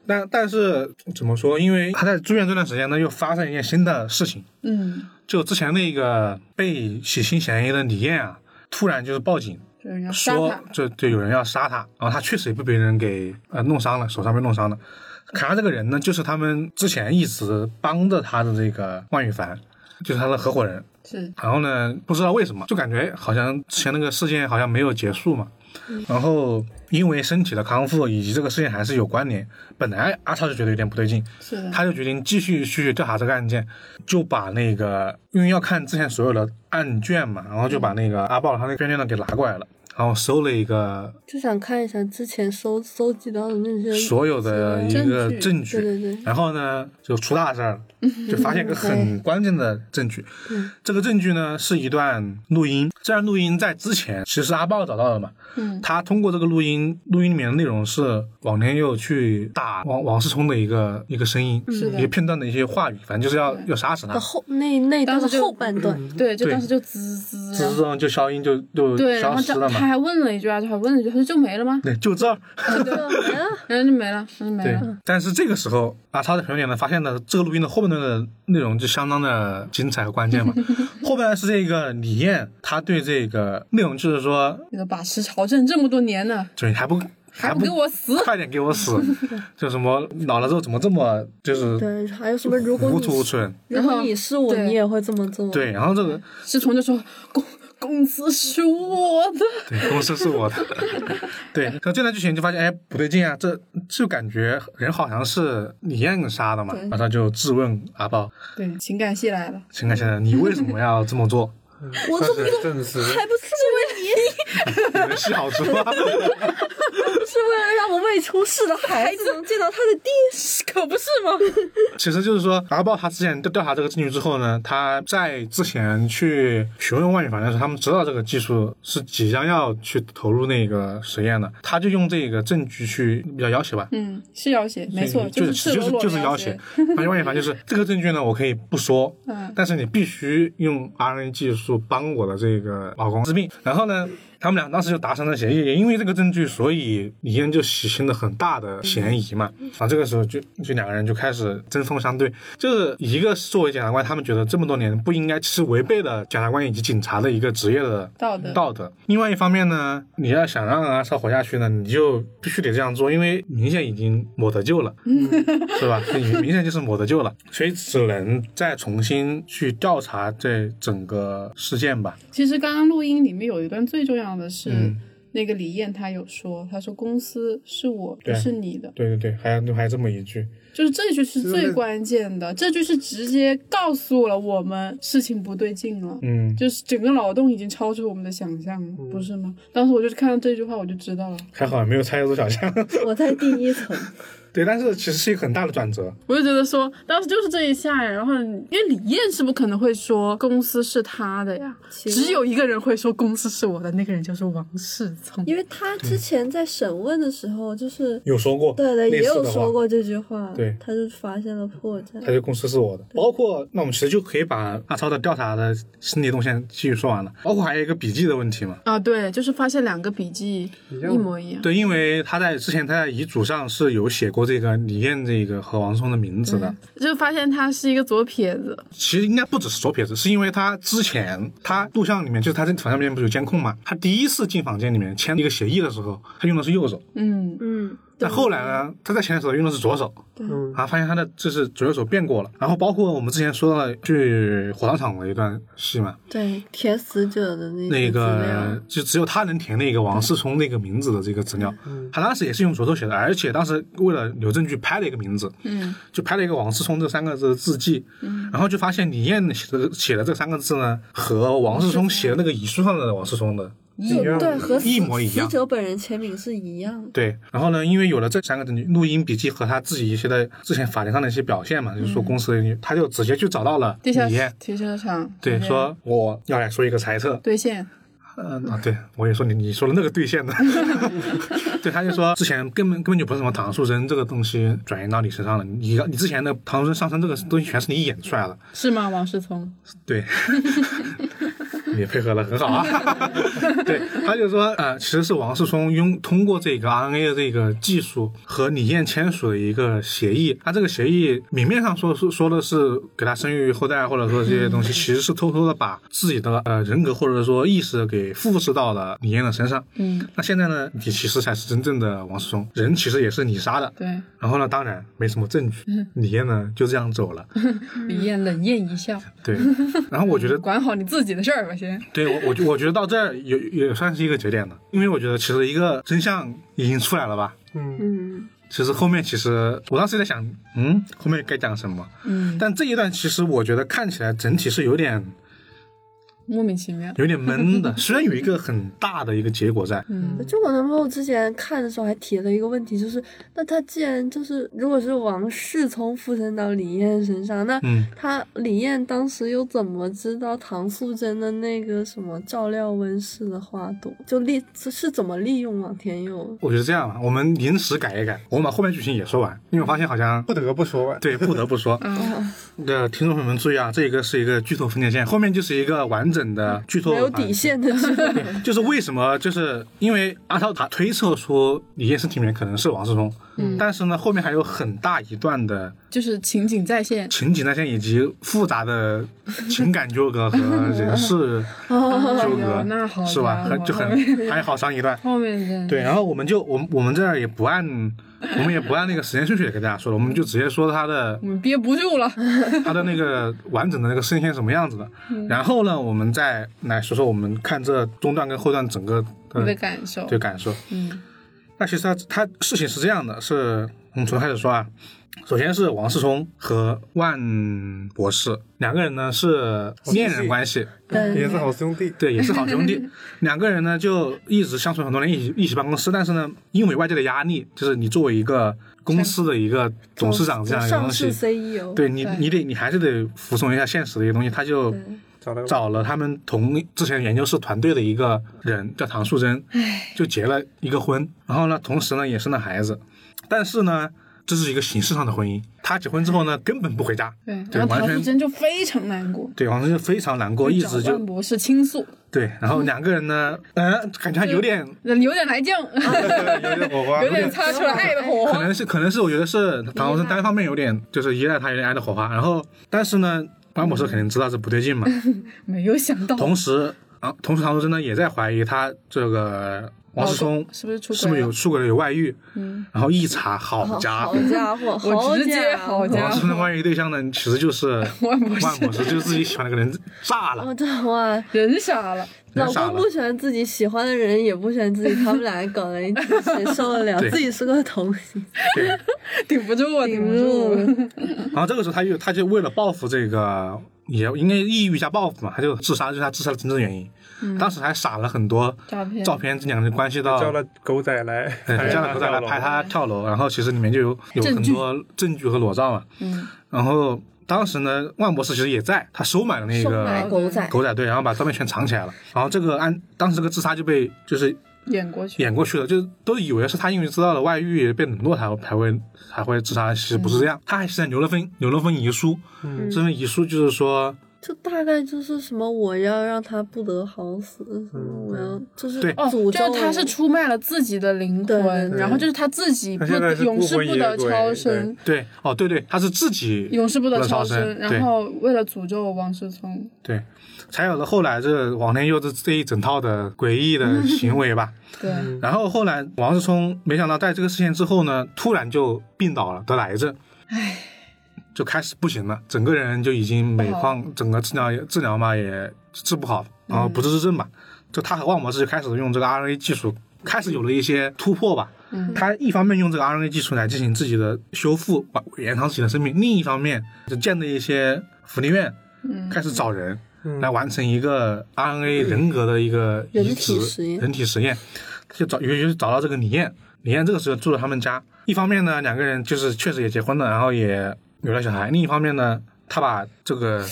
Speaker 1: 但但是怎么说？因为他在住院这段时间呢，又发生一件新的事情，
Speaker 2: 嗯，
Speaker 1: 就之前那个被洗心嫌疑的李艳啊，突然就是报警，
Speaker 2: 就人家杀
Speaker 1: 说
Speaker 2: 他，
Speaker 1: 就对有人要杀他，然后他确实也被别人给呃弄伤了，手上被弄伤了。卡拉这个人呢，就是他们之前一直帮着他的这个万宇凡，就是他的合伙人。
Speaker 2: 是
Speaker 1: 然后呢，不知道为什么，就感觉好像之前那个事件好像没有结束嘛。
Speaker 2: 嗯
Speaker 1: 然后因为身体的康复以及这个事件还是有关联，本来阿超就觉得有点不对劲，
Speaker 2: 是的，
Speaker 1: 他就决定继续去调查这个案件，就把那个因为要看之前所有的案卷嘛，然后就把那个阿豹他那个卷卷呢给拿过来了，然后搜了一个
Speaker 3: 就想看一下之前搜搜集到的那些
Speaker 1: 所有的一个证
Speaker 3: 对
Speaker 1: 据，
Speaker 3: 对对，
Speaker 1: 然后呢就出大事儿了，
Speaker 2: 嗯
Speaker 1: 就发现一个很关键的证据
Speaker 3: 嗯。
Speaker 1: 这个证据呢是一段录音，这段录音在之前其实是阿豹找到的嘛，
Speaker 2: 嗯
Speaker 1: 他通过这个录音，录音里面的内容是王天佑去打王王世聪的一个一个声音，
Speaker 2: 嗯是的哦
Speaker 1: 一个片段的一些话语，反正就是要要杀死他
Speaker 3: 的。后那那
Speaker 2: 当
Speaker 3: 段
Speaker 2: 时
Speaker 3: 的
Speaker 2: 就
Speaker 3: 后半段，
Speaker 2: 对，就
Speaker 1: 对
Speaker 2: 当时就滋滋，
Speaker 1: 之后就消音就就
Speaker 2: 对，然
Speaker 1: 消
Speaker 2: 后
Speaker 1: 失
Speaker 2: 这
Speaker 1: 了
Speaker 2: 他
Speaker 1: 嘛，
Speaker 2: 还问了一句啊，就还问了一句，他说就没了吗？
Speaker 1: 对，就这儿。
Speaker 3: 嗯
Speaker 2: 然后就没了，然后就没
Speaker 1: 对
Speaker 2: 了，，
Speaker 1: 但是这个时候，阿超的朋友点呢，发现了这个录音的后半段的内容就相当的精彩和关键嘛。后半段是这个李艳，她对这个内容就是说，
Speaker 2: 那个把持朝政这么多年了，
Speaker 1: 就你还不
Speaker 2: 还
Speaker 1: 还
Speaker 2: 不给我死，
Speaker 1: 快点给我死，就什么老了之后怎么这么就是
Speaker 3: 对，还有什么？如果
Speaker 1: 糊
Speaker 3: 你
Speaker 1: 涂无
Speaker 3: 是
Speaker 1: 存？
Speaker 3: 如果你是我，
Speaker 2: 对
Speaker 3: 你也会这么做。
Speaker 1: 对，然后这个
Speaker 2: 世聪就说公公司是我的，
Speaker 1: 对公司是我的， 对，可这段剧情就发现哎不对劲啊，这就感觉人好像是李艳杀的嘛，然后他就质问阿豹，
Speaker 2: 对，情感戏来了，
Speaker 1: 情感先生，你为什么要这么做？
Speaker 3: 我
Speaker 4: 算
Speaker 3: 怎么
Speaker 4: 是证实，
Speaker 3: 还不是为你，
Speaker 1: 你能洗好处吗？
Speaker 3: 是为了让我未出世的孩子能见到他的爹。
Speaker 2: 可不是吗？
Speaker 1: 其实就是说，阿豹他之前调调查这个证据之后呢，他在之前去询问万宇凡的时候，他们知道这个技术是即将要去投入那个实验的，他就用这个证据去比较要挟吧。
Speaker 2: 嗯，是要挟，没错，
Speaker 1: 就是
Speaker 2: 赤
Speaker 1: 就
Speaker 2: 裸
Speaker 1: 是
Speaker 2: 裸
Speaker 1: 就是
Speaker 2: 的
Speaker 1: 要
Speaker 2: 挟
Speaker 1: 挟，，反正万宇凡就是这个证据呢，我可以不说，
Speaker 2: 嗯，
Speaker 1: 但是你必须用 RNA 技术帮我的这个老公治病。然后呢，他们俩当时就达成了协议，也因为这个证据，所以李嫣就洗清了很大的嫌疑嘛。
Speaker 2: 嗯
Speaker 1: 然后这个时候就就两个人就开始针锋相对，就是一个是作为检察官，他们觉得这么多年不应该，其实违背了检察官以及警察的一个职业的
Speaker 2: 道德
Speaker 1: 道德。另外一方面呢，你要想让阿超活下去呢，你就必须得这样做，因为明显已经抹得救了，
Speaker 3: 嗯
Speaker 1: 是吧？这明显就是抹得救了，所以只能再重新去调查这整个事件吧。
Speaker 2: 其实刚刚录音里面有一段最重要的是，
Speaker 1: 嗯
Speaker 2: 那个李艳她有说，她说公司是我，不
Speaker 1: 对
Speaker 2: 是你的，
Speaker 1: 对对对，还有还有这么一句，
Speaker 2: 就是这句是
Speaker 4: 就是
Speaker 2: 最
Speaker 4: 那
Speaker 2: 关键的，这句是直接告诉了我们事情不对劲了。
Speaker 1: 嗯，
Speaker 2: 就是整个脑洞已经超出我们的想象了，不是吗？当时我就是看到这句话，我就知道了，
Speaker 1: 还好没有拆入小 巷。
Speaker 3: 我在第一层，
Speaker 1: 对，但是其实是一个很大的转折。
Speaker 2: 我就觉得说，当时就是这一下呀。然后，因为李艳是不可能会说公司是他的呀，
Speaker 3: 奇怪
Speaker 2: 只有一个人会说公司是我的，那个人就是王世聪。
Speaker 3: 因为他之前在审问的时候，就是
Speaker 1: 有说过，
Speaker 3: 对对，
Speaker 1: 类
Speaker 3: 也
Speaker 1: 似
Speaker 3: 有
Speaker 1: 的话
Speaker 3: 说过这句话，
Speaker 1: 对
Speaker 3: 他就发现了破绽。
Speaker 1: 他觉得公司是我的。包括那我们其实就可以把阿超的调查的心理动线继续说完了，包括还有一个笔记的问题嘛。
Speaker 2: 啊，对，就是发现两个笔记
Speaker 4: 一
Speaker 2: 一
Speaker 4: 样。
Speaker 2: 模一样。
Speaker 1: 对，因为他在之前他在遗嘱上是有写过这个李艳这个和王松的名字的，
Speaker 2: 就发现他是一个左撇子，
Speaker 1: 其实应该不只是左撇子，是因为他之前他录像里面就是他在房间里面不是有监控嘛，他第一次进房间里面签一个协议的时候，他用的是右手，
Speaker 2: 嗯，
Speaker 3: 嗯，
Speaker 1: 但后来呢，他在前两首用的是左手，
Speaker 4: 嗯，
Speaker 1: 啊，发现他的就是左右手变过了。然后包括我们之前说到的去火葬场的一段戏嘛，
Speaker 3: 对，填死者的那
Speaker 1: 那
Speaker 3: 些资料
Speaker 1: 个嗯就只有他能填那个王世充那个名字的这个资料，他当时也是用左手写的，而且当时为了留证据拍了一个名字，
Speaker 2: 嗯，
Speaker 1: 就拍了一个王世充这三个字的字迹，然后就发现李艳写的写的这三个字呢，和王世充写的那个遗书上的王世充的
Speaker 4: 一样
Speaker 3: 对，和死
Speaker 1: 一模一样
Speaker 3: 死者本人签名是一样的。
Speaker 1: 对，然后呢，因为有了这三个证据，录音笔记和他自己一些的之前法庭上的一些表现嘛，就是说公司的一些，嗯他就嗯直接去找到了
Speaker 2: 地下
Speaker 1: 李艳，
Speaker 2: 停车场
Speaker 1: 对，说我要来说一个猜测，
Speaker 2: 兑现，
Speaker 1: 嗯啊，对我也说你你说的那个兑现的， 对，他就说之前根本根本就不是什么唐素贞这个东西转移到你身上了，你你之前的唐素贞上身这个东西全是你演出来的，
Speaker 2: 是吗？王世聪，
Speaker 1: 对，也配合的很好啊。对，他就说，呃，其实是王世充用通过这个 RNA 的这个技术和李艳签署的一个协议。他这个协议明面上说是说的是给他生育后代，或者说这些东西，其实是偷偷的把自己的呃人格或者说意识给复制到了李艳的身上。
Speaker 2: 嗯，
Speaker 1: 那现在呢，你其实才是真正的王世充，人其实也是你杀的。
Speaker 2: 对，
Speaker 1: 然后呢，当然没什么证据，李艳呢就这样走了。
Speaker 2: 李艳冷艳一笑，
Speaker 1: 对，然后我觉得
Speaker 2: 管好你自己的事儿吧，先。
Speaker 1: 对我，我觉我觉得到这儿也也算是一个节点了，因为我觉得其实一个真相已经出来了吧。
Speaker 4: 嗯，
Speaker 3: 嗯，
Speaker 1: 其实后面其实我当时在想，嗯，后面该讲什么？
Speaker 2: 嗯，
Speaker 1: 但这一段其实我觉得看起来整体是有点
Speaker 2: 莫名其妙。
Speaker 1: 有点闷 的，虽然有一个很大的一个结果在，
Speaker 2: 嗯，
Speaker 3: 就我男朋友之前看的时候还提了一个问题，就是那他既然就是如果是王世聪附身到李艳身上，那
Speaker 1: 嗯，
Speaker 3: 他李艳当时又怎么知道唐素贞的那个什么照料温室的花朵？就利是怎么利用王天佑？
Speaker 1: 我觉得这样吧，我们临时改一改，我们把后面剧情也说完，因为我发现好像。
Speaker 4: 不得不说吧，
Speaker 1: 对，不得不说，
Speaker 3: 嗯
Speaker 1: 的听众朋友们注意啊，这个是一个剧透分界线，后面就是一个完整的剧透
Speaker 3: 没有
Speaker 1: 环
Speaker 3: 底线的剧 本
Speaker 1: 就是为什么？就是因为阿超他推测说李艳身体里面可能是王世充，
Speaker 2: 嗯
Speaker 1: 但是呢，后面还有很大一段的
Speaker 2: 就是情景 再现，
Speaker 1: 情景那些以及复杂 的情感纠葛和人事
Speaker 3: 哦，
Speaker 1: 纠
Speaker 2: 哎呦那
Speaker 1: 葛，
Speaker 2: 好
Speaker 1: 是吧？
Speaker 2: 家伙
Speaker 1: 很就很 还好长一段。
Speaker 2: 后面真的
Speaker 1: 对，然后我们就我们我们这儿也不按我们也不按那个时间顺序给大家说了，我们就直接说他 的
Speaker 2: 我们憋不住了。
Speaker 1: 它的那个完整的那个声线什么样子的。
Speaker 2: 嗯
Speaker 1: 然后呢，我们再来说说我们看这中段跟后段整个
Speaker 2: 你的
Speaker 1: 的
Speaker 2: 感受，
Speaker 1: 对感受。
Speaker 2: 嗯，
Speaker 1: 那其实他他事情是这样的，是我们从开始说啊，首先是王世充和万博士两个人呢是恋人关系，
Speaker 4: 也
Speaker 3: 对
Speaker 4: 是好兄弟，
Speaker 1: 对，也是好 兄弟。两个人呢就一直相处很多年，一起一起办公室，但是呢，因为外界的压力，就是你作为一个公司的一个董事长这样一个
Speaker 3: 上
Speaker 1: 东
Speaker 3: 市 E
Speaker 1: 西，
Speaker 3: CEO，
Speaker 1: 对你
Speaker 2: 对
Speaker 1: 你得你还是得服从一下现实的一个东西，他就。
Speaker 4: 找了个
Speaker 1: 找了他们同之前研究室团队的一个人，叫唐素贞，就结了一个婚，然后呢，同时呢也生了孩子，但是呢，这是一个形式上的婚姻。他结婚之后呢，根本不回家，
Speaker 2: 对。
Speaker 1: 对
Speaker 2: 然后
Speaker 1: 完
Speaker 2: 唐
Speaker 1: 全
Speaker 2: 素贞就非常难过，
Speaker 1: 对王生就非常难过，一直
Speaker 2: 找
Speaker 1: 就
Speaker 2: 万博士倾诉，
Speaker 1: 对，然后两个人 呢，嗯，感觉还有点，
Speaker 2: 有点来劲，
Speaker 4: 有点火花，
Speaker 2: 有点擦出了爱的火
Speaker 1: 可
Speaker 2: 花。
Speaker 1: 能是可能是我觉得是唐素贞单方面有点就是依赖他，有点爱的火花，然后但是呢，王博士肯定知道这不对劲嘛，
Speaker 2: 嗯没有想到，
Speaker 1: 同时啊，同时唐素贞呢也在怀疑他这个王世
Speaker 2: 老
Speaker 1: 充
Speaker 2: 公是不是出轨了
Speaker 1: 是不是有出轨了有外遇？嗯，然后一查，好
Speaker 3: 好
Speaker 1: 家伙
Speaker 3: 好，家伙，
Speaker 2: 我
Speaker 3: 好
Speaker 2: 直接
Speaker 3: 家
Speaker 2: 哦好
Speaker 3: 伙！
Speaker 2: 家
Speaker 1: 王世充的
Speaker 2: 伙，
Speaker 1: 外遇对象呢其实就是
Speaker 2: 万哦博士
Speaker 1: 万博士，就是自己喜欢那个人炸了
Speaker 3: 我，这哇，
Speaker 2: 人傻 了，
Speaker 1: 人
Speaker 3: 老
Speaker 1: 傻
Speaker 3: 公
Speaker 1: 了
Speaker 3: 不。喜欢自己喜欢的人，也不喜欢自己，他 们俩搞在一起，谁受得了
Speaker 1: 对？
Speaker 3: 自己是个同性，嗯
Speaker 1: 对，
Speaker 2: 顶不住啊， 顶不
Speaker 3: 顶
Speaker 2: 住。
Speaker 1: 然后这个时候他就他就为了报复这个，也应该抑郁加报复嘛，他就自杀，就是他自杀的真正原因。当时还撒了很多
Speaker 2: 嗯照片
Speaker 1: 照片，这两个人关系到呃
Speaker 4: 叫了狗仔 来，
Speaker 1: 对，这样的狗仔来拍他跳楼，然后其实里面就有有
Speaker 2: 证
Speaker 1: 很多证据和裸照嘛。
Speaker 2: 嗯，
Speaker 1: 然后当时呢，万博士其实也在，他收买了那
Speaker 3: 收
Speaker 1: 个
Speaker 3: 买狗仔，
Speaker 1: 狗仔队，然后把照片全藏起来了。然后这个案当时这个自杀就被就是
Speaker 2: 演过去，
Speaker 1: 掩过去了，就是都以为是他因为知道了外遇被冷落才会才会才会自杀，其实不是这样。他还现在留了份留了份遗书，这份遗书就是说
Speaker 3: 就大概就是什么我要让他不得好死，什么我要就是
Speaker 1: 嗯对
Speaker 2: 哦，
Speaker 3: 诅
Speaker 2: 就
Speaker 3: 咒，
Speaker 2: 是他是出卖了自己的灵
Speaker 3: 对
Speaker 2: 魂，
Speaker 3: 对
Speaker 2: 然后就是他自己不
Speaker 4: 他现在是
Speaker 2: 永世
Speaker 4: 孤魂
Speaker 2: 不
Speaker 4: 野
Speaker 2: 得
Speaker 4: 鬼
Speaker 2: 超
Speaker 4: 对
Speaker 2: 生，
Speaker 1: 对，哦，对对，他是自己
Speaker 2: 永世不得
Speaker 1: 乐
Speaker 2: 超
Speaker 1: 超生对
Speaker 2: 然后为了诅咒王世充，
Speaker 1: 对，才有了后来这王天佑这这一整套的诡异的行为吧。
Speaker 2: 对，
Speaker 1: 然后后来王世充没想到在这个事件之后呢，突然就病倒了，得癌症，
Speaker 2: 唉，
Speaker 1: 就开始不行了，整个人就已经每况，整个治疗治疗嘛也治不好，然后不治之症吧。就他和万博士就开始用这个 RNA 技术，开始有了一些突破吧。
Speaker 2: 嗯
Speaker 1: 他一方面用这个 RNA 技术来进行自己的修复，把延长自己的生命；另一方面就建立一些福利院，
Speaker 2: 嗯
Speaker 1: 开始找人
Speaker 4: 嗯
Speaker 1: 来完成一个 RNA 人格的一个
Speaker 3: 嗯人
Speaker 1: 移
Speaker 3: 体
Speaker 1: 植
Speaker 3: 实验
Speaker 1: 人体实验，就找也就找到这个李艳，李艳这个时候住到他们家。一方面呢，两个人就是确实也结婚了，然后也有了小孩；另一方面呢，他把这个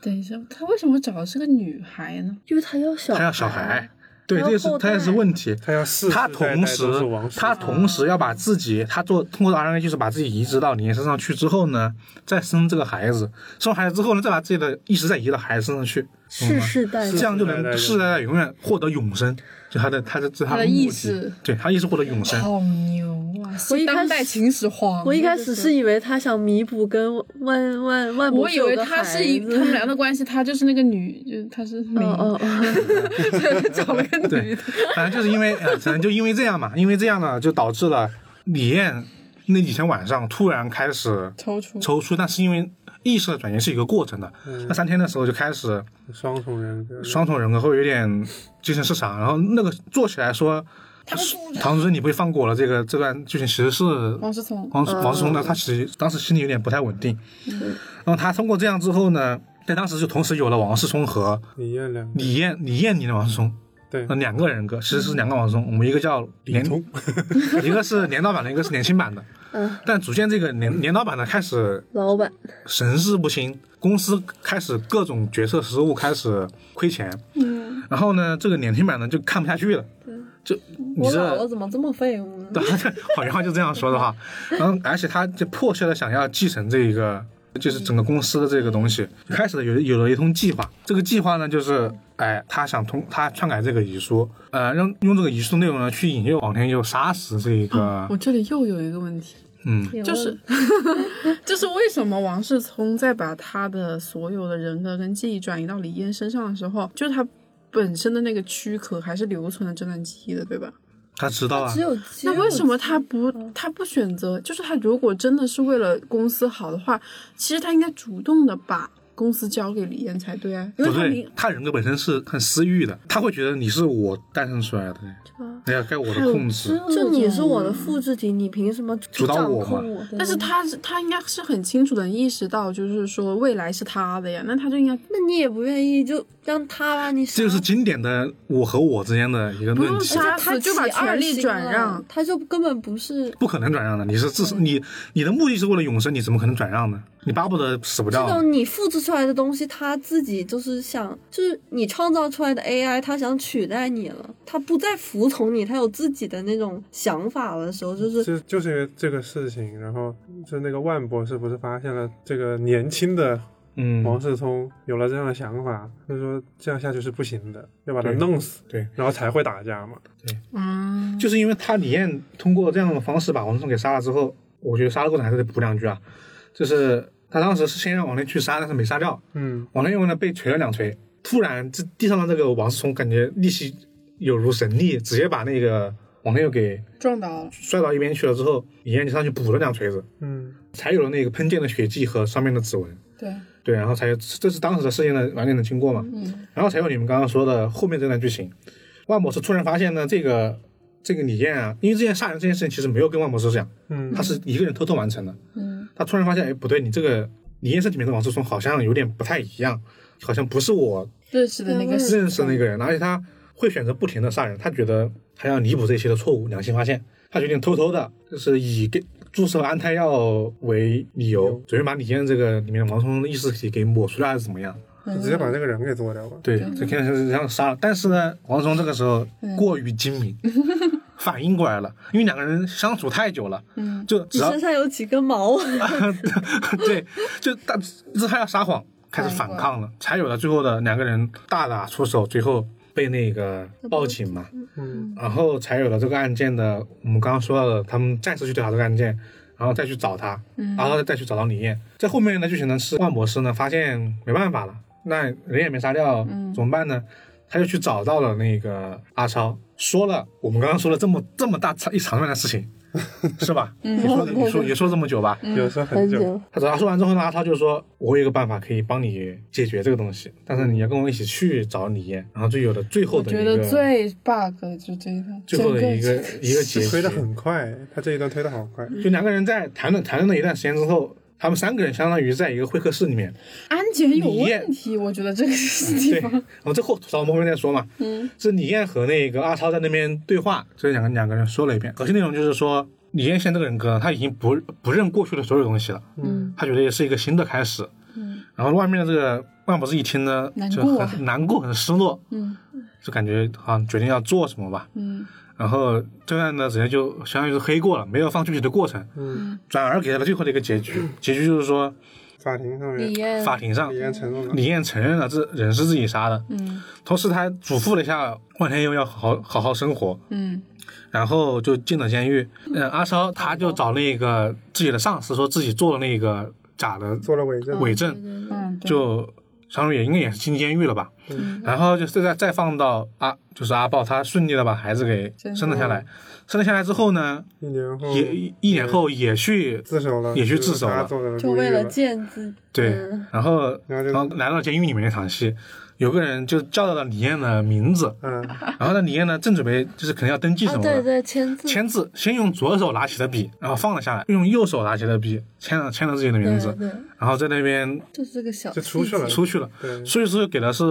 Speaker 2: 等一下，他为什么找的是个女孩呢？
Speaker 3: 因为他要小
Speaker 1: 他要小孩，对，
Speaker 3: 然
Speaker 1: 这
Speaker 3: 后
Speaker 1: 也是
Speaker 3: 后
Speaker 1: 他也是
Speaker 3: 代
Speaker 1: 问题。
Speaker 4: 他要世世
Speaker 1: 他
Speaker 4: 代代
Speaker 1: 同
Speaker 4: 都
Speaker 1: 时
Speaker 4: 是王，室嗯
Speaker 1: 他同时要把自己，他做通过 RNA 技术把自己移植到你身上去之后呢，再生这个孩子，生完孩子之后呢，再把自己的意识再移到孩子身上去，
Speaker 3: 世世代
Speaker 1: 这
Speaker 3: 代，
Speaker 1: 样就
Speaker 4: 世代
Speaker 1: 能
Speaker 4: 代
Speaker 1: 世代代永远获得永生，就他的他的这
Speaker 2: 他
Speaker 1: 他
Speaker 2: 的
Speaker 1: 目
Speaker 2: 意哦
Speaker 1: 的
Speaker 2: 识，
Speaker 1: 对他意识获得永生。
Speaker 2: 好牛啊！
Speaker 3: 我
Speaker 2: 是
Speaker 3: 一开
Speaker 2: 当
Speaker 3: 始
Speaker 2: 代秦始皇，
Speaker 3: 我一开始是以为他想弥补跟万万万博
Speaker 2: 我
Speaker 3: 士
Speaker 2: 以
Speaker 3: 有
Speaker 2: 为
Speaker 3: 个
Speaker 2: 他是
Speaker 3: 孩
Speaker 2: 一
Speaker 3: 子
Speaker 2: 他们俩的关系，他就是那个女，就是他是
Speaker 3: 哦
Speaker 2: 美，
Speaker 3: 哦哦，
Speaker 2: 就 找了个女的，
Speaker 1: 反正就是因为，呃反正就因为这样嘛，因为这样呢，就导致了李艳那几天晚上突然开始
Speaker 2: 抽出
Speaker 1: 抽搐，但是因为意识的转移是有一个过程的，
Speaker 4: 嗯
Speaker 1: 那三天的时候就开始
Speaker 4: 双重人格，
Speaker 1: 双重人格会有点 精神失常，然后那个做起来说，唐主任你不会放过了这个这段剧情，其实是
Speaker 2: 王世聪，
Speaker 1: 王王世聪呢，他其实当时心里有点不太稳定，然后他通过这样之后呢，在当时就同时有了王世聪和
Speaker 4: 李艳两个
Speaker 1: 李艳李艳妮的王世聪，
Speaker 4: 对
Speaker 1: 呃，两个人格其实是两个王世聪，我们一个叫年，
Speaker 4: 通
Speaker 1: 一个是年老版的，一个是年轻版的，
Speaker 3: 嗯，
Speaker 1: 但逐渐这个年年老版的开始
Speaker 3: 老板，
Speaker 1: 神志不清，公司开始各种决策失误，开始亏钱。嗯，然后呢，这个年轻版呢就看不下去了，就你
Speaker 3: 我
Speaker 1: 这
Speaker 3: 老了怎么这么废物呢？
Speaker 1: 对， 好像就这样说的哈。然后，而且他就迫切的想要继承这一个，就是整个公司的这个东西。开始有有了一通计划，这个计划呢，就是哎，他想通他篡改这个遗书，呃，让用这个遗书内容呢去引诱王天佑杀死这一个
Speaker 2: 我，这里又有一 个问题，
Speaker 1: 嗯，
Speaker 3: 有
Speaker 2: 就
Speaker 3: 问
Speaker 2: 是 就是为什么王世聪在把他的所有的人格跟记忆转移到李嫣身上的时候，就是他本身的那个躯壳还是留存了这段记忆的，对吧？
Speaker 1: 他知道啊
Speaker 3: 只，有肌
Speaker 2: 那为
Speaker 3: 肉
Speaker 2: 什么他不
Speaker 1: 嗯
Speaker 2: 他不选择？就是他如果真的是为了公司好的话，其实他应该主动的把公司交给李嫣才对啊，因
Speaker 1: 不
Speaker 2: 为他明
Speaker 1: 对，他人格本身是很私欲的，他会觉得你是我诞生出来的，那要该我的控制。
Speaker 3: 就你是我的复制体，你凭什么主
Speaker 1: 导
Speaker 3: 掌
Speaker 1: 我嘛
Speaker 3: 控我？
Speaker 2: 但是，他是他应该是很清楚的意识到，就是说未来是他的呀，那他就应该
Speaker 3: 那你也不愿意，就让他把你杀
Speaker 1: 这就是经典的我和我之间的一个
Speaker 2: 不
Speaker 1: 论啊
Speaker 2: 用
Speaker 1: 题
Speaker 2: 杀，
Speaker 3: 而且他
Speaker 2: 死就把
Speaker 3: 起二
Speaker 2: 权力
Speaker 3: 心
Speaker 2: 转
Speaker 3: 了
Speaker 2: 让
Speaker 3: 他就根本不是。
Speaker 1: 不可能转让的。你是自你你的目的是为了永生，你怎么可能转让呢？你巴不得死不
Speaker 3: 这
Speaker 1: 掉呢。
Speaker 3: 种你复制出来的东西，他自己就是想，就是你创造出来的 AI，他想取代你了，他不再服从你，他有自己的那种想法的时候，就是
Speaker 4: 就就是因为这个事情，然后就那个万博士不是发现了这个年轻的
Speaker 1: 嗯，
Speaker 4: 王世聪有了这样的想法，他说这样下去是不行的，要把他
Speaker 1: 对
Speaker 4: 弄死，
Speaker 1: 对，
Speaker 4: 然后才会打架嘛。
Speaker 2: 嗯，
Speaker 1: 就是因为他李艳通过这样的方式把王志忠给杀了之后，我觉得杀的过程还是得补两句啊，就是他当时是先让王天去杀，但是没杀掉，
Speaker 4: 嗯，
Speaker 1: 王天佑呢被锤了两锤，突然这地上的那个王世聪感觉力气有如神力，直接把那个王天佑给
Speaker 2: 撞倒了。
Speaker 1: 摔到一边去了之后，李艳就上去补了两锤子，
Speaker 4: 嗯，
Speaker 1: 才有了那个喷溅的血迹和上面的指纹。
Speaker 2: 对，
Speaker 1: 对，然后才有这是当时的事件的完整的经过嘛，
Speaker 2: 嗯，
Speaker 1: 然后才有你们刚刚说的后面这段剧情。万博士突然发现呢，这个这个李艳啊，因为之前杀人这件事情其实没有跟万博士讲，
Speaker 4: 嗯
Speaker 1: 他是一个人偷偷完成的。
Speaker 2: 嗯，
Speaker 1: 他突然发现，哎，不对，你这个李艳身体里面的王思聪好像有点不太一样，好像不是我
Speaker 2: 认识的那个
Speaker 1: 认识的那个人，而且他会选择不停的杀人，他觉得他要弥补这些的错误，良心发现，他决定偷偷的，就是以给注射安胎药为理由，准备把李艳这个里面王思聪的意识体给抹除掉，还是怎么样？
Speaker 4: 就直接把那个人给做掉吧。
Speaker 1: 对，这肯定是这样杀了。但是呢，王思聪这个时候过于精 明，反应过来了，因为两个人相处太久了，嗯，就只
Speaker 3: 你
Speaker 1: 要
Speaker 3: 身上有几根毛，
Speaker 1: 对，就他这他要撒谎，开始反抗了，才有了最后的两个人大打出手，最后被那个报警嘛，
Speaker 4: 嗯，
Speaker 1: 然后才有了这个案件的。我们刚刚说到的，他们再次去调查这个案件，然后再去找他，然后再去找到李艳。在后面的剧情呢，是万博士呢发现没办法了，那人也没杀掉，怎么办呢？他就去找到了那个阿超，说了我们刚刚说了这么这么大一长段的事情，是吧？也 说了也说也说这么久吧，
Speaker 4: 有时候
Speaker 3: 嗯很
Speaker 4: 很久，
Speaker 3: 久，
Speaker 1: 他找他说完之后呢，啊他就说：“我有一个办法可以帮你解决这个东西，但是你要跟我一起去找李艳。”然后就有了最后
Speaker 2: 我
Speaker 1: 的一
Speaker 2: 觉得
Speaker 1: 个
Speaker 2: 最 bug 的就这一段，
Speaker 1: 最后的一个
Speaker 2: 整
Speaker 1: 一个结
Speaker 4: 推
Speaker 1: 局
Speaker 4: 的。很快，他这一段推的好快，
Speaker 1: 就两个人在谈论谈论了一段时间之后，他们三个人相当于在一个会客室里面，
Speaker 2: 安检有
Speaker 1: 李艳
Speaker 2: 问题，我觉得这个地
Speaker 1: 对，
Speaker 2: 方
Speaker 1: 然后这后吐槽我们后面再说嘛。嗯，是李艳和那个阿超在那边对话，这两个两个人说了一遍，核心内容就是说李艳现在这个人格，他已经不不认过去的所有东西了，
Speaker 4: 嗯，
Speaker 1: 他觉得也是一个新的开始。嗯，然后外面的这个万博士一听呢，
Speaker 2: 难
Speaker 1: 就
Speaker 2: 过啊
Speaker 1: 很难过，很失落，
Speaker 2: 嗯
Speaker 1: 就感觉好像决定要做什么吧。
Speaker 2: 嗯
Speaker 1: 然后这段呢，直接就相当于是黑过了，没有放具体的过程，
Speaker 4: 嗯，
Speaker 1: 转而给了最后的一个结局。结局就是说，
Speaker 4: 法庭上面
Speaker 2: 李艳
Speaker 1: 法庭上
Speaker 4: 李彦承认了，
Speaker 1: 李艳承认了这人是自己杀的，
Speaker 2: 嗯
Speaker 1: 同时他嘱咐了一下万天佑要好好好好生活，
Speaker 2: 嗯
Speaker 1: 然后就进了监狱。嗯，阿超他就找那个自己的上司说自己做了那个假的
Speaker 4: 做了伪证，
Speaker 1: 伪证，
Speaker 2: 嗯，对
Speaker 1: 就相当于也应该也是进监狱了吧。
Speaker 4: 嗯
Speaker 1: 然后就是再再放到阿、就是阿豹，他顺利的把孩子给生了下来。生了下来之后呢，
Speaker 4: 一年后
Speaker 1: 也一一年后也去
Speaker 4: 自首了，
Speaker 1: 也去
Speaker 4: 就是
Speaker 1: 自首
Speaker 4: 他
Speaker 1: 了
Speaker 4: 做的
Speaker 3: 就
Speaker 4: 故意
Speaker 3: 为了
Speaker 4: 的
Speaker 3: 见自己。
Speaker 1: 对，
Speaker 3: 嗯
Speaker 1: 然后
Speaker 4: 然后就
Speaker 1: 然后来到监狱里面那场戏，有个人就叫到了李艳的名字，
Speaker 4: 嗯，
Speaker 1: 然后呢，李艳呢正准备就是可能要登记什
Speaker 3: 啊，
Speaker 1: 么的。
Speaker 3: 对对，签字，
Speaker 1: 签字，先用左手拿起的笔，然后放了下来，用右手拿起的笔签了签了自己的名
Speaker 3: 对
Speaker 1: 字，
Speaker 3: 对，
Speaker 1: 然后在那边
Speaker 3: 就是这个小
Speaker 4: 就出去了
Speaker 3: 细节
Speaker 1: 出去了。
Speaker 4: 对，
Speaker 1: 出去之后给的是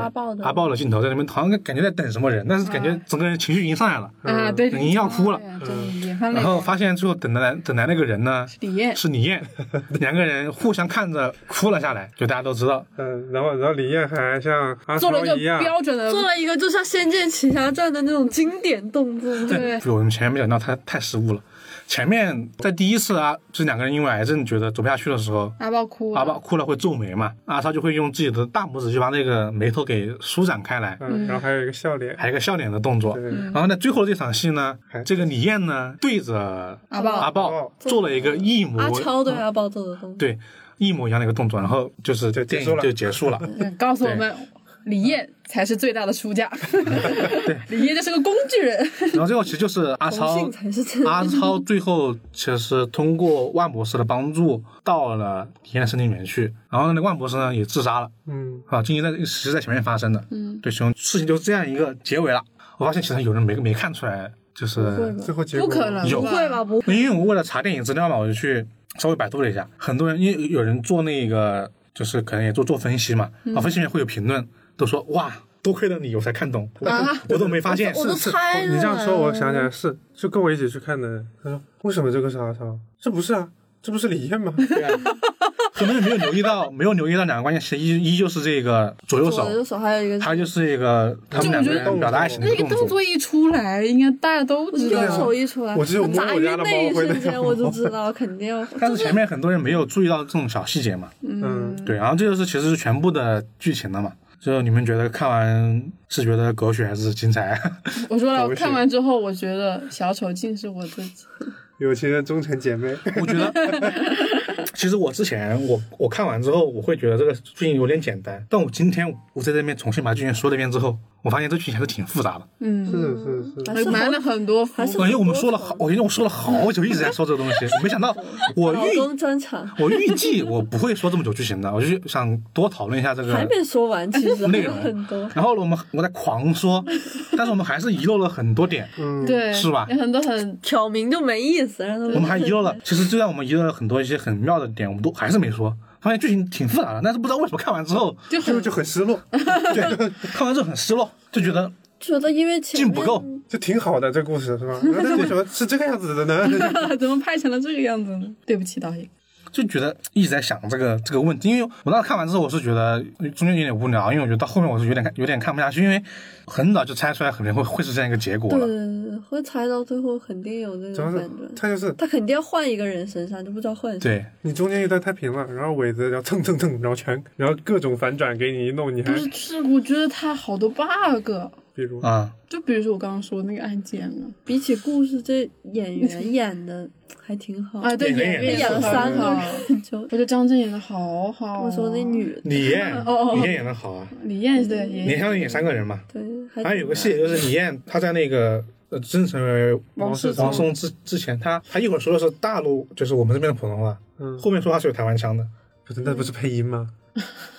Speaker 1: 阿
Speaker 3: 豹的
Speaker 1: 的镜头，在那边好像感觉在等什么人，但是感觉整个人情绪已经上来了，
Speaker 2: 啊，对，
Speaker 1: 已经要哭了。
Speaker 2: 对真的他那个
Speaker 1: 然后发现最后等来等来那个人呢
Speaker 2: 李艳
Speaker 1: 是李艳， 两个人互相看着哭了下来，就大家都知道，
Speaker 4: 嗯，然后然后李艳还像阿
Speaker 2: 做了
Speaker 4: 超
Speaker 2: 一个
Speaker 4: 一样，
Speaker 2: 标准的
Speaker 3: 做了一个就像《仙剑奇侠传》的那种经典动作，
Speaker 2: 对
Speaker 1: 我们前面没讲到，太太失误了。前面在第一次啊，这两个人因为癌症觉得走不下去的时候，
Speaker 2: 阿豹哭了
Speaker 1: 阿豹哭了会皱眉嘛，阿超就会用自己的大拇指去把那个眉头给舒展开来，
Speaker 4: 嗯，然后还有一个笑脸，
Speaker 1: 还有一个笑脸的动作。
Speaker 4: 对，
Speaker 1: 然后呢，最后的这场戏呢
Speaker 4: 还，
Speaker 1: 这个李艳呢对着
Speaker 2: 阿豹
Speaker 1: 阿豹做了一个一模
Speaker 3: 哦阿超对阿豹做的动作，
Speaker 1: 对一模一样的一个动作，然后就是
Speaker 4: 就结
Speaker 1: 电
Speaker 4: 束
Speaker 1: 影
Speaker 4: 了
Speaker 1: 就结束 了。
Speaker 2: 对告诉我们，李艳才是最大的输家。李艳就是个工具人。
Speaker 1: 然后最后其实就是阿
Speaker 3: 同
Speaker 1: 超
Speaker 3: 性才是真的。
Speaker 1: 阿超最后其实通过万博士的帮助到了李艳的身体里面去，然后呢，万博士呢也自杀了
Speaker 4: 嗯，
Speaker 1: 啊，这些在其实在前面发生的，嗯，对，所以事情就是这样一个结尾了。我发现其实有人没没看出来，就是
Speaker 4: 最后结
Speaker 2: 不
Speaker 4: 果
Speaker 2: 可能，
Speaker 1: 有
Speaker 3: 不会吧？？不会，
Speaker 1: 因为我为了查电影资料嘛，我就去稍微百度了一下，很多人因为有人做那个就是可能也做做分析嘛，啊，分析里面会有评论，都说哇，多亏了你我才看懂，我
Speaker 2: 啊
Speaker 1: 我都没发现，
Speaker 3: 我都
Speaker 1: 是
Speaker 3: 猜
Speaker 4: 你这样说，
Speaker 3: 了
Speaker 4: 我想起来是，就跟我一起去看的人，他说为什么这个是阿超？这不是啊，这不是李艳吗？
Speaker 1: 对啊，很多人没有留意到，没有留意到两个关键词，依依旧是这个左右手
Speaker 3: 左，右手还有一个
Speaker 1: 他就是一个他们两个人表达爱情的
Speaker 2: 那
Speaker 1: 一
Speaker 2: 个
Speaker 1: 个动
Speaker 2: 动
Speaker 1: 作。
Speaker 2: 作一出来，应该大家都知
Speaker 3: 右
Speaker 2: 道。
Speaker 3: 手一出来，
Speaker 4: 我只有摸
Speaker 3: 砸
Speaker 4: 我
Speaker 3: 晕
Speaker 4: 家的猫
Speaker 3: 那一
Speaker 4: 会
Speaker 3: 瞬
Speaker 4: 那
Speaker 3: 间，
Speaker 4: 样
Speaker 3: 我就知道肯定要。
Speaker 1: 但是前面很多人没有注意到这种小细节嘛，
Speaker 4: 嗯，
Speaker 1: 对，然后这就是其实是全部的剧情了嘛。就你们觉得看完是觉得狗血还是精彩？
Speaker 2: 我说了，
Speaker 4: 狗血
Speaker 2: 看完之后，我觉得小丑竟是我自己。
Speaker 4: 有情人终成姐妹，
Speaker 1: 我觉 得，其实我之前我我看完之后，我会觉得这个剧情有点简单，但我今天我在这边重新把剧情说了一遍之后，我发现这剧情还是挺复杂的。
Speaker 2: 嗯，
Speaker 4: 是是是，
Speaker 3: 还是
Speaker 2: 埋了很多伏
Speaker 3: 还是
Speaker 1: 我感觉我们说了好，我觉得我说了好久一直在说这个东西，没想到我
Speaker 3: 老
Speaker 1: 预
Speaker 3: 公专场
Speaker 1: 我预计我不会说这么久剧情的，我就想多讨论一下这
Speaker 3: 还
Speaker 1: 个。
Speaker 3: 没说完，其实还
Speaker 1: 内
Speaker 3: 有
Speaker 1: 容
Speaker 3: 很多。
Speaker 1: 然后我们我在狂说，但是我们还是遗漏了很多点，
Speaker 4: 嗯，
Speaker 2: 对，
Speaker 1: 是吧
Speaker 2: 有很多很
Speaker 3: 挑明就没意思，让他
Speaker 1: 我们还遗漏了。其实就算我们遗漏了很多一些很妙的点，我们都还是没说。发现剧情挺复杂的，但是不知道为什么看完之后，
Speaker 2: 就
Speaker 4: 就
Speaker 2: 很
Speaker 4: 就很失 落，
Speaker 1: 对， 看完之后很失落，就觉得
Speaker 3: 觉得因为前
Speaker 1: 劲
Speaker 3: 面
Speaker 1: 不够。
Speaker 4: 就挺好的这 故事是吧？那为什么是这个样子的呢？
Speaker 2: 怎么拍成了这个样子呢？对不起，导演。
Speaker 1: 就觉得一直在想这个这个问题，因为我当时看完之后，我是觉得中间有点无聊，因为我觉得到后面我是有点看有点看不下去，因为很早就猜出来肯定会会是这样一个结果
Speaker 3: 对
Speaker 1: 了
Speaker 3: 对。对对，会猜到最后肯定有那
Speaker 4: 主
Speaker 3: 种
Speaker 4: 要是
Speaker 3: 反转，
Speaker 4: 他就是
Speaker 3: 他肯定要换一个人身上，就不知道换谁。
Speaker 1: 对，
Speaker 4: 你中间一段太平了，然后尾子然后蹭蹭蹭，然后全然后各种反转给你一弄，你还
Speaker 2: 不是，是我觉得它好多 bug，
Speaker 4: 比如
Speaker 1: 啊、
Speaker 2: 就比如说我刚刚说那个案件啊，
Speaker 3: 比起故事，这 演员演的还挺好。
Speaker 2: 啊，对，
Speaker 1: 演员
Speaker 2: 演员
Speaker 1: 也
Speaker 2: 演
Speaker 3: 演
Speaker 2: 得
Speaker 3: 了
Speaker 2: 好
Speaker 3: 三个
Speaker 2: 好
Speaker 3: 人，就
Speaker 2: 我觉得张震演的好好、
Speaker 3: 我说那，女的，
Speaker 1: 李艳
Speaker 2: 哦哦，
Speaker 1: 李艳演的好啊，
Speaker 2: 李艳对
Speaker 1: 李艳
Speaker 2: 也
Speaker 1: 相当于演三个人嘛。
Speaker 3: 对，还
Speaker 1: 好像有个
Speaker 3: 挺
Speaker 1: 戏就是李艳，她在那个呃真成为
Speaker 2: 王世
Speaker 1: 王
Speaker 2: 聪
Speaker 1: 松之之前，她她一会儿说的是大陆，就是我们这边的普通话，
Speaker 4: 嗯，
Speaker 1: 后面说她是有台湾腔的，
Speaker 4: 不是那不是配音吗？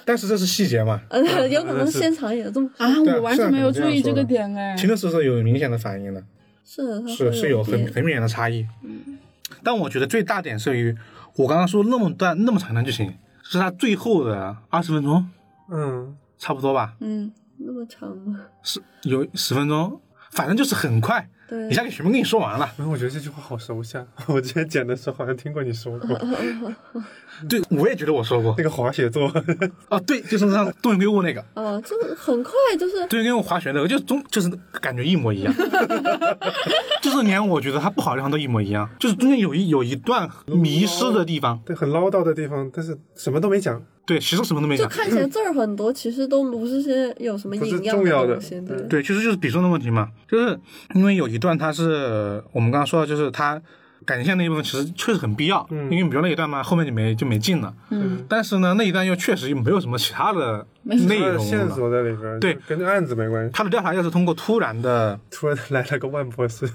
Speaker 1: 但是这是细节嘛，
Speaker 3: 好的，呃有可能是现场演的这么
Speaker 2: 啊，
Speaker 1: 对啊
Speaker 2: 我完全没有注意
Speaker 1: 是啊
Speaker 2: 这个点哎，
Speaker 1: 听的时候是有明显的反应的，
Speaker 3: 是的，啊他
Speaker 1: 是
Speaker 3: 会
Speaker 1: 是有很
Speaker 3: 变
Speaker 1: 很明显的差异。但我觉得最大点是于我刚刚说那么段那么长的剧情，是他最后的二十分钟
Speaker 4: 嗯，
Speaker 1: 差不多吧，
Speaker 2: 嗯，
Speaker 3: 那么长吗？
Speaker 1: 是有十分钟，反正就是很快，
Speaker 3: 对
Speaker 1: 一，下给全部跟你说完了。
Speaker 4: 然后我觉得这句话好熟悉啊， 我之前剪的时候好像听过你说过
Speaker 1: 对，我也觉得我说过
Speaker 4: 那个滑雪座，
Speaker 1: 啊，对，就是那动员归物那个。
Speaker 3: 哦，这个很快就是
Speaker 1: 对，跟我滑雪那个就中就是感觉一模一样， 就是连我觉得它不好的地方都一模一样，就是中间有一有一段迷失的地方，
Speaker 4: 对，很唠叨的地方，但是什么都没讲，
Speaker 1: 对，其实什么都没
Speaker 3: 就
Speaker 1: 讲，
Speaker 3: 看起来字儿很多，其实都不是些有什么
Speaker 4: 啊不是
Speaker 3: 营养
Speaker 4: 重要的
Speaker 3: 东西，对，
Speaker 1: 对，其实就是比重的问题嘛，就是因为有一段它是我们刚刚说的，就是它感情线那一部分其实确实很必要，
Speaker 4: 嗯
Speaker 1: 因为比如那一段嘛，后面就没就没劲了，
Speaker 2: 嗯，
Speaker 1: 但是呢那一段又确实没有什么其他的
Speaker 2: 没什么
Speaker 1: 内
Speaker 4: 它的
Speaker 1: 容
Speaker 4: 线
Speaker 1: 了
Speaker 4: 索在里边，
Speaker 1: 对
Speaker 4: 就跟这案子没关系。
Speaker 1: 他的调查又是通过突然的，
Speaker 4: 突然来了个万博士，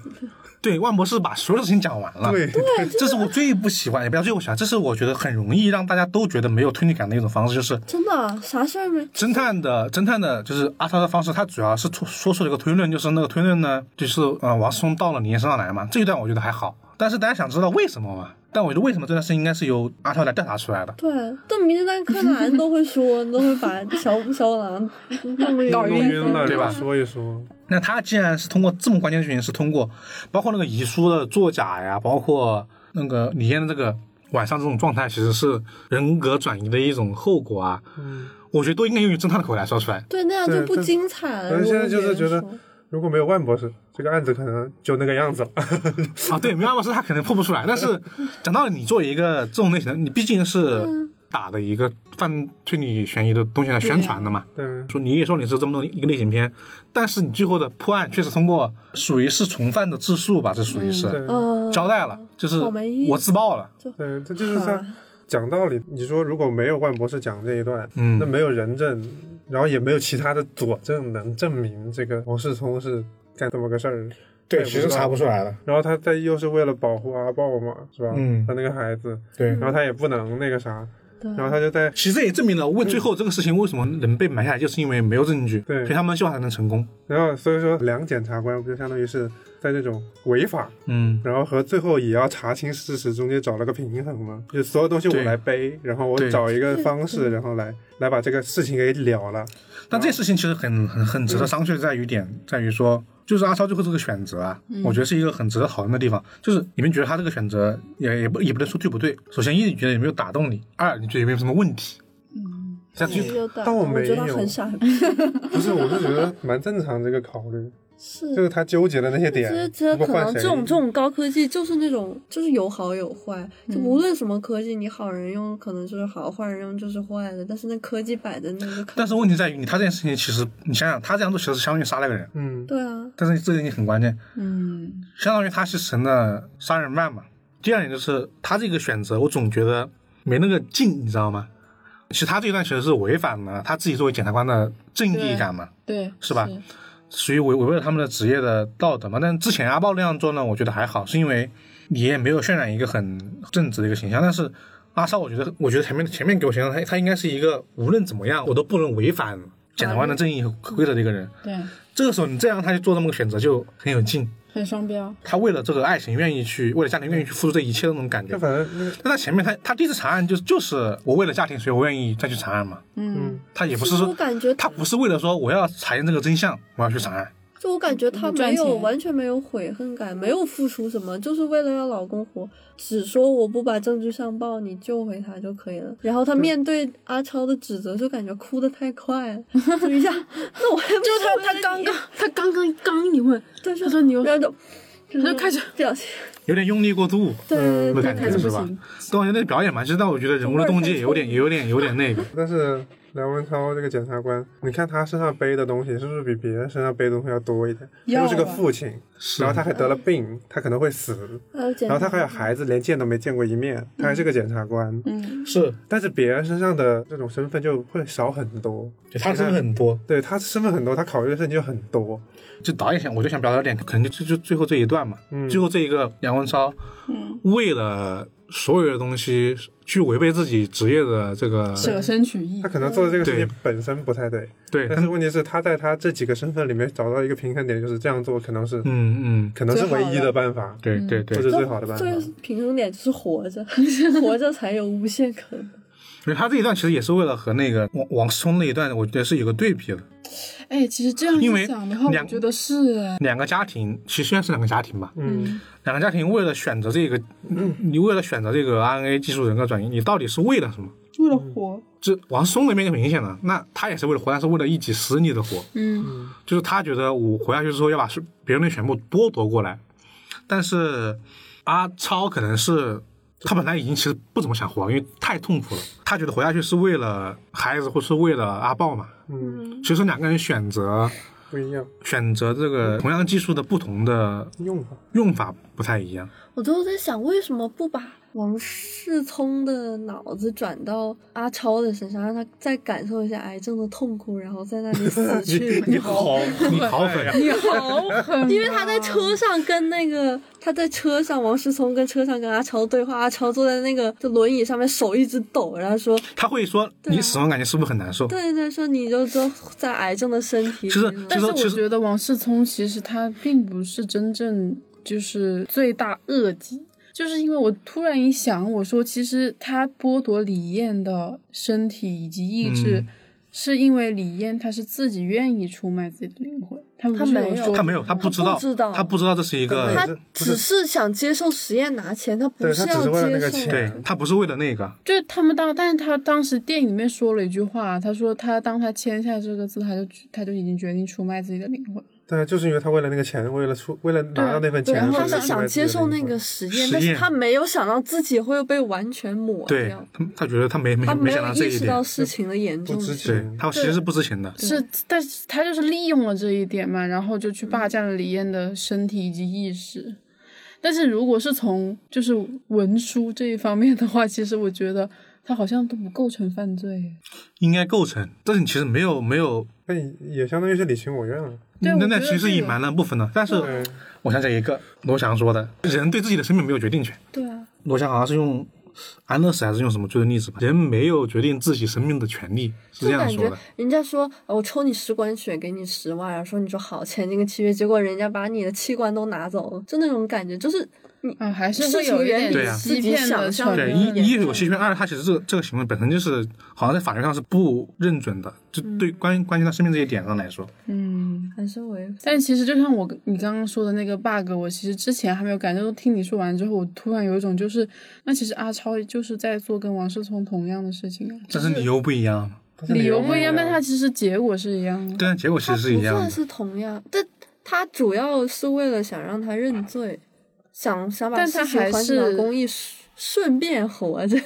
Speaker 1: 对万博士把所有的事情讲完了，
Speaker 4: 对，
Speaker 1: 这是我最不喜欢，也不要最不喜欢，这是我觉得很容易让大家都觉得没有推理感的一种方式，就是
Speaker 3: 真的啊啥事儿没，
Speaker 1: 侦探的侦探的，就是阿超的方式，他主要是出说出了一个推论，就是那个推论呢，就是呃王思聪到了李艳身上来嘛，这一段我觉得还好，但是大家想知道为什么嘛？但我觉得为什么这件事情应该是由阿超来调查出来的。
Speaker 3: 对，但名侦探柯南都会说，都会把小小狼弄晕
Speaker 2: 搞
Speaker 4: 弄晕了，
Speaker 1: 对吧
Speaker 4: 然后说一说，
Speaker 1: 那他既然是通过这么关键的剧情，是通过包括那个遗书的作假呀，包括那个李艳的这个晚上这种状态，其实是人格转移的一种后果啊，
Speaker 4: 嗯，
Speaker 1: 我觉得都应该用侦探的口来说出来。
Speaker 3: 对，那样
Speaker 4: 对
Speaker 3: 就不
Speaker 4: 但
Speaker 3: 精彩了。
Speaker 4: 但是
Speaker 3: 如
Speaker 4: 现
Speaker 3: 果
Speaker 4: 在就是
Speaker 3: 别人
Speaker 4: 觉得
Speaker 3: 说
Speaker 4: 如果没有万博士，这个案子可能就那个样子了。
Speaker 1: 啊，对，梅花博士他可能破不出来，但是讲道理，你作为一个这种类型的，你毕竟是
Speaker 4: 嗯
Speaker 1: 打的一个犯推理悬疑的东西来宣传的嘛。
Speaker 4: 对，
Speaker 1: 说你也说你是这么一个类型片，但是你最后的破案确实通过属于是从犯的自述吧，这属于是、
Speaker 4: 对，哦
Speaker 3: 嗯，
Speaker 1: 交代了，就是
Speaker 3: 好没意思
Speaker 1: 我自爆了，
Speaker 4: 对，这就是
Speaker 3: 好
Speaker 4: 他讲道理。你说如果没有万博士讲这一段，
Speaker 1: 嗯
Speaker 4: 那没有人证，然后也没有其他的佐证能证明这个王世聪是干这么个事儿。对其实查不
Speaker 1: 出来了，
Speaker 4: 然后他他又是为了保护阿豹嘛，是吧？
Speaker 1: 嗯
Speaker 4: 他那个孩子，
Speaker 1: 对。
Speaker 4: 然后他也不能那个啥，
Speaker 3: 对
Speaker 4: 然后他就在
Speaker 1: 其实这也证明了为最后这个事情为什么能被埋下来，就是因为没有证据，
Speaker 4: 对
Speaker 1: 所以他们希望才能成功。
Speaker 4: 然后所以说两检察官不就相当于是在这种违法，
Speaker 1: 嗯，
Speaker 4: 然后和最后也要查清事实中间找了个平衡嘛，就所有东西我
Speaker 1: 对
Speaker 4: 来背，然后我
Speaker 1: 对
Speaker 4: 找一个方
Speaker 3: 嗯
Speaker 4: 式，然后来来把这个事情给了了。
Speaker 1: 但这事情其实很很很值得商榷，在于点在于说，就是阿超最后这个选择啊，我觉得是一个很值得讨论的地方。就是你们觉得他这个选择也也不也不能说对不对。首先一，你觉得有没有打动你；二，你觉得有没有什么问题？像
Speaker 3: 其实
Speaker 1: 就
Speaker 3: 就打
Speaker 4: 但我没
Speaker 3: 觉得
Speaker 4: 有
Speaker 3: 很 傻，
Speaker 4: 不是，我是觉得蛮正常这个考虑，
Speaker 3: 是
Speaker 4: 就是他纠结的那些
Speaker 3: 其实
Speaker 4: 点，
Speaker 3: 觉得
Speaker 4: 不
Speaker 3: 可
Speaker 4: 管
Speaker 3: 能
Speaker 4: 谁
Speaker 3: 这种这种高科技就是那种就是有好有坏，就
Speaker 2: 嗯
Speaker 3: 无论什么科技，你好人用可能就是好，坏人用就是坏的。但是那科技摆在那就看，
Speaker 1: 但是问题在于你他这件事情，其实你想想，他这样做其实是相当于杀了个人，
Speaker 4: 嗯，
Speaker 3: 对啊，
Speaker 1: 但是这件事情很关键，
Speaker 2: 嗯，
Speaker 1: 相当于他是成了杀人犯嘛。第二点就是他这个选择，我总觉得没那个劲，你知道吗？其实他这一段其实是违反了他自己作为检察官的正义感嘛。
Speaker 2: 对，
Speaker 1: 是吧属于违违背了他们的职业的道德嘛。但之前阿豹那样做呢，我觉得还好，是因为你也没有渲染一个很正直的一个形象。但是阿超，我觉得，我觉得前面前面给我形象，他他应该是一个无论怎么样我都不能违反检察官的正义和规则的一个人。
Speaker 2: 对，
Speaker 1: 这个时候你再让他去做这么个选择，就很有劲。
Speaker 2: 很双标，
Speaker 1: 他为了这个爱情愿意去，为了家庭愿意去付出这一切的那种感觉
Speaker 4: 那。反正那个
Speaker 1: 但他前面他他第一次查案就就是我为了家庭，所以我愿意再去查案嘛。
Speaker 2: 嗯
Speaker 4: 嗯，
Speaker 1: 他也不
Speaker 3: 其
Speaker 1: 是
Speaker 3: 实我
Speaker 1: 说
Speaker 3: 感觉
Speaker 1: 他不是为了说我要查验这个真相，我要去查案，
Speaker 3: 就我感觉她
Speaker 2: 赚
Speaker 3: 没有
Speaker 2: 钱
Speaker 3: 完全没有悔恨感，没有付出什么，就是为了让老公活，只说我不把证据上报，你救回他就可以了。然后她面对阿超的指责，就感觉哭的太快了，就 一下，那我还不
Speaker 2: 就他
Speaker 3: 为了
Speaker 2: 他刚
Speaker 3: 你
Speaker 2: 刚 他刚刚刚一问，
Speaker 3: 对，
Speaker 2: 他说你又
Speaker 3: 然后就
Speaker 2: 他就开始
Speaker 3: 表现，
Speaker 1: 有点用力过度
Speaker 3: 对
Speaker 4: 嗯
Speaker 3: 对
Speaker 1: 的
Speaker 3: 对
Speaker 1: 感
Speaker 2: 那
Speaker 1: 觉
Speaker 2: 还是
Speaker 1: 是
Speaker 2: 不
Speaker 1: 吧
Speaker 2: 行？
Speaker 1: 当然那表演嘛，其实但我觉得人物的动机也有点、也有点、有点那个。
Speaker 4: 但是梁文超这个检察官，你看他身上背的东西是不是比别人身上背的东西要多一点？
Speaker 2: 要啊
Speaker 4: 又是个父亲，
Speaker 1: 是啊
Speaker 4: 然后他还得了病，他可能会死，
Speaker 3: 还有检
Speaker 4: 然后他还有
Speaker 3: 查
Speaker 4: 孩子，连见都没见过一面，他还是个检察官。
Speaker 2: 嗯，
Speaker 1: 是，
Speaker 4: 但是别人身上的这种身份就会少很多，
Speaker 1: 对他真的很多。
Speaker 4: 对他身份很多，他考虑的事情就很多。
Speaker 1: 就导演想，我就想表达点，可能就就就最后这一段嘛，
Speaker 4: 嗯
Speaker 1: 最后这一个梁文超，为了所有的东西去违背自己职业的这个，
Speaker 2: 舍身取义
Speaker 4: 他，可能做的这个事情
Speaker 1: 对
Speaker 4: 本身不太对，
Speaker 1: 对，
Speaker 4: 但是问题是他在他这几个身份里面找到一个平衡点，就是这样做可能是、
Speaker 1: 嗯嗯，
Speaker 4: 可能是唯
Speaker 3: 最
Speaker 4: 一
Speaker 3: 好
Speaker 4: 的
Speaker 3: 的
Speaker 4: 办法，
Speaker 1: 对对
Speaker 4: 或
Speaker 1: 对，
Speaker 4: 者最好的办法。
Speaker 3: 最平衡点就是活着， 活着才有无限可能。
Speaker 1: 所以他这一段其实也是为了和那个王王思聪那一段，我觉得是有个对比的。
Speaker 2: 哎，其实这样
Speaker 1: 因为
Speaker 2: 一想的话，
Speaker 1: 两
Speaker 2: 我觉得是哎，
Speaker 1: 两个家庭其实虽然是两个家庭吧，
Speaker 4: 嗯，
Speaker 1: 两个家庭为了选择这个，你为了选择这个 RNA 技术人格转移，你到底是为了什么？
Speaker 2: 为了
Speaker 1: 嗯
Speaker 2: 活，
Speaker 1: 这王思聪那边就很明显了，那他也是为了活，但是为了一己私利的活。
Speaker 2: 嗯，
Speaker 1: 就是他觉得我活下去之后要把是别人的全部剥夺过来，但是阿超可能是他本来已经其实不怎么想活，因为太痛苦了。他觉得活下去是为了孩子，或是为了阿豹嘛。嗯，所以说两个人选择
Speaker 4: 不一样
Speaker 1: 选择这个同样技术的不同的
Speaker 4: 用法。
Speaker 1: 用法不太一样。
Speaker 3: 我都在想，为什么不把王世聪的脑子转到阿超的身上，让他再感受一下癌症的痛苦，然后在那里死 去？
Speaker 1: 你好狠呀！
Speaker 2: 你好狠啊，
Speaker 3: 因为他在车上跟那个他在车上，王世聪跟车上跟阿超对话，阿超坐在那个就轮椅上面，手一直抖，然后说
Speaker 1: 他会说你死亡感觉是不是很难受：“？
Speaker 3: 啊对对，说你就就在癌症的身体里。”
Speaker 1: 其实
Speaker 2: 但是我
Speaker 1: 其实
Speaker 2: 觉得王世聪其实他并不是真正就是罪大恶极，就是因为我突然一想，我说其实他剥夺李艳的身体以及意志，
Speaker 1: 嗯
Speaker 2: 是因为李艳她是自己愿意出卖自己的灵魂，他们
Speaker 3: 她
Speaker 2: 不是
Speaker 3: 没有
Speaker 2: 说
Speaker 1: 他没有，他不知道，
Speaker 3: 不知道
Speaker 1: 他不知道这是一个
Speaker 4: 对
Speaker 3: 他
Speaker 4: 是不
Speaker 3: 只
Speaker 4: 是
Speaker 3: 是想接受实验拿钱，他不
Speaker 4: 对
Speaker 3: 是
Speaker 4: 他
Speaker 3: 要
Speaker 4: 只是为了那
Speaker 3: 接
Speaker 4: 个
Speaker 3: 受。
Speaker 4: 钱
Speaker 1: 对他不是为了那个，
Speaker 2: 就是他们当，但是他当时电影里面说了一句话，他说他当他签下这个字，他就他就已经决定出卖自己的灵魂。
Speaker 4: 对，就是因为他为了那个钱，为了出，为了拿到那份
Speaker 2: 对
Speaker 4: 钱，
Speaker 2: 然后
Speaker 3: 他
Speaker 4: 所以
Speaker 2: 是
Speaker 3: 是
Speaker 4: 出卖
Speaker 3: 想
Speaker 4: 自己
Speaker 3: 接
Speaker 4: 的
Speaker 3: 受那
Speaker 4: 灵魂
Speaker 3: 个实验，
Speaker 1: 实
Speaker 3: 但是
Speaker 1: 验
Speaker 3: 他没有想到自己会被完全抹
Speaker 1: 对
Speaker 3: 掉，
Speaker 1: 他他觉得他没没
Speaker 3: 他
Speaker 1: 没
Speaker 3: 没
Speaker 1: 想
Speaker 3: 有
Speaker 1: 到这
Speaker 3: 意
Speaker 1: 一
Speaker 3: 识
Speaker 1: 点
Speaker 3: 到，事情的严
Speaker 4: 不
Speaker 3: 重
Speaker 4: 知
Speaker 3: 性。
Speaker 1: 对他其实是不知情的。
Speaker 2: 是，但是他就是利用了这一点嘛，然后就去霸占了李艳的身体以及意识。但是如果是从就是文书这一方面的话，其实我觉得他好像都不构成犯罪。
Speaker 1: 应该构成，但是你其实没有没有，
Speaker 4: 那也相当于是你情我愿了。
Speaker 2: 对，
Speaker 1: 那
Speaker 2: 我
Speaker 1: 那
Speaker 2: 觉
Speaker 1: 其
Speaker 2: 得
Speaker 1: 实是
Speaker 2: 这
Speaker 1: 隐
Speaker 2: 个
Speaker 1: 瞒了部分的。但是
Speaker 4: 对，
Speaker 1: 我想起一个罗翔说的，人对自己的生命没有决定权。
Speaker 3: 对啊，
Speaker 1: 罗翔好像是用安乐死还是用什么罪的例子吧？人没有决定自己生命的权利，是
Speaker 3: 就
Speaker 1: 这样
Speaker 3: 感
Speaker 1: 说
Speaker 3: 觉
Speaker 1: 的。
Speaker 3: 人家说、呃我抽你十管血给你十万，然后说你说好签这个契约，结果人家把你的器官都拿走了，就那种感觉，就是你
Speaker 2: 啊，还是
Speaker 3: 事
Speaker 2: 会有
Speaker 3: 情
Speaker 2: 一
Speaker 3: 远
Speaker 2: 点
Speaker 3: 比
Speaker 1: 对啊
Speaker 2: 欺
Speaker 3: 自己
Speaker 2: 骗的
Speaker 3: 想象
Speaker 2: 成
Speaker 3: 的
Speaker 1: 对，
Speaker 3: 有
Speaker 1: 一
Speaker 3: 点
Speaker 2: 分。
Speaker 1: 一有欺骗，二他其实这个这个行为本身就是好像在法律上是不认准的，就对关于关于他生命这一点上来说，
Speaker 2: 嗯。
Speaker 3: 还是违
Speaker 2: 但其实就像我你刚刚说的那个 bug，我其实之前还没有感受。听你说完之后，我突然有一种就是，那其实阿超就是在做跟王世聪同样的事情啊，
Speaker 1: 但是理由不一样，
Speaker 4: 但是
Speaker 2: 理由
Speaker 4: 由
Speaker 2: 不一样，但
Speaker 4: 他
Speaker 2: 它其实结果是一样的。
Speaker 1: 对，结果其
Speaker 3: 他
Speaker 1: 实是一
Speaker 3: 不
Speaker 1: 样的
Speaker 3: 算。是同样，但他主要是为了想让他认罪，想想把
Speaker 2: 但他
Speaker 3: 事情
Speaker 2: 还
Speaker 3: 还给到
Speaker 2: 是
Speaker 3: 公益，顺顺便活着。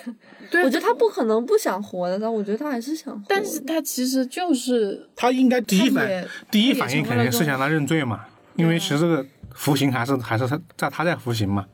Speaker 2: 对，
Speaker 3: 我觉得他不可能不想活的，但我觉得他还是想活。
Speaker 2: 但是他其实就是
Speaker 1: 他应该第一
Speaker 2: 他
Speaker 1: 反
Speaker 2: 也
Speaker 1: 第一
Speaker 2: 他也
Speaker 1: 反应
Speaker 2: 成
Speaker 1: 肯
Speaker 2: 为
Speaker 1: 定
Speaker 2: 了
Speaker 1: 是
Speaker 2: 这
Speaker 1: 想
Speaker 2: 种啊
Speaker 1: 他认罪嘛，因为其实这个服刑还是还是他在他在服刑嘛，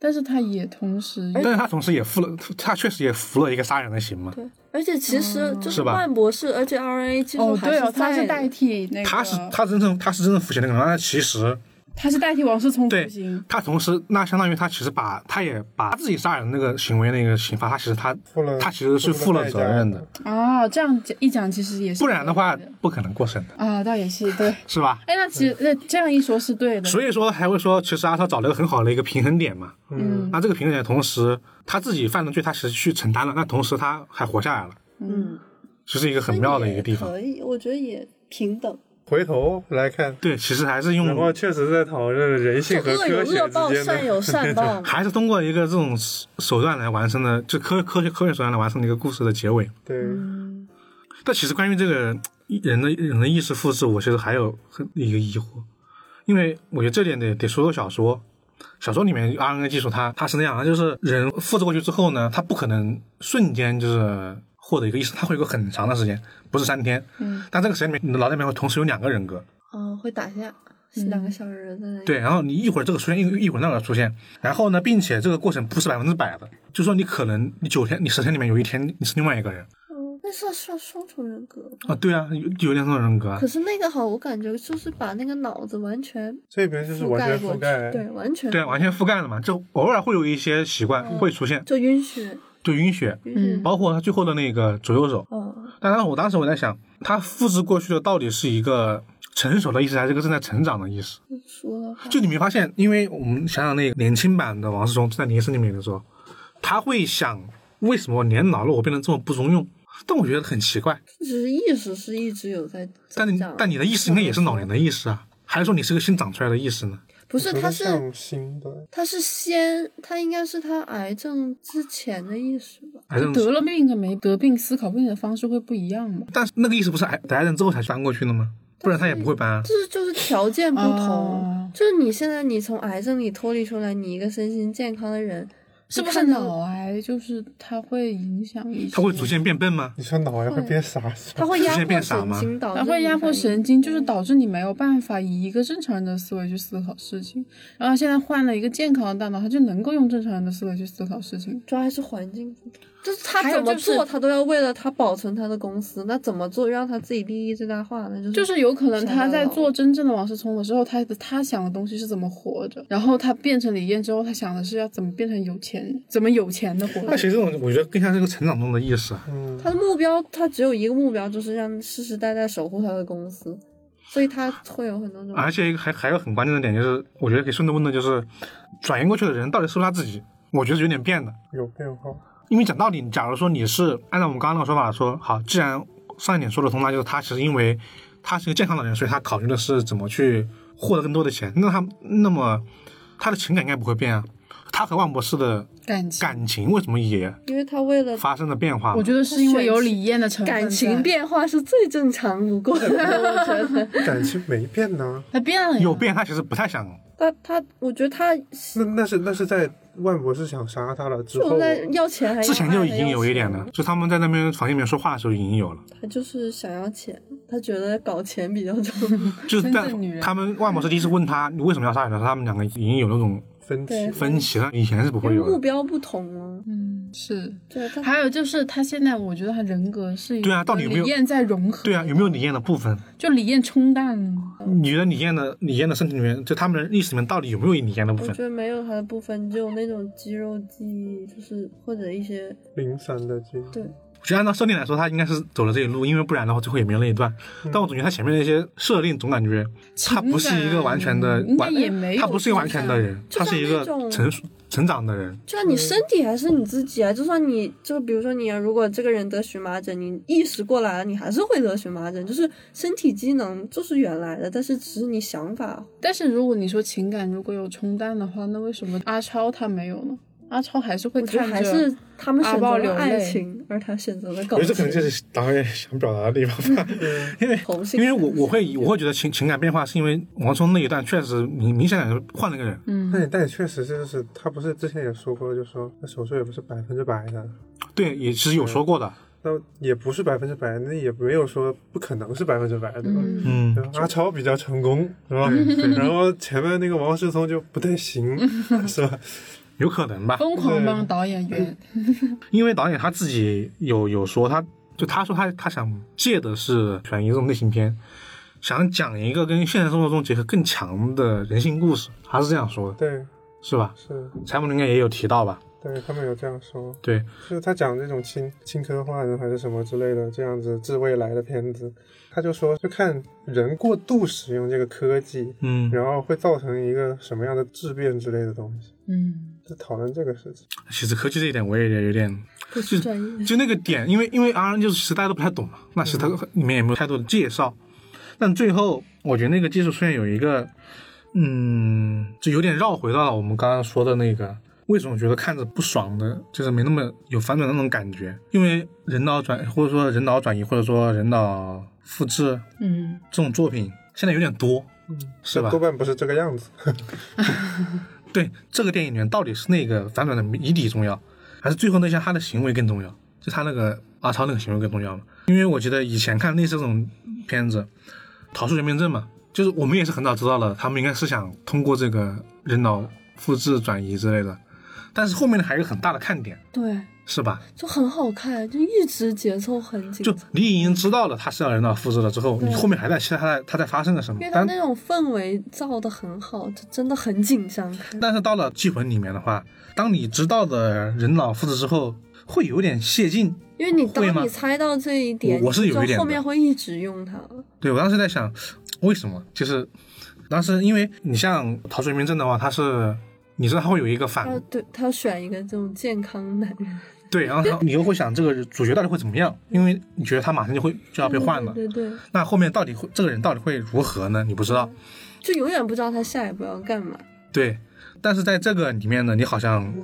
Speaker 2: 但是他也同时
Speaker 1: 但是他同时也负了，他确实也服了一个杀人的刑嘛，
Speaker 3: 对，而且其实就是是
Speaker 1: 吧
Speaker 3: 万博士，而且 RNA 技术
Speaker 2: 哦，
Speaker 3: 还
Speaker 2: 对哦，他
Speaker 3: 在
Speaker 2: 是
Speaker 3: 的
Speaker 2: 代替那个，
Speaker 1: 他是他真正他是真正服刑的，可能他其实
Speaker 2: 他是代替王世聪
Speaker 1: 对
Speaker 2: 服刑，
Speaker 1: 他同时那相当于他其实把他也把他自己杀人那个行为那个刑罚，他其实他
Speaker 4: 付了
Speaker 1: 他其实是负了责任的，
Speaker 2: 啊，这样讲一讲其实也是
Speaker 1: 不然的话
Speaker 2: 合理
Speaker 1: 不可能过审的，
Speaker 2: 啊，倒也是 对。
Speaker 1: 是吧？
Speaker 2: 哎，那其实那这样一说，是对的。
Speaker 1: 所以说还会说，其实阿超找了一个很好的一个平衡点嘛。
Speaker 2: 嗯
Speaker 1: 那这个平衡点同时他自己犯了罪，他其实去承担了，那同时他还活下来了，
Speaker 2: 嗯，
Speaker 3: 嗯
Speaker 1: 这是一个很妙的一个地方。
Speaker 3: 可以，我觉得也平等。
Speaker 4: 回头来看，
Speaker 1: 对，其实还是用
Speaker 4: 然后确实在讨论人性和
Speaker 3: 恶有
Speaker 4: 科学
Speaker 3: 恶报，
Speaker 4: 之
Speaker 3: 善
Speaker 4: 间的。
Speaker 3: 有善
Speaker 1: 。
Speaker 3: 报
Speaker 1: 还是通过一个这种手手段来完成的，就科科学科学手段来完成的一个故事的结尾。
Speaker 4: 对，
Speaker 3: 嗯
Speaker 1: 但其实关于这个人的人的意识复制，我其实还有很一个疑惑，因为我觉得这点得得说说小说。小说里面 RNA 技术它它是那样，它就是人复制过去之后呢，它不可能瞬间就是获得一个意识，它会有个很长的时间，不是三天。嗯。但这个时间里面，你的脑袋里面会同时有两个人格。
Speaker 3: 嗯，会打架，是两个小人在那里。
Speaker 1: 对，然后你一会儿这个出现，一一会儿那个出现，然后呢，并且这个过程不是百分之百的，就说你可能你九天、你十天里面有一天你是另外一个人
Speaker 3: 嗯，那算算双重人格吧。
Speaker 1: 啊，对啊，有有点这种人格啊
Speaker 3: 可，是那个好，我感觉就是把那个脑子完全
Speaker 4: 这边就是完全
Speaker 3: 过
Speaker 4: 覆
Speaker 3: 去
Speaker 4: 盖，
Speaker 3: 对，完 全
Speaker 1: 对啊，完全覆盖了嘛，就偶尔会有一些习惯会出现，
Speaker 3: 就晕血，
Speaker 1: 就晕血，
Speaker 3: 晕血。
Speaker 2: 嗯
Speaker 1: 包括他最后的那个左右手，
Speaker 3: 嗯，
Speaker 1: 但当时我当时我在想，他复制过去的到底是一个成熟的意识，还是一个正在成长的意识？
Speaker 3: 说的话
Speaker 1: 就你没发现，因为我们想想那个年轻版的王世忠在年生里面的时候，他会想为什么年老了我变得这么不中用？但我觉得很奇怪。
Speaker 3: 只是意识是一直有在
Speaker 1: 但
Speaker 3: 增
Speaker 1: 你
Speaker 3: 长的，
Speaker 1: 但你的意识应该也是老年的意识啊，还是说你是个新长出来的意识呢？
Speaker 3: 不是，他是
Speaker 4: 像新的，
Speaker 3: 他是先，他应该是他癌症之前的意识吧？
Speaker 1: 癌症？
Speaker 2: 得了病和没得病思考问题的方式会不一样嘛？
Speaker 1: 但是那个意识不是癌得癌症之后才搬过去的吗？不然他也不会搬啊。
Speaker 3: 就是就是条件不同，
Speaker 2: 哦
Speaker 3: 就是你现在你从癌症里脱离出来，你一个身心健康的人，
Speaker 2: 是不
Speaker 3: 你
Speaker 2: 是
Speaker 3: 看到
Speaker 2: 脑癌就是它会影响一些？
Speaker 1: 他会逐渐变笨吗？
Speaker 4: 你说脑癌会变傻傻
Speaker 3: 它，会
Speaker 1: 直
Speaker 3: 压
Speaker 1: 接
Speaker 3: 迫
Speaker 1: 变傻
Speaker 3: 神
Speaker 1: 吗
Speaker 3: 经，导致
Speaker 2: 它会
Speaker 3: 你
Speaker 2: 压迫
Speaker 3: 反应
Speaker 2: 神经，就是导致你没有办法以一个正常人的思维去思考事情。然后现在换了一个健康的大脑，他就能够用正常人的思维去思考事情。
Speaker 3: 主要还是环境不同，就是他
Speaker 2: 还有
Speaker 3: 怎么
Speaker 2: 就是
Speaker 3: 做，他都要为了他保存他的公司，那怎么做让他自己利益最大化，那就是
Speaker 2: 就
Speaker 3: 就是
Speaker 2: 有可能他在做真正的王思聪的时候，他的他想的东西是怎么活着，然后他变成李艳之后，他想的是要怎么变成有钱人，怎么有钱的活
Speaker 1: 那
Speaker 2: 着
Speaker 1: 其。实这种我觉得更像是个成长中的意识啊。
Speaker 4: 嗯，
Speaker 3: 他的目标，他只有一个目标，就是让世世代代守护他的公司，所以他会有很多种
Speaker 1: 而且一个还还有很关键的点就是，我觉得可以顺着问的就是，转移过去的人到底是不是他自己？我觉得是有点变的。
Speaker 4: 有变化，
Speaker 1: 因为讲道理，假如说你是按照我们刚刚那个说法说，好，既然上一点说得通，那就是他其实因为他是一个健康的人，所以他考虑的是怎么去获得更多的钱。那他那么他的情感应该不会变啊，他和万博士的
Speaker 2: 感情，
Speaker 1: 感情为什么也
Speaker 3: 因为他为了
Speaker 1: 发生了变化？
Speaker 2: 我觉得是因为有李艳的成分在
Speaker 3: 感情，变化是最正常不过的，我觉得。
Speaker 4: 感情没变呢。
Speaker 2: 他变了呀
Speaker 1: 有。变，他其实不太想。
Speaker 3: 他他，我觉得他
Speaker 4: 那那是那是在万博士想杀他了之
Speaker 3: 就
Speaker 4: 后，
Speaker 3: 在要钱还是
Speaker 1: 之前就已经有一点
Speaker 3: 了
Speaker 1: 了，，就他们在那边房间里面说话的时候已经有了，
Speaker 3: 他就是想要钱，他觉得搞钱比较 重要。
Speaker 1: 就是在
Speaker 2: 真正女人
Speaker 1: 他们万博士第一次问他你为什么要杀人的时候，他们两个已经有那种
Speaker 4: 分歧
Speaker 3: 对，
Speaker 1: 分歧了，以前是不
Speaker 3: 因
Speaker 1: 会
Speaker 3: 为
Speaker 1: 有
Speaker 3: 目
Speaker 1: 的。
Speaker 3: 标不同啊，
Speaker 2: 嗯，是。
Speaker 3: 对，他
Speaker 2: 还有就是他现在，我觉得他人格是
Speaker 1: 对啊到底有没有
Speaker 2: 跟李艳在融合？
Speaker 1: 对啊，有没有李艳的部分？
Speaker 2: 就李艳冲淡了。
Speaker 1: 你觉得李艳的李艳的身体里面，就他们的意识里面到底有没有李艳的部
Speaker 3: 我
Speaker 1: 分
Speaker 3: 觉？得没有他的部分，只有那种肌肉记忆，就是或者一些
Speaker 4: 零散的这
Speaker 3: 对
Speaker 1: 我觉得按照设定来说，他应该是走了这一路，因为不然的话最后也没有那一段。但我总觉得他前面那些设定总感觉他不是一个完全的
Speaker 2: 情感
Speaker 1: 完
Speaker 2: 应该也没，有
Speaker 1: 他不是一个完全的人，
Speaker 3: 就
Speaker 1: 他
Speaker 3: 像
Speaker 1: 是一个
Speaker 3: 那种
Speaker 1: 成熟成长的人。
Speaker 3: 就算你身体还是你自己啊，就算你就比如说你如果这个人得荨麻疹，你意识过来了，你还是会得荨麻疹，就是身体机能就是原来的，但是只是你想法。
Speaker 2: 但是如果你说情感如果有冲淡的话，那为什么阿超他没有呢？阿超还是会
Speaker 3: 我觉得
Speaker 2: 看着，
Speaker 3: 还是他们选
Speaker 2: 阿豹
Speaker 3: 择
Speaker 2: 流
Speaker 3: 了
Speaker 2: 泪
Speaker 3: 爱情，而他选择了搞
Speaker 1: 我觉得这可能就
Speaker 3: 钱。
Speaker 1: 是导演想表达的地方吧，因为
Speaker 3: 同性
Speaker 1: 因为我我会我会觉得情情感变化是因为王聪那一段确实明明显感觉换了个人，
Speaker 4: 但也但也确实是，就是他不是之前也说过，就说那手术也不是百分之百的，
Speaker 1: 对，也其实有说过的，
Speaker 4: 那也不是百分之百，那也没有说不可能是百分之百，对吧？
Speaker 1: 嗯，
Speaker 4: 然后阿超比较成功，是吧？然后前面那个王世聪就不太行，是吧？
Speaker 1: 有可能吧。
Speaker 2: 疯狂帮导演圆。
Speaker 1: 因为导演他自己有有说，他就他说他他想借的是悬疑这种类型片，想讲一个跟现实生活中结合更强的人性故事，他是这样说的，
Speaker 4: 对，
Speaker 1: 是吧？
Speaker 4: 是，
Speaker 1: 柴姆应该也有提到吧？
Speaker 4: 对他们有这样说，
Speaker 1: 对，
Speaker 4: 就是他讲这种轻轻科幻啊的还是什么之类的这样子致未来的片子，他就说就看人过度使用这个科技，
Speaker 1: 嗯，
Speaker 4: 然后会造成一个什么样的质变之类的东西，
Speaker 2: 嗯，
Speaker 4: 就讨论这个事情。
Speaker 1: 其实科技这一点我也有点，就
Speaker 3: 不
Speaker 1: 是
Speaker 3: 专业，
Speaker 1: 就那个点，因为因为 R N 就是其实大家都不太懂嘛，那其实他里面也没有太多的介绍。但最后我觉得那个技术出现有一个，嗯，就有点绕回到了我们刚刚说的那个。为什么觉得看着不爽的，就是没那么有反转的那种感觉？因为人脑转，或者说人脑转移，或者说人脑复制
Speaker 2: 嗯，
Speaker 1: 这种作品，现在有点多，是吧
Speaker 4: 多？半不是这个样子。
Speaker 1: 对这个电影里面，到底是那个反转的谜底重要，还是最后那项他的行为更重要？就他那个阿超那个行为更重要嘛？因为我觉得以前看类似这种片子，《逃出绝命镇》嘛，就是我们也是很早知道了，他们应该是想通过这个人脑复制转移之类的，但是后面的还有一个很大的看点，
Speaker 3: 对，
Speaker 1: 是吧？
Speaker 3: 就很好看，就一直节奏很紧
Speaker 1: 就你已经知道了他是要人脑复制了之后，你后面还在期待他在他在发生了什么
Speaker 3: 因为，它
Speaker 1: 但
Speaker 3: 那种氛围造的很好，就真的很紧张。看。
Speaker 1: 但是到了《祭魂》里面的话，当你知道的人脑复制之后，会有点泄劲。
Speaker 3: 因为你
Speaker 1: 会吗
Speaker 3: 当你猜到这一点，
Speaker 1: 我我是有一点
Speaker 3: 就
Speaker 1: 的
Speaker 3: 后面会一直用它。
Speaker 1: 对我当时在想，为什么？就是当时因为你像《逃出绝命镇》的话，它是你知道它会有一个反、
Speaker 3: 他对他选一个这种健康男人，
Speaker 1: 对，然后它你又会想这个主角到底会怎么样？因为你觉得他马上就会就要啊被换了，
Speaker 3: 对对对，
Speaker 1: 那后面到底会这个人到底会如何呢？你不知道。
Speaker 3: 就永远不知道他下一步要干嘛。
Speaker 1: 对，但是在这个里面呢，你好像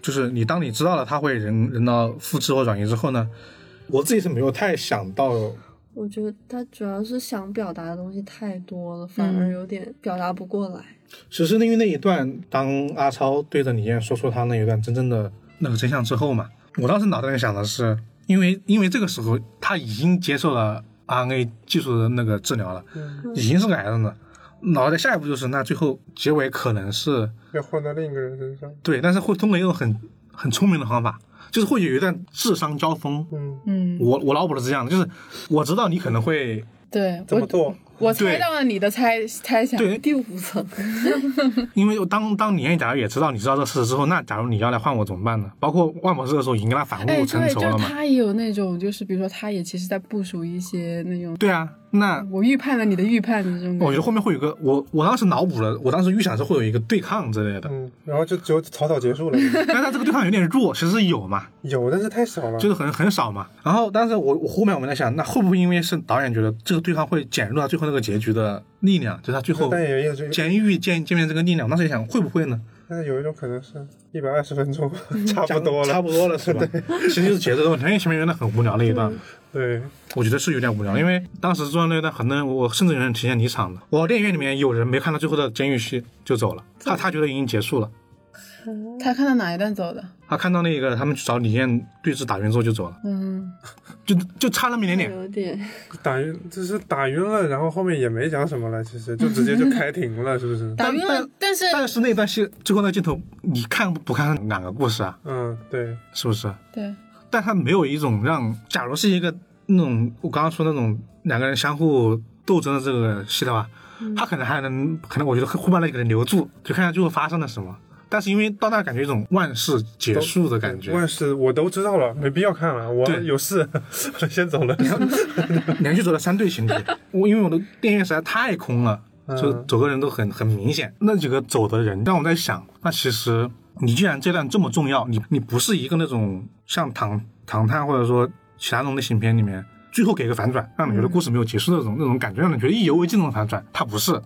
Speaker 1: 就是你当你知道了他会人人脑复制或转移之后呢，我自己是没有太想到
Speaker 3: 我觉得他主要是想表达的东西太多了，反
Speaker 1: 嗯
Speaker 3: 而有点表达不过来。
Speaker 1: 只是因为那一段，当阿超对着李艳说出他那一段真正的那个真相之后嘛，我当时脑袋里想的是，因为因为这个时候他已经接受了 RNA 技术的那个治疗了，已经是个癌症了，脑袋下一步就是那最后结尾可能是
Speaker 4: 要换到另一个人身上，
Speaker 1: 对，但是会通过一种很很聪明的方法，就是会有一段智商交锋。
Speaker 4: 嗯，
Speaker 2: 嗯，
Speaker 1: 我我脑补的是这样的，就是我知道你可能会
Speaker 2: 对，
Speaker 4: 这么
Speaker 2: 我
Speaker 4: 做，
Speaker 2: 我
Speaker 1: 对
Speaker 2: 猜到了你的猜猜想，
Speaker 1: 对
Speaker 3: 第五层，
Speaker 1: 因为当当李艳假如也知道你知道这事实之后，那假如你要来换我怎么办呢？包括万博士的时候已经跟他反
Speaker 2: 哎，
Speaker 1: 目成
Speaker 2: 对，
Speaker 1: 仇
Speaker 2: 就是
Speaker 1: 了嘛。
Speaker 2: 他也有那种，就是比如说他也其实在部署一些那种，
Speaker 1: 对啊，那
Speaker 2: 我预判了你的预判的这种感觉。
Speaker 1: 我觉得后面会有个我我当时脑补了，我当时预想是会有一个对抗之类的，
Speaker 4: 嗯，然后就只有草草 结束了，
Speaker 1: 但是他这个对抗有点弱，其实有嘛，
Speaker 4: 有但是太少了，
Speaker 1: 就是很很少嘛。嗯然后，但是我我后面我们在想，那会不会因为是导演觉得这个对抗会减弱到最后那个结局的力量，就是他最后
Speaker 4: 但也有就
Speaker 1: 监狱见见面这个力量，我当时也想会不会呢？
Speaker 4: 但是有一种可能是一百二十分钟
Speaker 1: 嗯
Speaker 4: 差不多
Speaker 1: 差
Speaker 4: 了，
Speaker 1: 不多了 是吧？嗯其实就是节奏的问题，因为前面原来很无聊那一段，
Speaker 4: 对，我
Speaker 1: 我觉得是有点无聊，因为当时做那一段，很多人我甚至有人提前离场了。我电影院里面有人没看到最后的监狱戏就走了，他他觉得已经结束了，
Speaker 2: 他看到哪一段走的？
Speaker 1: 他看到那个他们去找李艳对峙打晕之后就走了，
Speaker 2: 嗯，
Speaker 1: 就就差那么一点点。
Speaker 3: 有点
Speaker 4: 打晕就是打晕了，然后后面也没讲什么了，其实就直接就开 庭了，是不是？
Speaker 2: 打晕了，但是
Speaker 1: 但是那段戏最后那镜头，你看不看两个故事啊？
Speaker 4: 嗯，对，
Speaker 1: 是不是？
Speaker 2: 对，
Speaker 1: 但他没有一种让，假如是一个那种我刚刚说那种两个人相互斗争的这个戏的话，他可能还能，可能我觉得会把那个人留住，就看看最后发生了什么。但是因为到那感觉一种万事结束的感觉，
Speaker 4: 万事我都知道了，没必要看了，我
Speaker 1: 对
Speaker 4: 有事， 我先走 了。
Speaker 1: 连续走了三对情侣，我因为我的电影院实在太空了，
Speaker 4: 嗯
Speaker 1: 就走的人都很很明显。那几个走的人让我在想，那其实你既然这段这么重要，你你不是一个那种像唐唐探或者说其他那种类型片里面最后给个反转，让你觉得故事没有结束的那种、那种感觉，让你觉得意犹未尽那种反转，它不是。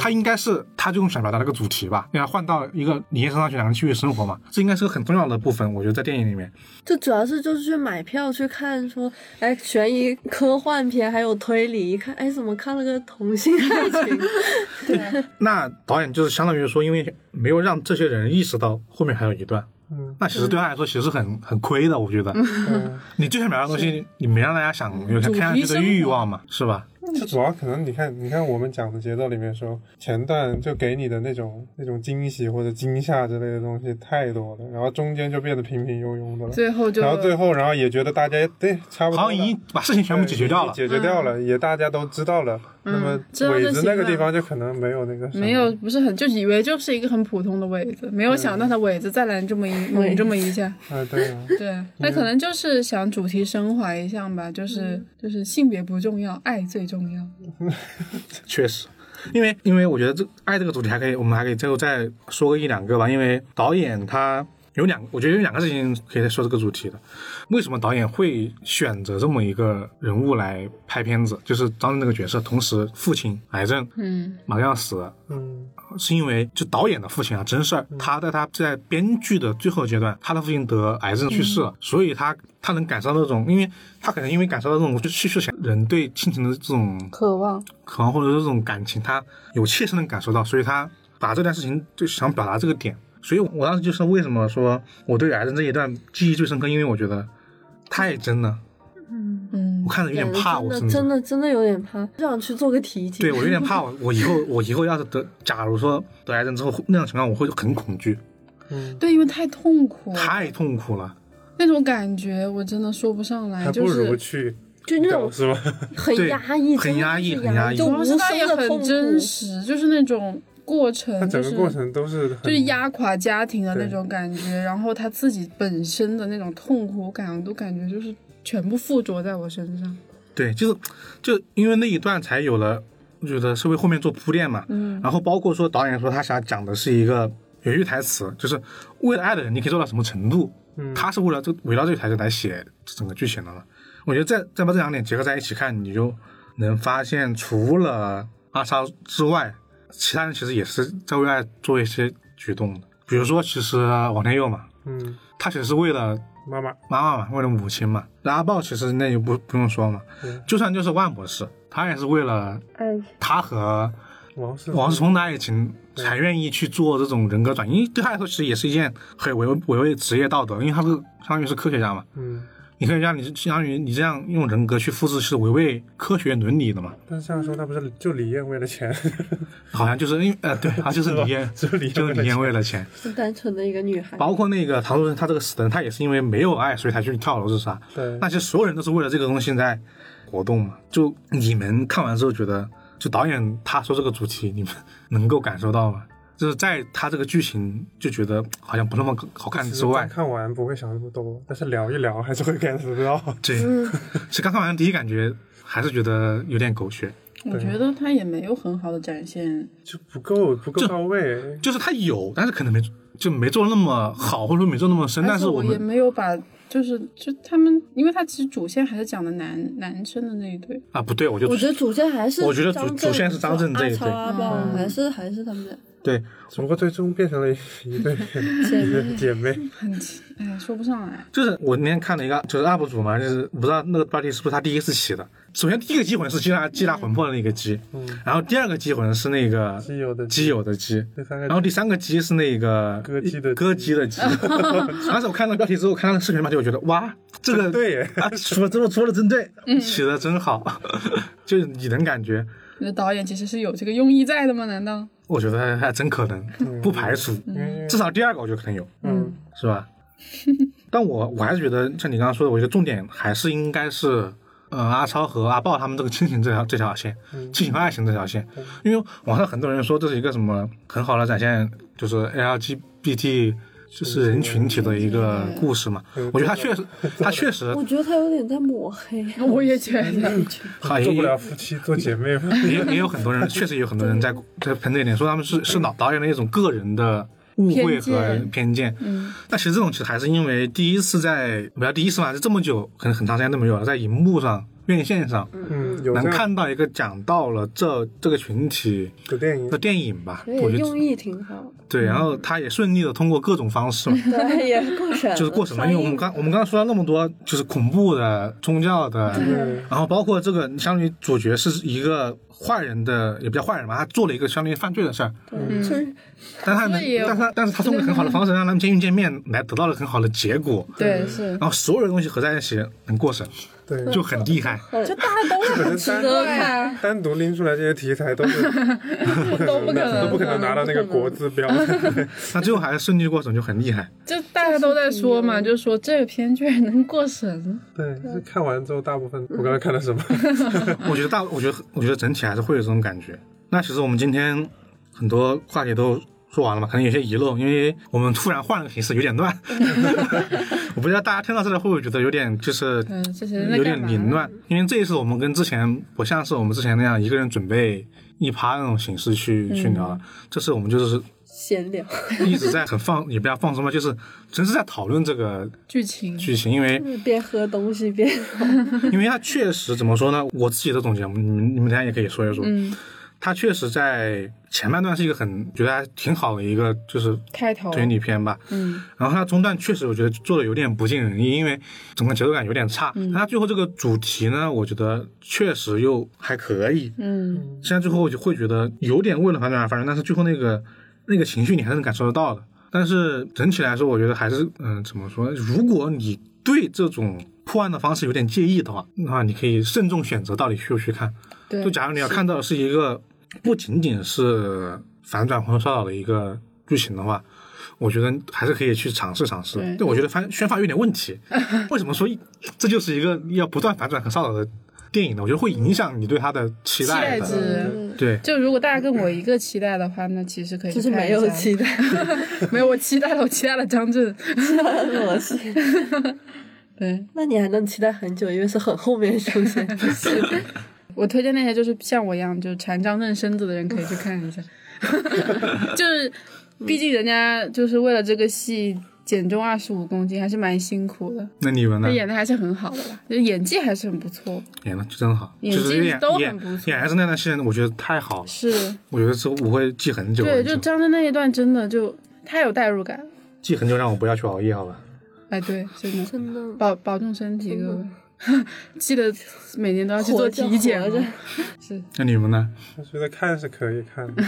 Speaker 1: 它应该是他就想表达那个主题吧，然后换到一个李艳身上去，两个人继续生活嘛，这应该是个很重要的部分，我觉得在电影里面。
Speaker 3: 就主要是就是去买票去看说，哎，悬疑、科幻片还有推理，一看哎，怎么看了个同性爱情？
Speaker 1: 那导演就是相当于说，因为没有让这些人意识到后面还有一段，
Speaker 4: 嗯，
Speaker 1: 那其实对他来说其实是很很亏的，我觉得。
Speaker 4: 嗯
Speaker 1: 你最想表达的东西，你没让大家想有看下去的欲望嘛，是吧？
Speaker 4: 这主要可能你看，你看我们讲的节奏里面说，前段就给你的那种那种惊喜或者惊吓之类的东西太多了，然后中间就变得平平庸庸的了，
Speaker 2: 最后就
Speaker 4: 然后最后然后也觉得大家对差不多
Speaker 1: 好
Speaker 4: 了
Speaker 1: 像已经把事情全部解决掉了
Speaker 4: 已。经解决掉了，也大家都知道了。那么
Speaker 2: 嗯知道就
Speaker 4: 尾子那个
Speaker 2: 行了
Speaker 4: 地方就可能没有那个什么
Speaker 2: 没有，不是很，就以为就是一个很普通的尾子，没有想到他尾子再来这么一猛这么一 下。
Speaker 4: 啊，对 啊，
Speaker 2: 对，他可能就是想主题升华一下吧，就是
Speaker 4: 嗯
Speaker 2: 就是性别不重要，爱最重要。
Speaker 1: 确实，因为因为我觉得这爱这个主题还可以，我们还可以最后再说个一两个吧。因为导演他有两个，我觉得有两个事情可以来说这个主题的。为什么导演会选择这么一个人物来拍片子？就是张震这个角色，同时父亲癌症
Speaker 2: 嗯
Speaker 1: 马上要死了，
Speaker 4: 嗯
Speaker 1: 是因为就导演的父亲啊，真事儿，
Speaker 5: 嗯
Speaker 1: 他在他在编剧的最后阶段，他的父亲得癌症去世
Speaker 5: 嗯
Speaker 1: 了，所以他他能感受到这种，因为他可能因为感受到这种去世前人对亲情的这种
Speaker 2: 渴望，
Speaker 1: 渴望或者这种感情，他有切身能感受到，所以他把这段事情就想表达这个点。所以我当时就是为什么说我对癌症这一段记忆最深刻，因为我觉得太真了，
Speaker 2: 嗯
Speaker 1: 我 看着有点怕，我
Speaker 5: 真的
Speaker 1: 甚至
Speaker 5: 真的真的有点怕。
Speaker 3: 就想去做个体检。
Speaker 1: 对我 有点怕我，我以后我以后要是得，假如说得癌症之后那种情况，我会很恐惧，
Speaker 4: 嗯，
Speaker 2: 对，因为太痛苦，
Speaker 1: 太痛苦了。
Speaker 2: 那种感觉我真的说不上来，
Speaker 4: 还
Speaker 2: 哎就
Speaker 4: 不如
Speaker 2: 是
Speaker 4: 去
Speaker 5: 就那
Speaker 4: 搞
Speaker 5: 种
Speaker 4: 是吧？
Speaker 5: 很
Speaker 1: 对
Speaker 5: 压抑，
Speaker 1: 很
Speaker 5: 真的
Speaker 1: 压抑
Speaker 5: 是
Speaker 1: 很压抑
Speaker 5: 就
Speaker 2: 主要
Speaker 5: 无
Speaker 2: 是
Speaker 5: 声
Speaker 2: 它也
Speaker 5: 的痛
Speaker 2: 很
Speaker 5: 苦
Speaker 2: 真实，就是那种过程，
Speaker 4: 它整
Speaker 2: 就是
Speaker 4: 个过程都是很
Speaker 2: 就是压垮家庭的那
Speaker 4: 对
Speaker 2: 种感觉，然后他自己本身的那种痛苦感，我都感觉就是全部附着在我身上。
Speaker 1: 对，就是就因为那一段才有了，我觉得是为后面做铺垫嘛。
Speaker 2: 嗯，
Speaker 1: 然后包括说导演说他想讲的是一个有一句台词，就是为了爱的人你可以做到什么程度，
Speaker 4: 嗯
Speaker 1: 他是为了这围绕这个台词来写整个剧情的嘛。我觉得再再把这两点结合在一起看，你就能发现除了阿莎之外，其他人其实也是在为爱做一些举动的。比如说，其实王天佑嘛，
Speaker 4: 嗯，
Speaker 1: 他其实是为了
Speaker 4: 妈妈
Speaker 1: 妈妈嘛，为了母亲嘛。拉豹其实那就不不用说嘛
Speaker 4: 嗯，
Speaker 1: 就算就是万博士，他也是为了
Speaker 3: 哎
Speaker 1: 他和
Speaker 4: 王世
Speaker 1: 王世充的爱情才愿意去做这种人格转移，因为对他来说其实也是一件很违违背职业道德，因为他是相当于是科学家嘛，
Speaker 4: 嗯，
Speaker 1: 你可以让你相当于你这样用人格去复制是违背科学伦理的嘛，
Speaker 4: 但是这样说，他不是就李艳为了钱，
Speaker 1: 好像就是因为 呃对，他就是李艳，
Speaker 4: 只有李
Speaker 1: 就是李艳
Speaker 4: 艳
Speaker 1: 为了钱，
Speaker 5: 很单纯的一个女孩。
Speaker 1: 包括那个唐素贞，他这个死的人，他也是因为没有爱，所以才去跳楼自杀，
Speaker 4: 对
Speaker 1: 那，些所有人都是为了这个东西在活动嘛，就你们看完之后觉得，就导演他说这个主题，你们能够感受到吗？就是在他这个剧情就觉得好像不那么好看
Speaker 4: 其
Speaker 1: 之
Speaker 4: 实刚
Speaker 1: 外，
Speaker 4: 看完不会想那么多，但是聊一聊还是会 get 到。
Speaker 1: 对，是刚看完第一感觉还是觉得有点狗血，
Speaker 2: 我觉得他也没有很好的展现，
Speaker 4: 就不够不够
Speaker 1: 就
Speaker 4: 到位，
Speaker 1: 就是他有，但是可能没就没做那么好，或者说没做那么深，但
Speaker 2: 而且
Speaker 1: 是我
Speaker 2: 也
Speaker 1: 们
Speaker 2: 没有把就是就他们，因为他其实主线还是讲的男男生的那一对，
Speaker 1: 啊不对，我就
Speaker 5: 我觉得主线还是
Speaker 1: 我觉得主
Speaker 5: 张震啊
Speaker 1: 主线是张震这一
Speaker 5: 阿超
Speaker 1: 对
Speaker 5: 阿豹
Speaker 2: 嗯
Speaker 5: 还是还是他们俩。
Speaker 1: 对，
Speaker 4: 只不过最终变成了一一对一对姐妹。
Speaker 2: 很奇哎呀说不上来。
Speaker 1: 就是我那天看了一个，就是 UP 主嘛，就是我不知道那个标题是不是他第一次起的。首先第一个机魂是击打击打魂魄的那个鸡，
Speaker 4: 嗯，
Speaker 1: 然后第二个鸡魂是那个
Speaker 4: 基友的
Speaker 1: 基友的鸡，
Speaker 4: 那大概
Speaker 1: 然后第三个鸡是那个
Speaker 4: 歌姬的鸡
Speaker 1: 歌姬 的鸡。当时我看到标题之后，看到视频嘛，就我觉得哇，这个
Speaker 4: 对耶，
Speaker 1: 啊，说这么说的真对，起的真好， 就是你能感觉，
Speaker 2: 那导演其实是有这个用意在的吗？难道？
Speaker 1: 我觉得还真可能，不排除，
Speaker 4: 嗯
Speaker 1: 至少第二个我觉得可能有。
Speaker 4: 嗯
Speaker 1: 是吧？但我我还是觉得，像你刚刚说的，我觉得重点还是应该是，呃，阿超和阿豹他们这个亲情这条这条线，
Speaker 4: 嗯
Speaker 1: 亲情和爱情这条线，因为网上很多人说这是一个什么很好的展现，就是 LGBT 就是人群体的一个故事嘛。
Speaker 4: 嗯
Speaker 1: 我觉得他确实，他确实
Speaker 5: 我觉得他有点在抹 黑。
Speaker 2: 我 也觉得，
Speaker 1: 好
Speaker 4: 哎做
Speaker 1: 也
Speaker 4: 不了夫妻做姐妹吧。
Speaker 1: 也也有很多人，确实有很多人在在喷这一点，说他们是是老导演的一种个人的误会和
Speaker 2: 偏见
Speaker 1: 偏见。
Speaker 2: 嗯，
Speaker 1: 那其实这种其实还是因为第一次在，不要第一次嘛，就这么久，可能很长时间都没有了，在荧幕上、院线上
Speaker 4: 嗯，有
Speaker 1: 能
Speaker 4: 这样
Speaker 1: 看到一个讲到了这这个群体
Speaker 4: 的电影
Speaker 1: 的，电影吧，
Speaker 5: 所
Speaker 1: 我
Speaker 5: 以
Speaker 1: 觉
Speaker 5: 用
Speaker 1: 得
Speaker 5: 意挺好，
Speaker 1: 对，然后他也顺利的通过各种方式嘛，
Speaker 5: 对，也过审了，
Speaker 1: 就是过审嘛，因为我们刚我们刚刚说了那么多，就是恐怖的、宗教的，
Speaker 4: 嗯
Speaker 1: 然后包括这个，相当于主角是一个坏人的，也不叫坏人吧，他做了一个相当于犯罪的事儿，
Speaker 5: 对就是
Speaker 1: 但他
Speaker 2: 所
Speaker 1: 能
Speaker 2: 以，
Speaker 1: 但他但是他通过很好的方式让他们监狱见面，来得到了很好的结果，
Speaker 2: 对，是
Speaker 1: 然，后所有的东西合在一起能过审，
Speaker 4: 对，
Speaker 1: 就很厉害。
Speaker 2: 就大家都很奇怪，
Speaker 4: 单独拎出来这些题材都是不可
Speaker 2: 都不
Speaker 4: 能
Speaker 2: 可
Speaker 4: 的，
Speaker 2: 能
Speaker 4: 都不可能拿到那个国字标。
Speaker 1: 那最后还是顺利过审，就很厉害。
Speaker 2: 就大家都在说嘛，就说这个片居然能过审，
Speaker 4: 对，就是看完之后，大部分我刚刚看了 什么？
Speaker 1: 我觉得大，我觉得我觉得整体还是会有这种感觉。那其实我们今天很多话题都说完了嘛，可能有些遗漏，因为我们突然换了个形式，有点乱。我不知道大家听到这里会不会觉得有点就是
Speaker 2: 嗯，这些人在
Speaker 1: 有
Speaker 2: 干
Speaker 1: 点
Speaker 2: 嘛？
Speaker 1: 凌乱，因为这一次我们跟之前不像嗯是我们之前那样一个人准备一趴那种形式去、去聊了，这次我们就是
Speaker 5: 闲聊，
Speaker 1: 一直在很放，也不要放松吧，就是 纯是在讨论这个
Speaker 2: 剧情
Speaker 1: 剧情，因 为
Speaker 5: 边喝东西边
Speaker 1: 因为它确实怎么说呢，我自己的总结，你们你们大家也可以说一说，
Speaker 2: 嗯
Speaker 1: 它确实在前半段是一个很觉得还挺好的一个就是
Speaker 2: 开头，
Speaker 1: 推理片吧，
Speaker 2: 嗯
Speaker 1: 然后它中段确实我觉得做的有点不尽人意，因为整个节奏感有点差。但它最后这个主题呢，我觉得确实又还可以。
Speaker 2: 嗯
Speaker 1: 现在最后我就会觉得有点为了反转而反转，但是最后那个那个情绪你还是能感受得到的。但是整体来说，我觉得还是嗯、怎么说呢？如果你对这种破案的方式有点介意的话，那你可以慎重选择到底去不去看。
Speaker 2: 对
Speaker 1: 就，假如你要看到的是一个不仅仅是反转或烧脑的一个剧情的话，我觉得还是可以去尝试尝试。
Speaker 2: 对
Speaker 1: 但我觉得翻宣发有点问 题，为什么说一这就是一个要不断反转和烧脑的电影呢？我觉得会影响你对它的期
Speaker 2: 期
Speaker 1: 待
Speaker 2: 待
Speaker 1: 的。
Speaker 2: 值。
Speaker 1: 对，
Speaker 2: 就如果大家跟我一个期待的话，那其实可以去
Speaker 5: 就是
Speaker 2: 看
Speaker 5: 没
Speaker 2: 一
Speaker 5: 有
Speaker 2: 下
Speaker 5: 期待，
Speaker 2: 没有，我期待了，我期待了张震。
Speaker 5: 逻辑。
Speaker 2: 对，
Speaker 3: 那你还能期待很久，因为是很后面出现。
Speaker 2: 我推荐那些就是像我一样就缠张震身子的人可以去看一下，就是毕竟人家就是为了这个戏减重二十五公斤，还是蛮辛苦的。
Speaker 1: 那你们呢
Speaker 2: 他？演的还是很好的啦，就演技还是很不错。
Speaker 1: 演的真好，
Speaker 2: 演
Speaker 1: 就
Speaker 2: 技
Speaker 1: 是演
Speaker 2: 都很
Speaker 1: 演
Speaker 2: 不错
Speaker 1: 演还是那段戏，我觉得太好了，
Speaker 2: 是，
Speaker 1: 我觉得这我会记很久。
Speaker 2: 对，
Speaker 1: 很
Speaker 2: 就
Speaker 1: 久
Speaker 2: 张震那一段真的就太有代入感了。
Speaker 1: 记很久，让我不要去熬夜，好吧？
Speaker 2: 哎，对，真 的
Speaker 3: 真的，
Speaker 2: 保保重身体，各位。 记得每年都 要去
Speaker 5: 活
Speaker 2: 做
Speaker 5: 着
Speaker 2: 体检
Speaker 5: 活着
Speaker 2: 哦。是，
Speaker 1: 那你们呢？
Speaker 4: 我觉得看是可以看 的，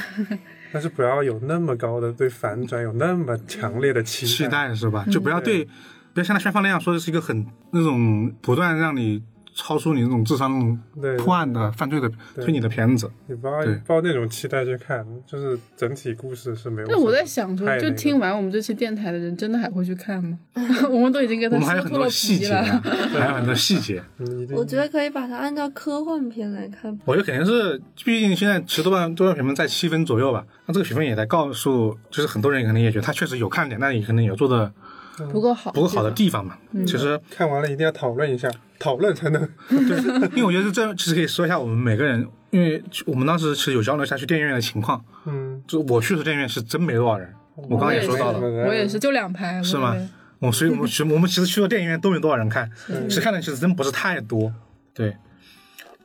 Speaker 4: 但是不要有那么高的对反转有那么强烈的期
Speaker 1: 期
Speaker 4: 待。
Speaker 1: 待是吧？
Speaker 2: 嗯
Speaker 1: 就不要对，不要像他宣发那样说这是一个很那种不断让你超出你那种智商那种
Speaker 4: 对，
Speaker 1: 破案的犯罪的
Speaker 4: 对
Speaker 1: 推理的片子。
Speaker 4: 你抱
Speaker 1: 对
Speaker 4: 抱那种期待去看，就是整体故事是没有什
Speaker 2: 那
Speaker 4: 么。
Speaker 2: 我在想
Speaker 4: 太
Speaker 2: 说，
Speaker 4: 那
Speaker 2: 就
Speaker 4: 个
Speaker 2: 听完我们这期电台的人，真的还会去看吗？我们都已经跟
Speaker 1: 我
Speaker 2: 他
Speaker 1: 们还有
Speaker 2: 撕
Speaker 1: 很
Speaker 2: 破
Speaker 1: 多
Speaker 2: 了
Speaker 1: 细
Speaker 2: 皮
Speaker 1: 节、
Speaker 2: 了。
Speaker 1: 啊，还有很多细节。
Speaker 4: 你一定
Speaker 3: 我觉得可以把它按照科幻片来看。
Speaker 1: 我觉得肯定是，毕竟现在其实豆瓣豆瓣评分在七分左右吧。那这个评分也在告诉，就是很多人可能也觉得他确实有看点，但也可能有做的
Speaker 2: 不够
Speaker 1: 嗯
Speaker 2: 好，
Speaker 1: 不够好的地方嘛。其实，
Speaker 4: 看完了一定要讨论一下，讨论才能
Speaker 1: 对，因为我觉得这其实可以说一下我们每个人，因为我们当时其实有交流一下去电影院的情况。
Speaker 4: 嗯，
Speaker 1: 就我去的电影院是真没多少人，我刚刚也说到了。
Speaker 2: 我也是，就两排，
Speaker 1: 是
Speaker 2: 我
Speaker 1: 吗
Speaker 2: 以为？
Speaker 1: 我所以我们其实我们其实去过电影院都没多少人看，其实看的其实真不是太多。对，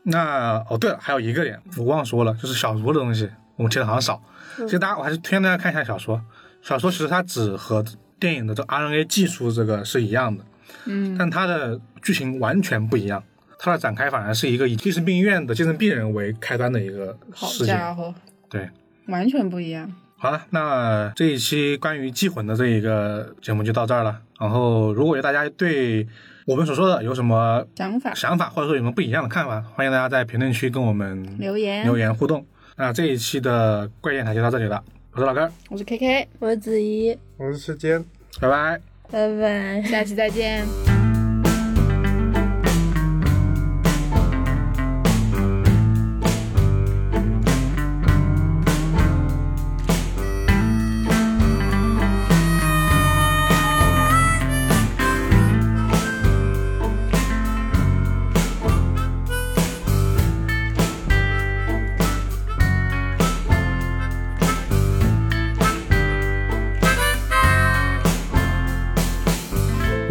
Speaker 1: 那哦对了，还有一个点我忘说了，就是小说的东西我们提的好像少。其实大家我还是推荐大家看一下小说，小说其实它只和电影的这 RNA 技术这个是一样的，
Speaker 2: 嗯，
Speaker 1: 但它的剧情完全不一样。它的展开反而是一个以精神病院的精神病人为开端的一个
Speaker 2: 好
Speaker 1: 事件。
Speaker 2: 家伙，
Speaker 1: 对，
Speaker 2: 完全不一样。
Speaker 1: 好了，那这一期关于《祭魂》的这一个节目就到这儿了。然后，如果有大家对我们所说的有什么
Speaker 2: 想法
Speaker 1: 想法，或者说有什么不一样的看法，欢迎大家在评论区跟我们
Speaker 2: 留言，
Speaker 1: 留言互动。那这一期的怪电台就到这里了，我是老根儿，
Speaker 2: 我是 KK，
Speaker 3: 我是子怡，
Speaker 4: 我是时间。
Speaker 1: 拜拜。
Speaker 3: 拜拜。
Speaker 2: 下期再见。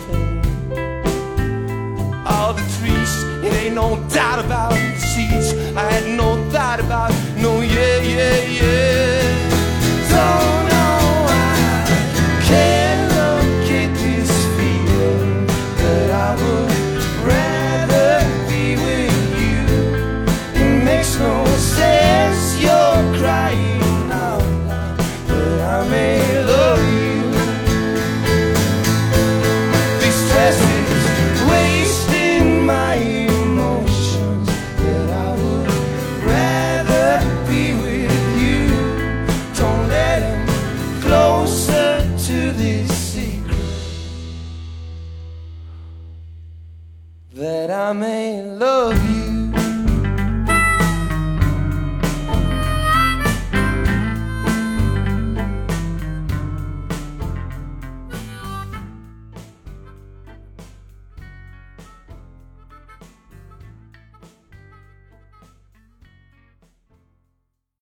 Speaker 6: pain. All the trees, it ain't no doubt about it. the seeds. I had no doubt about it.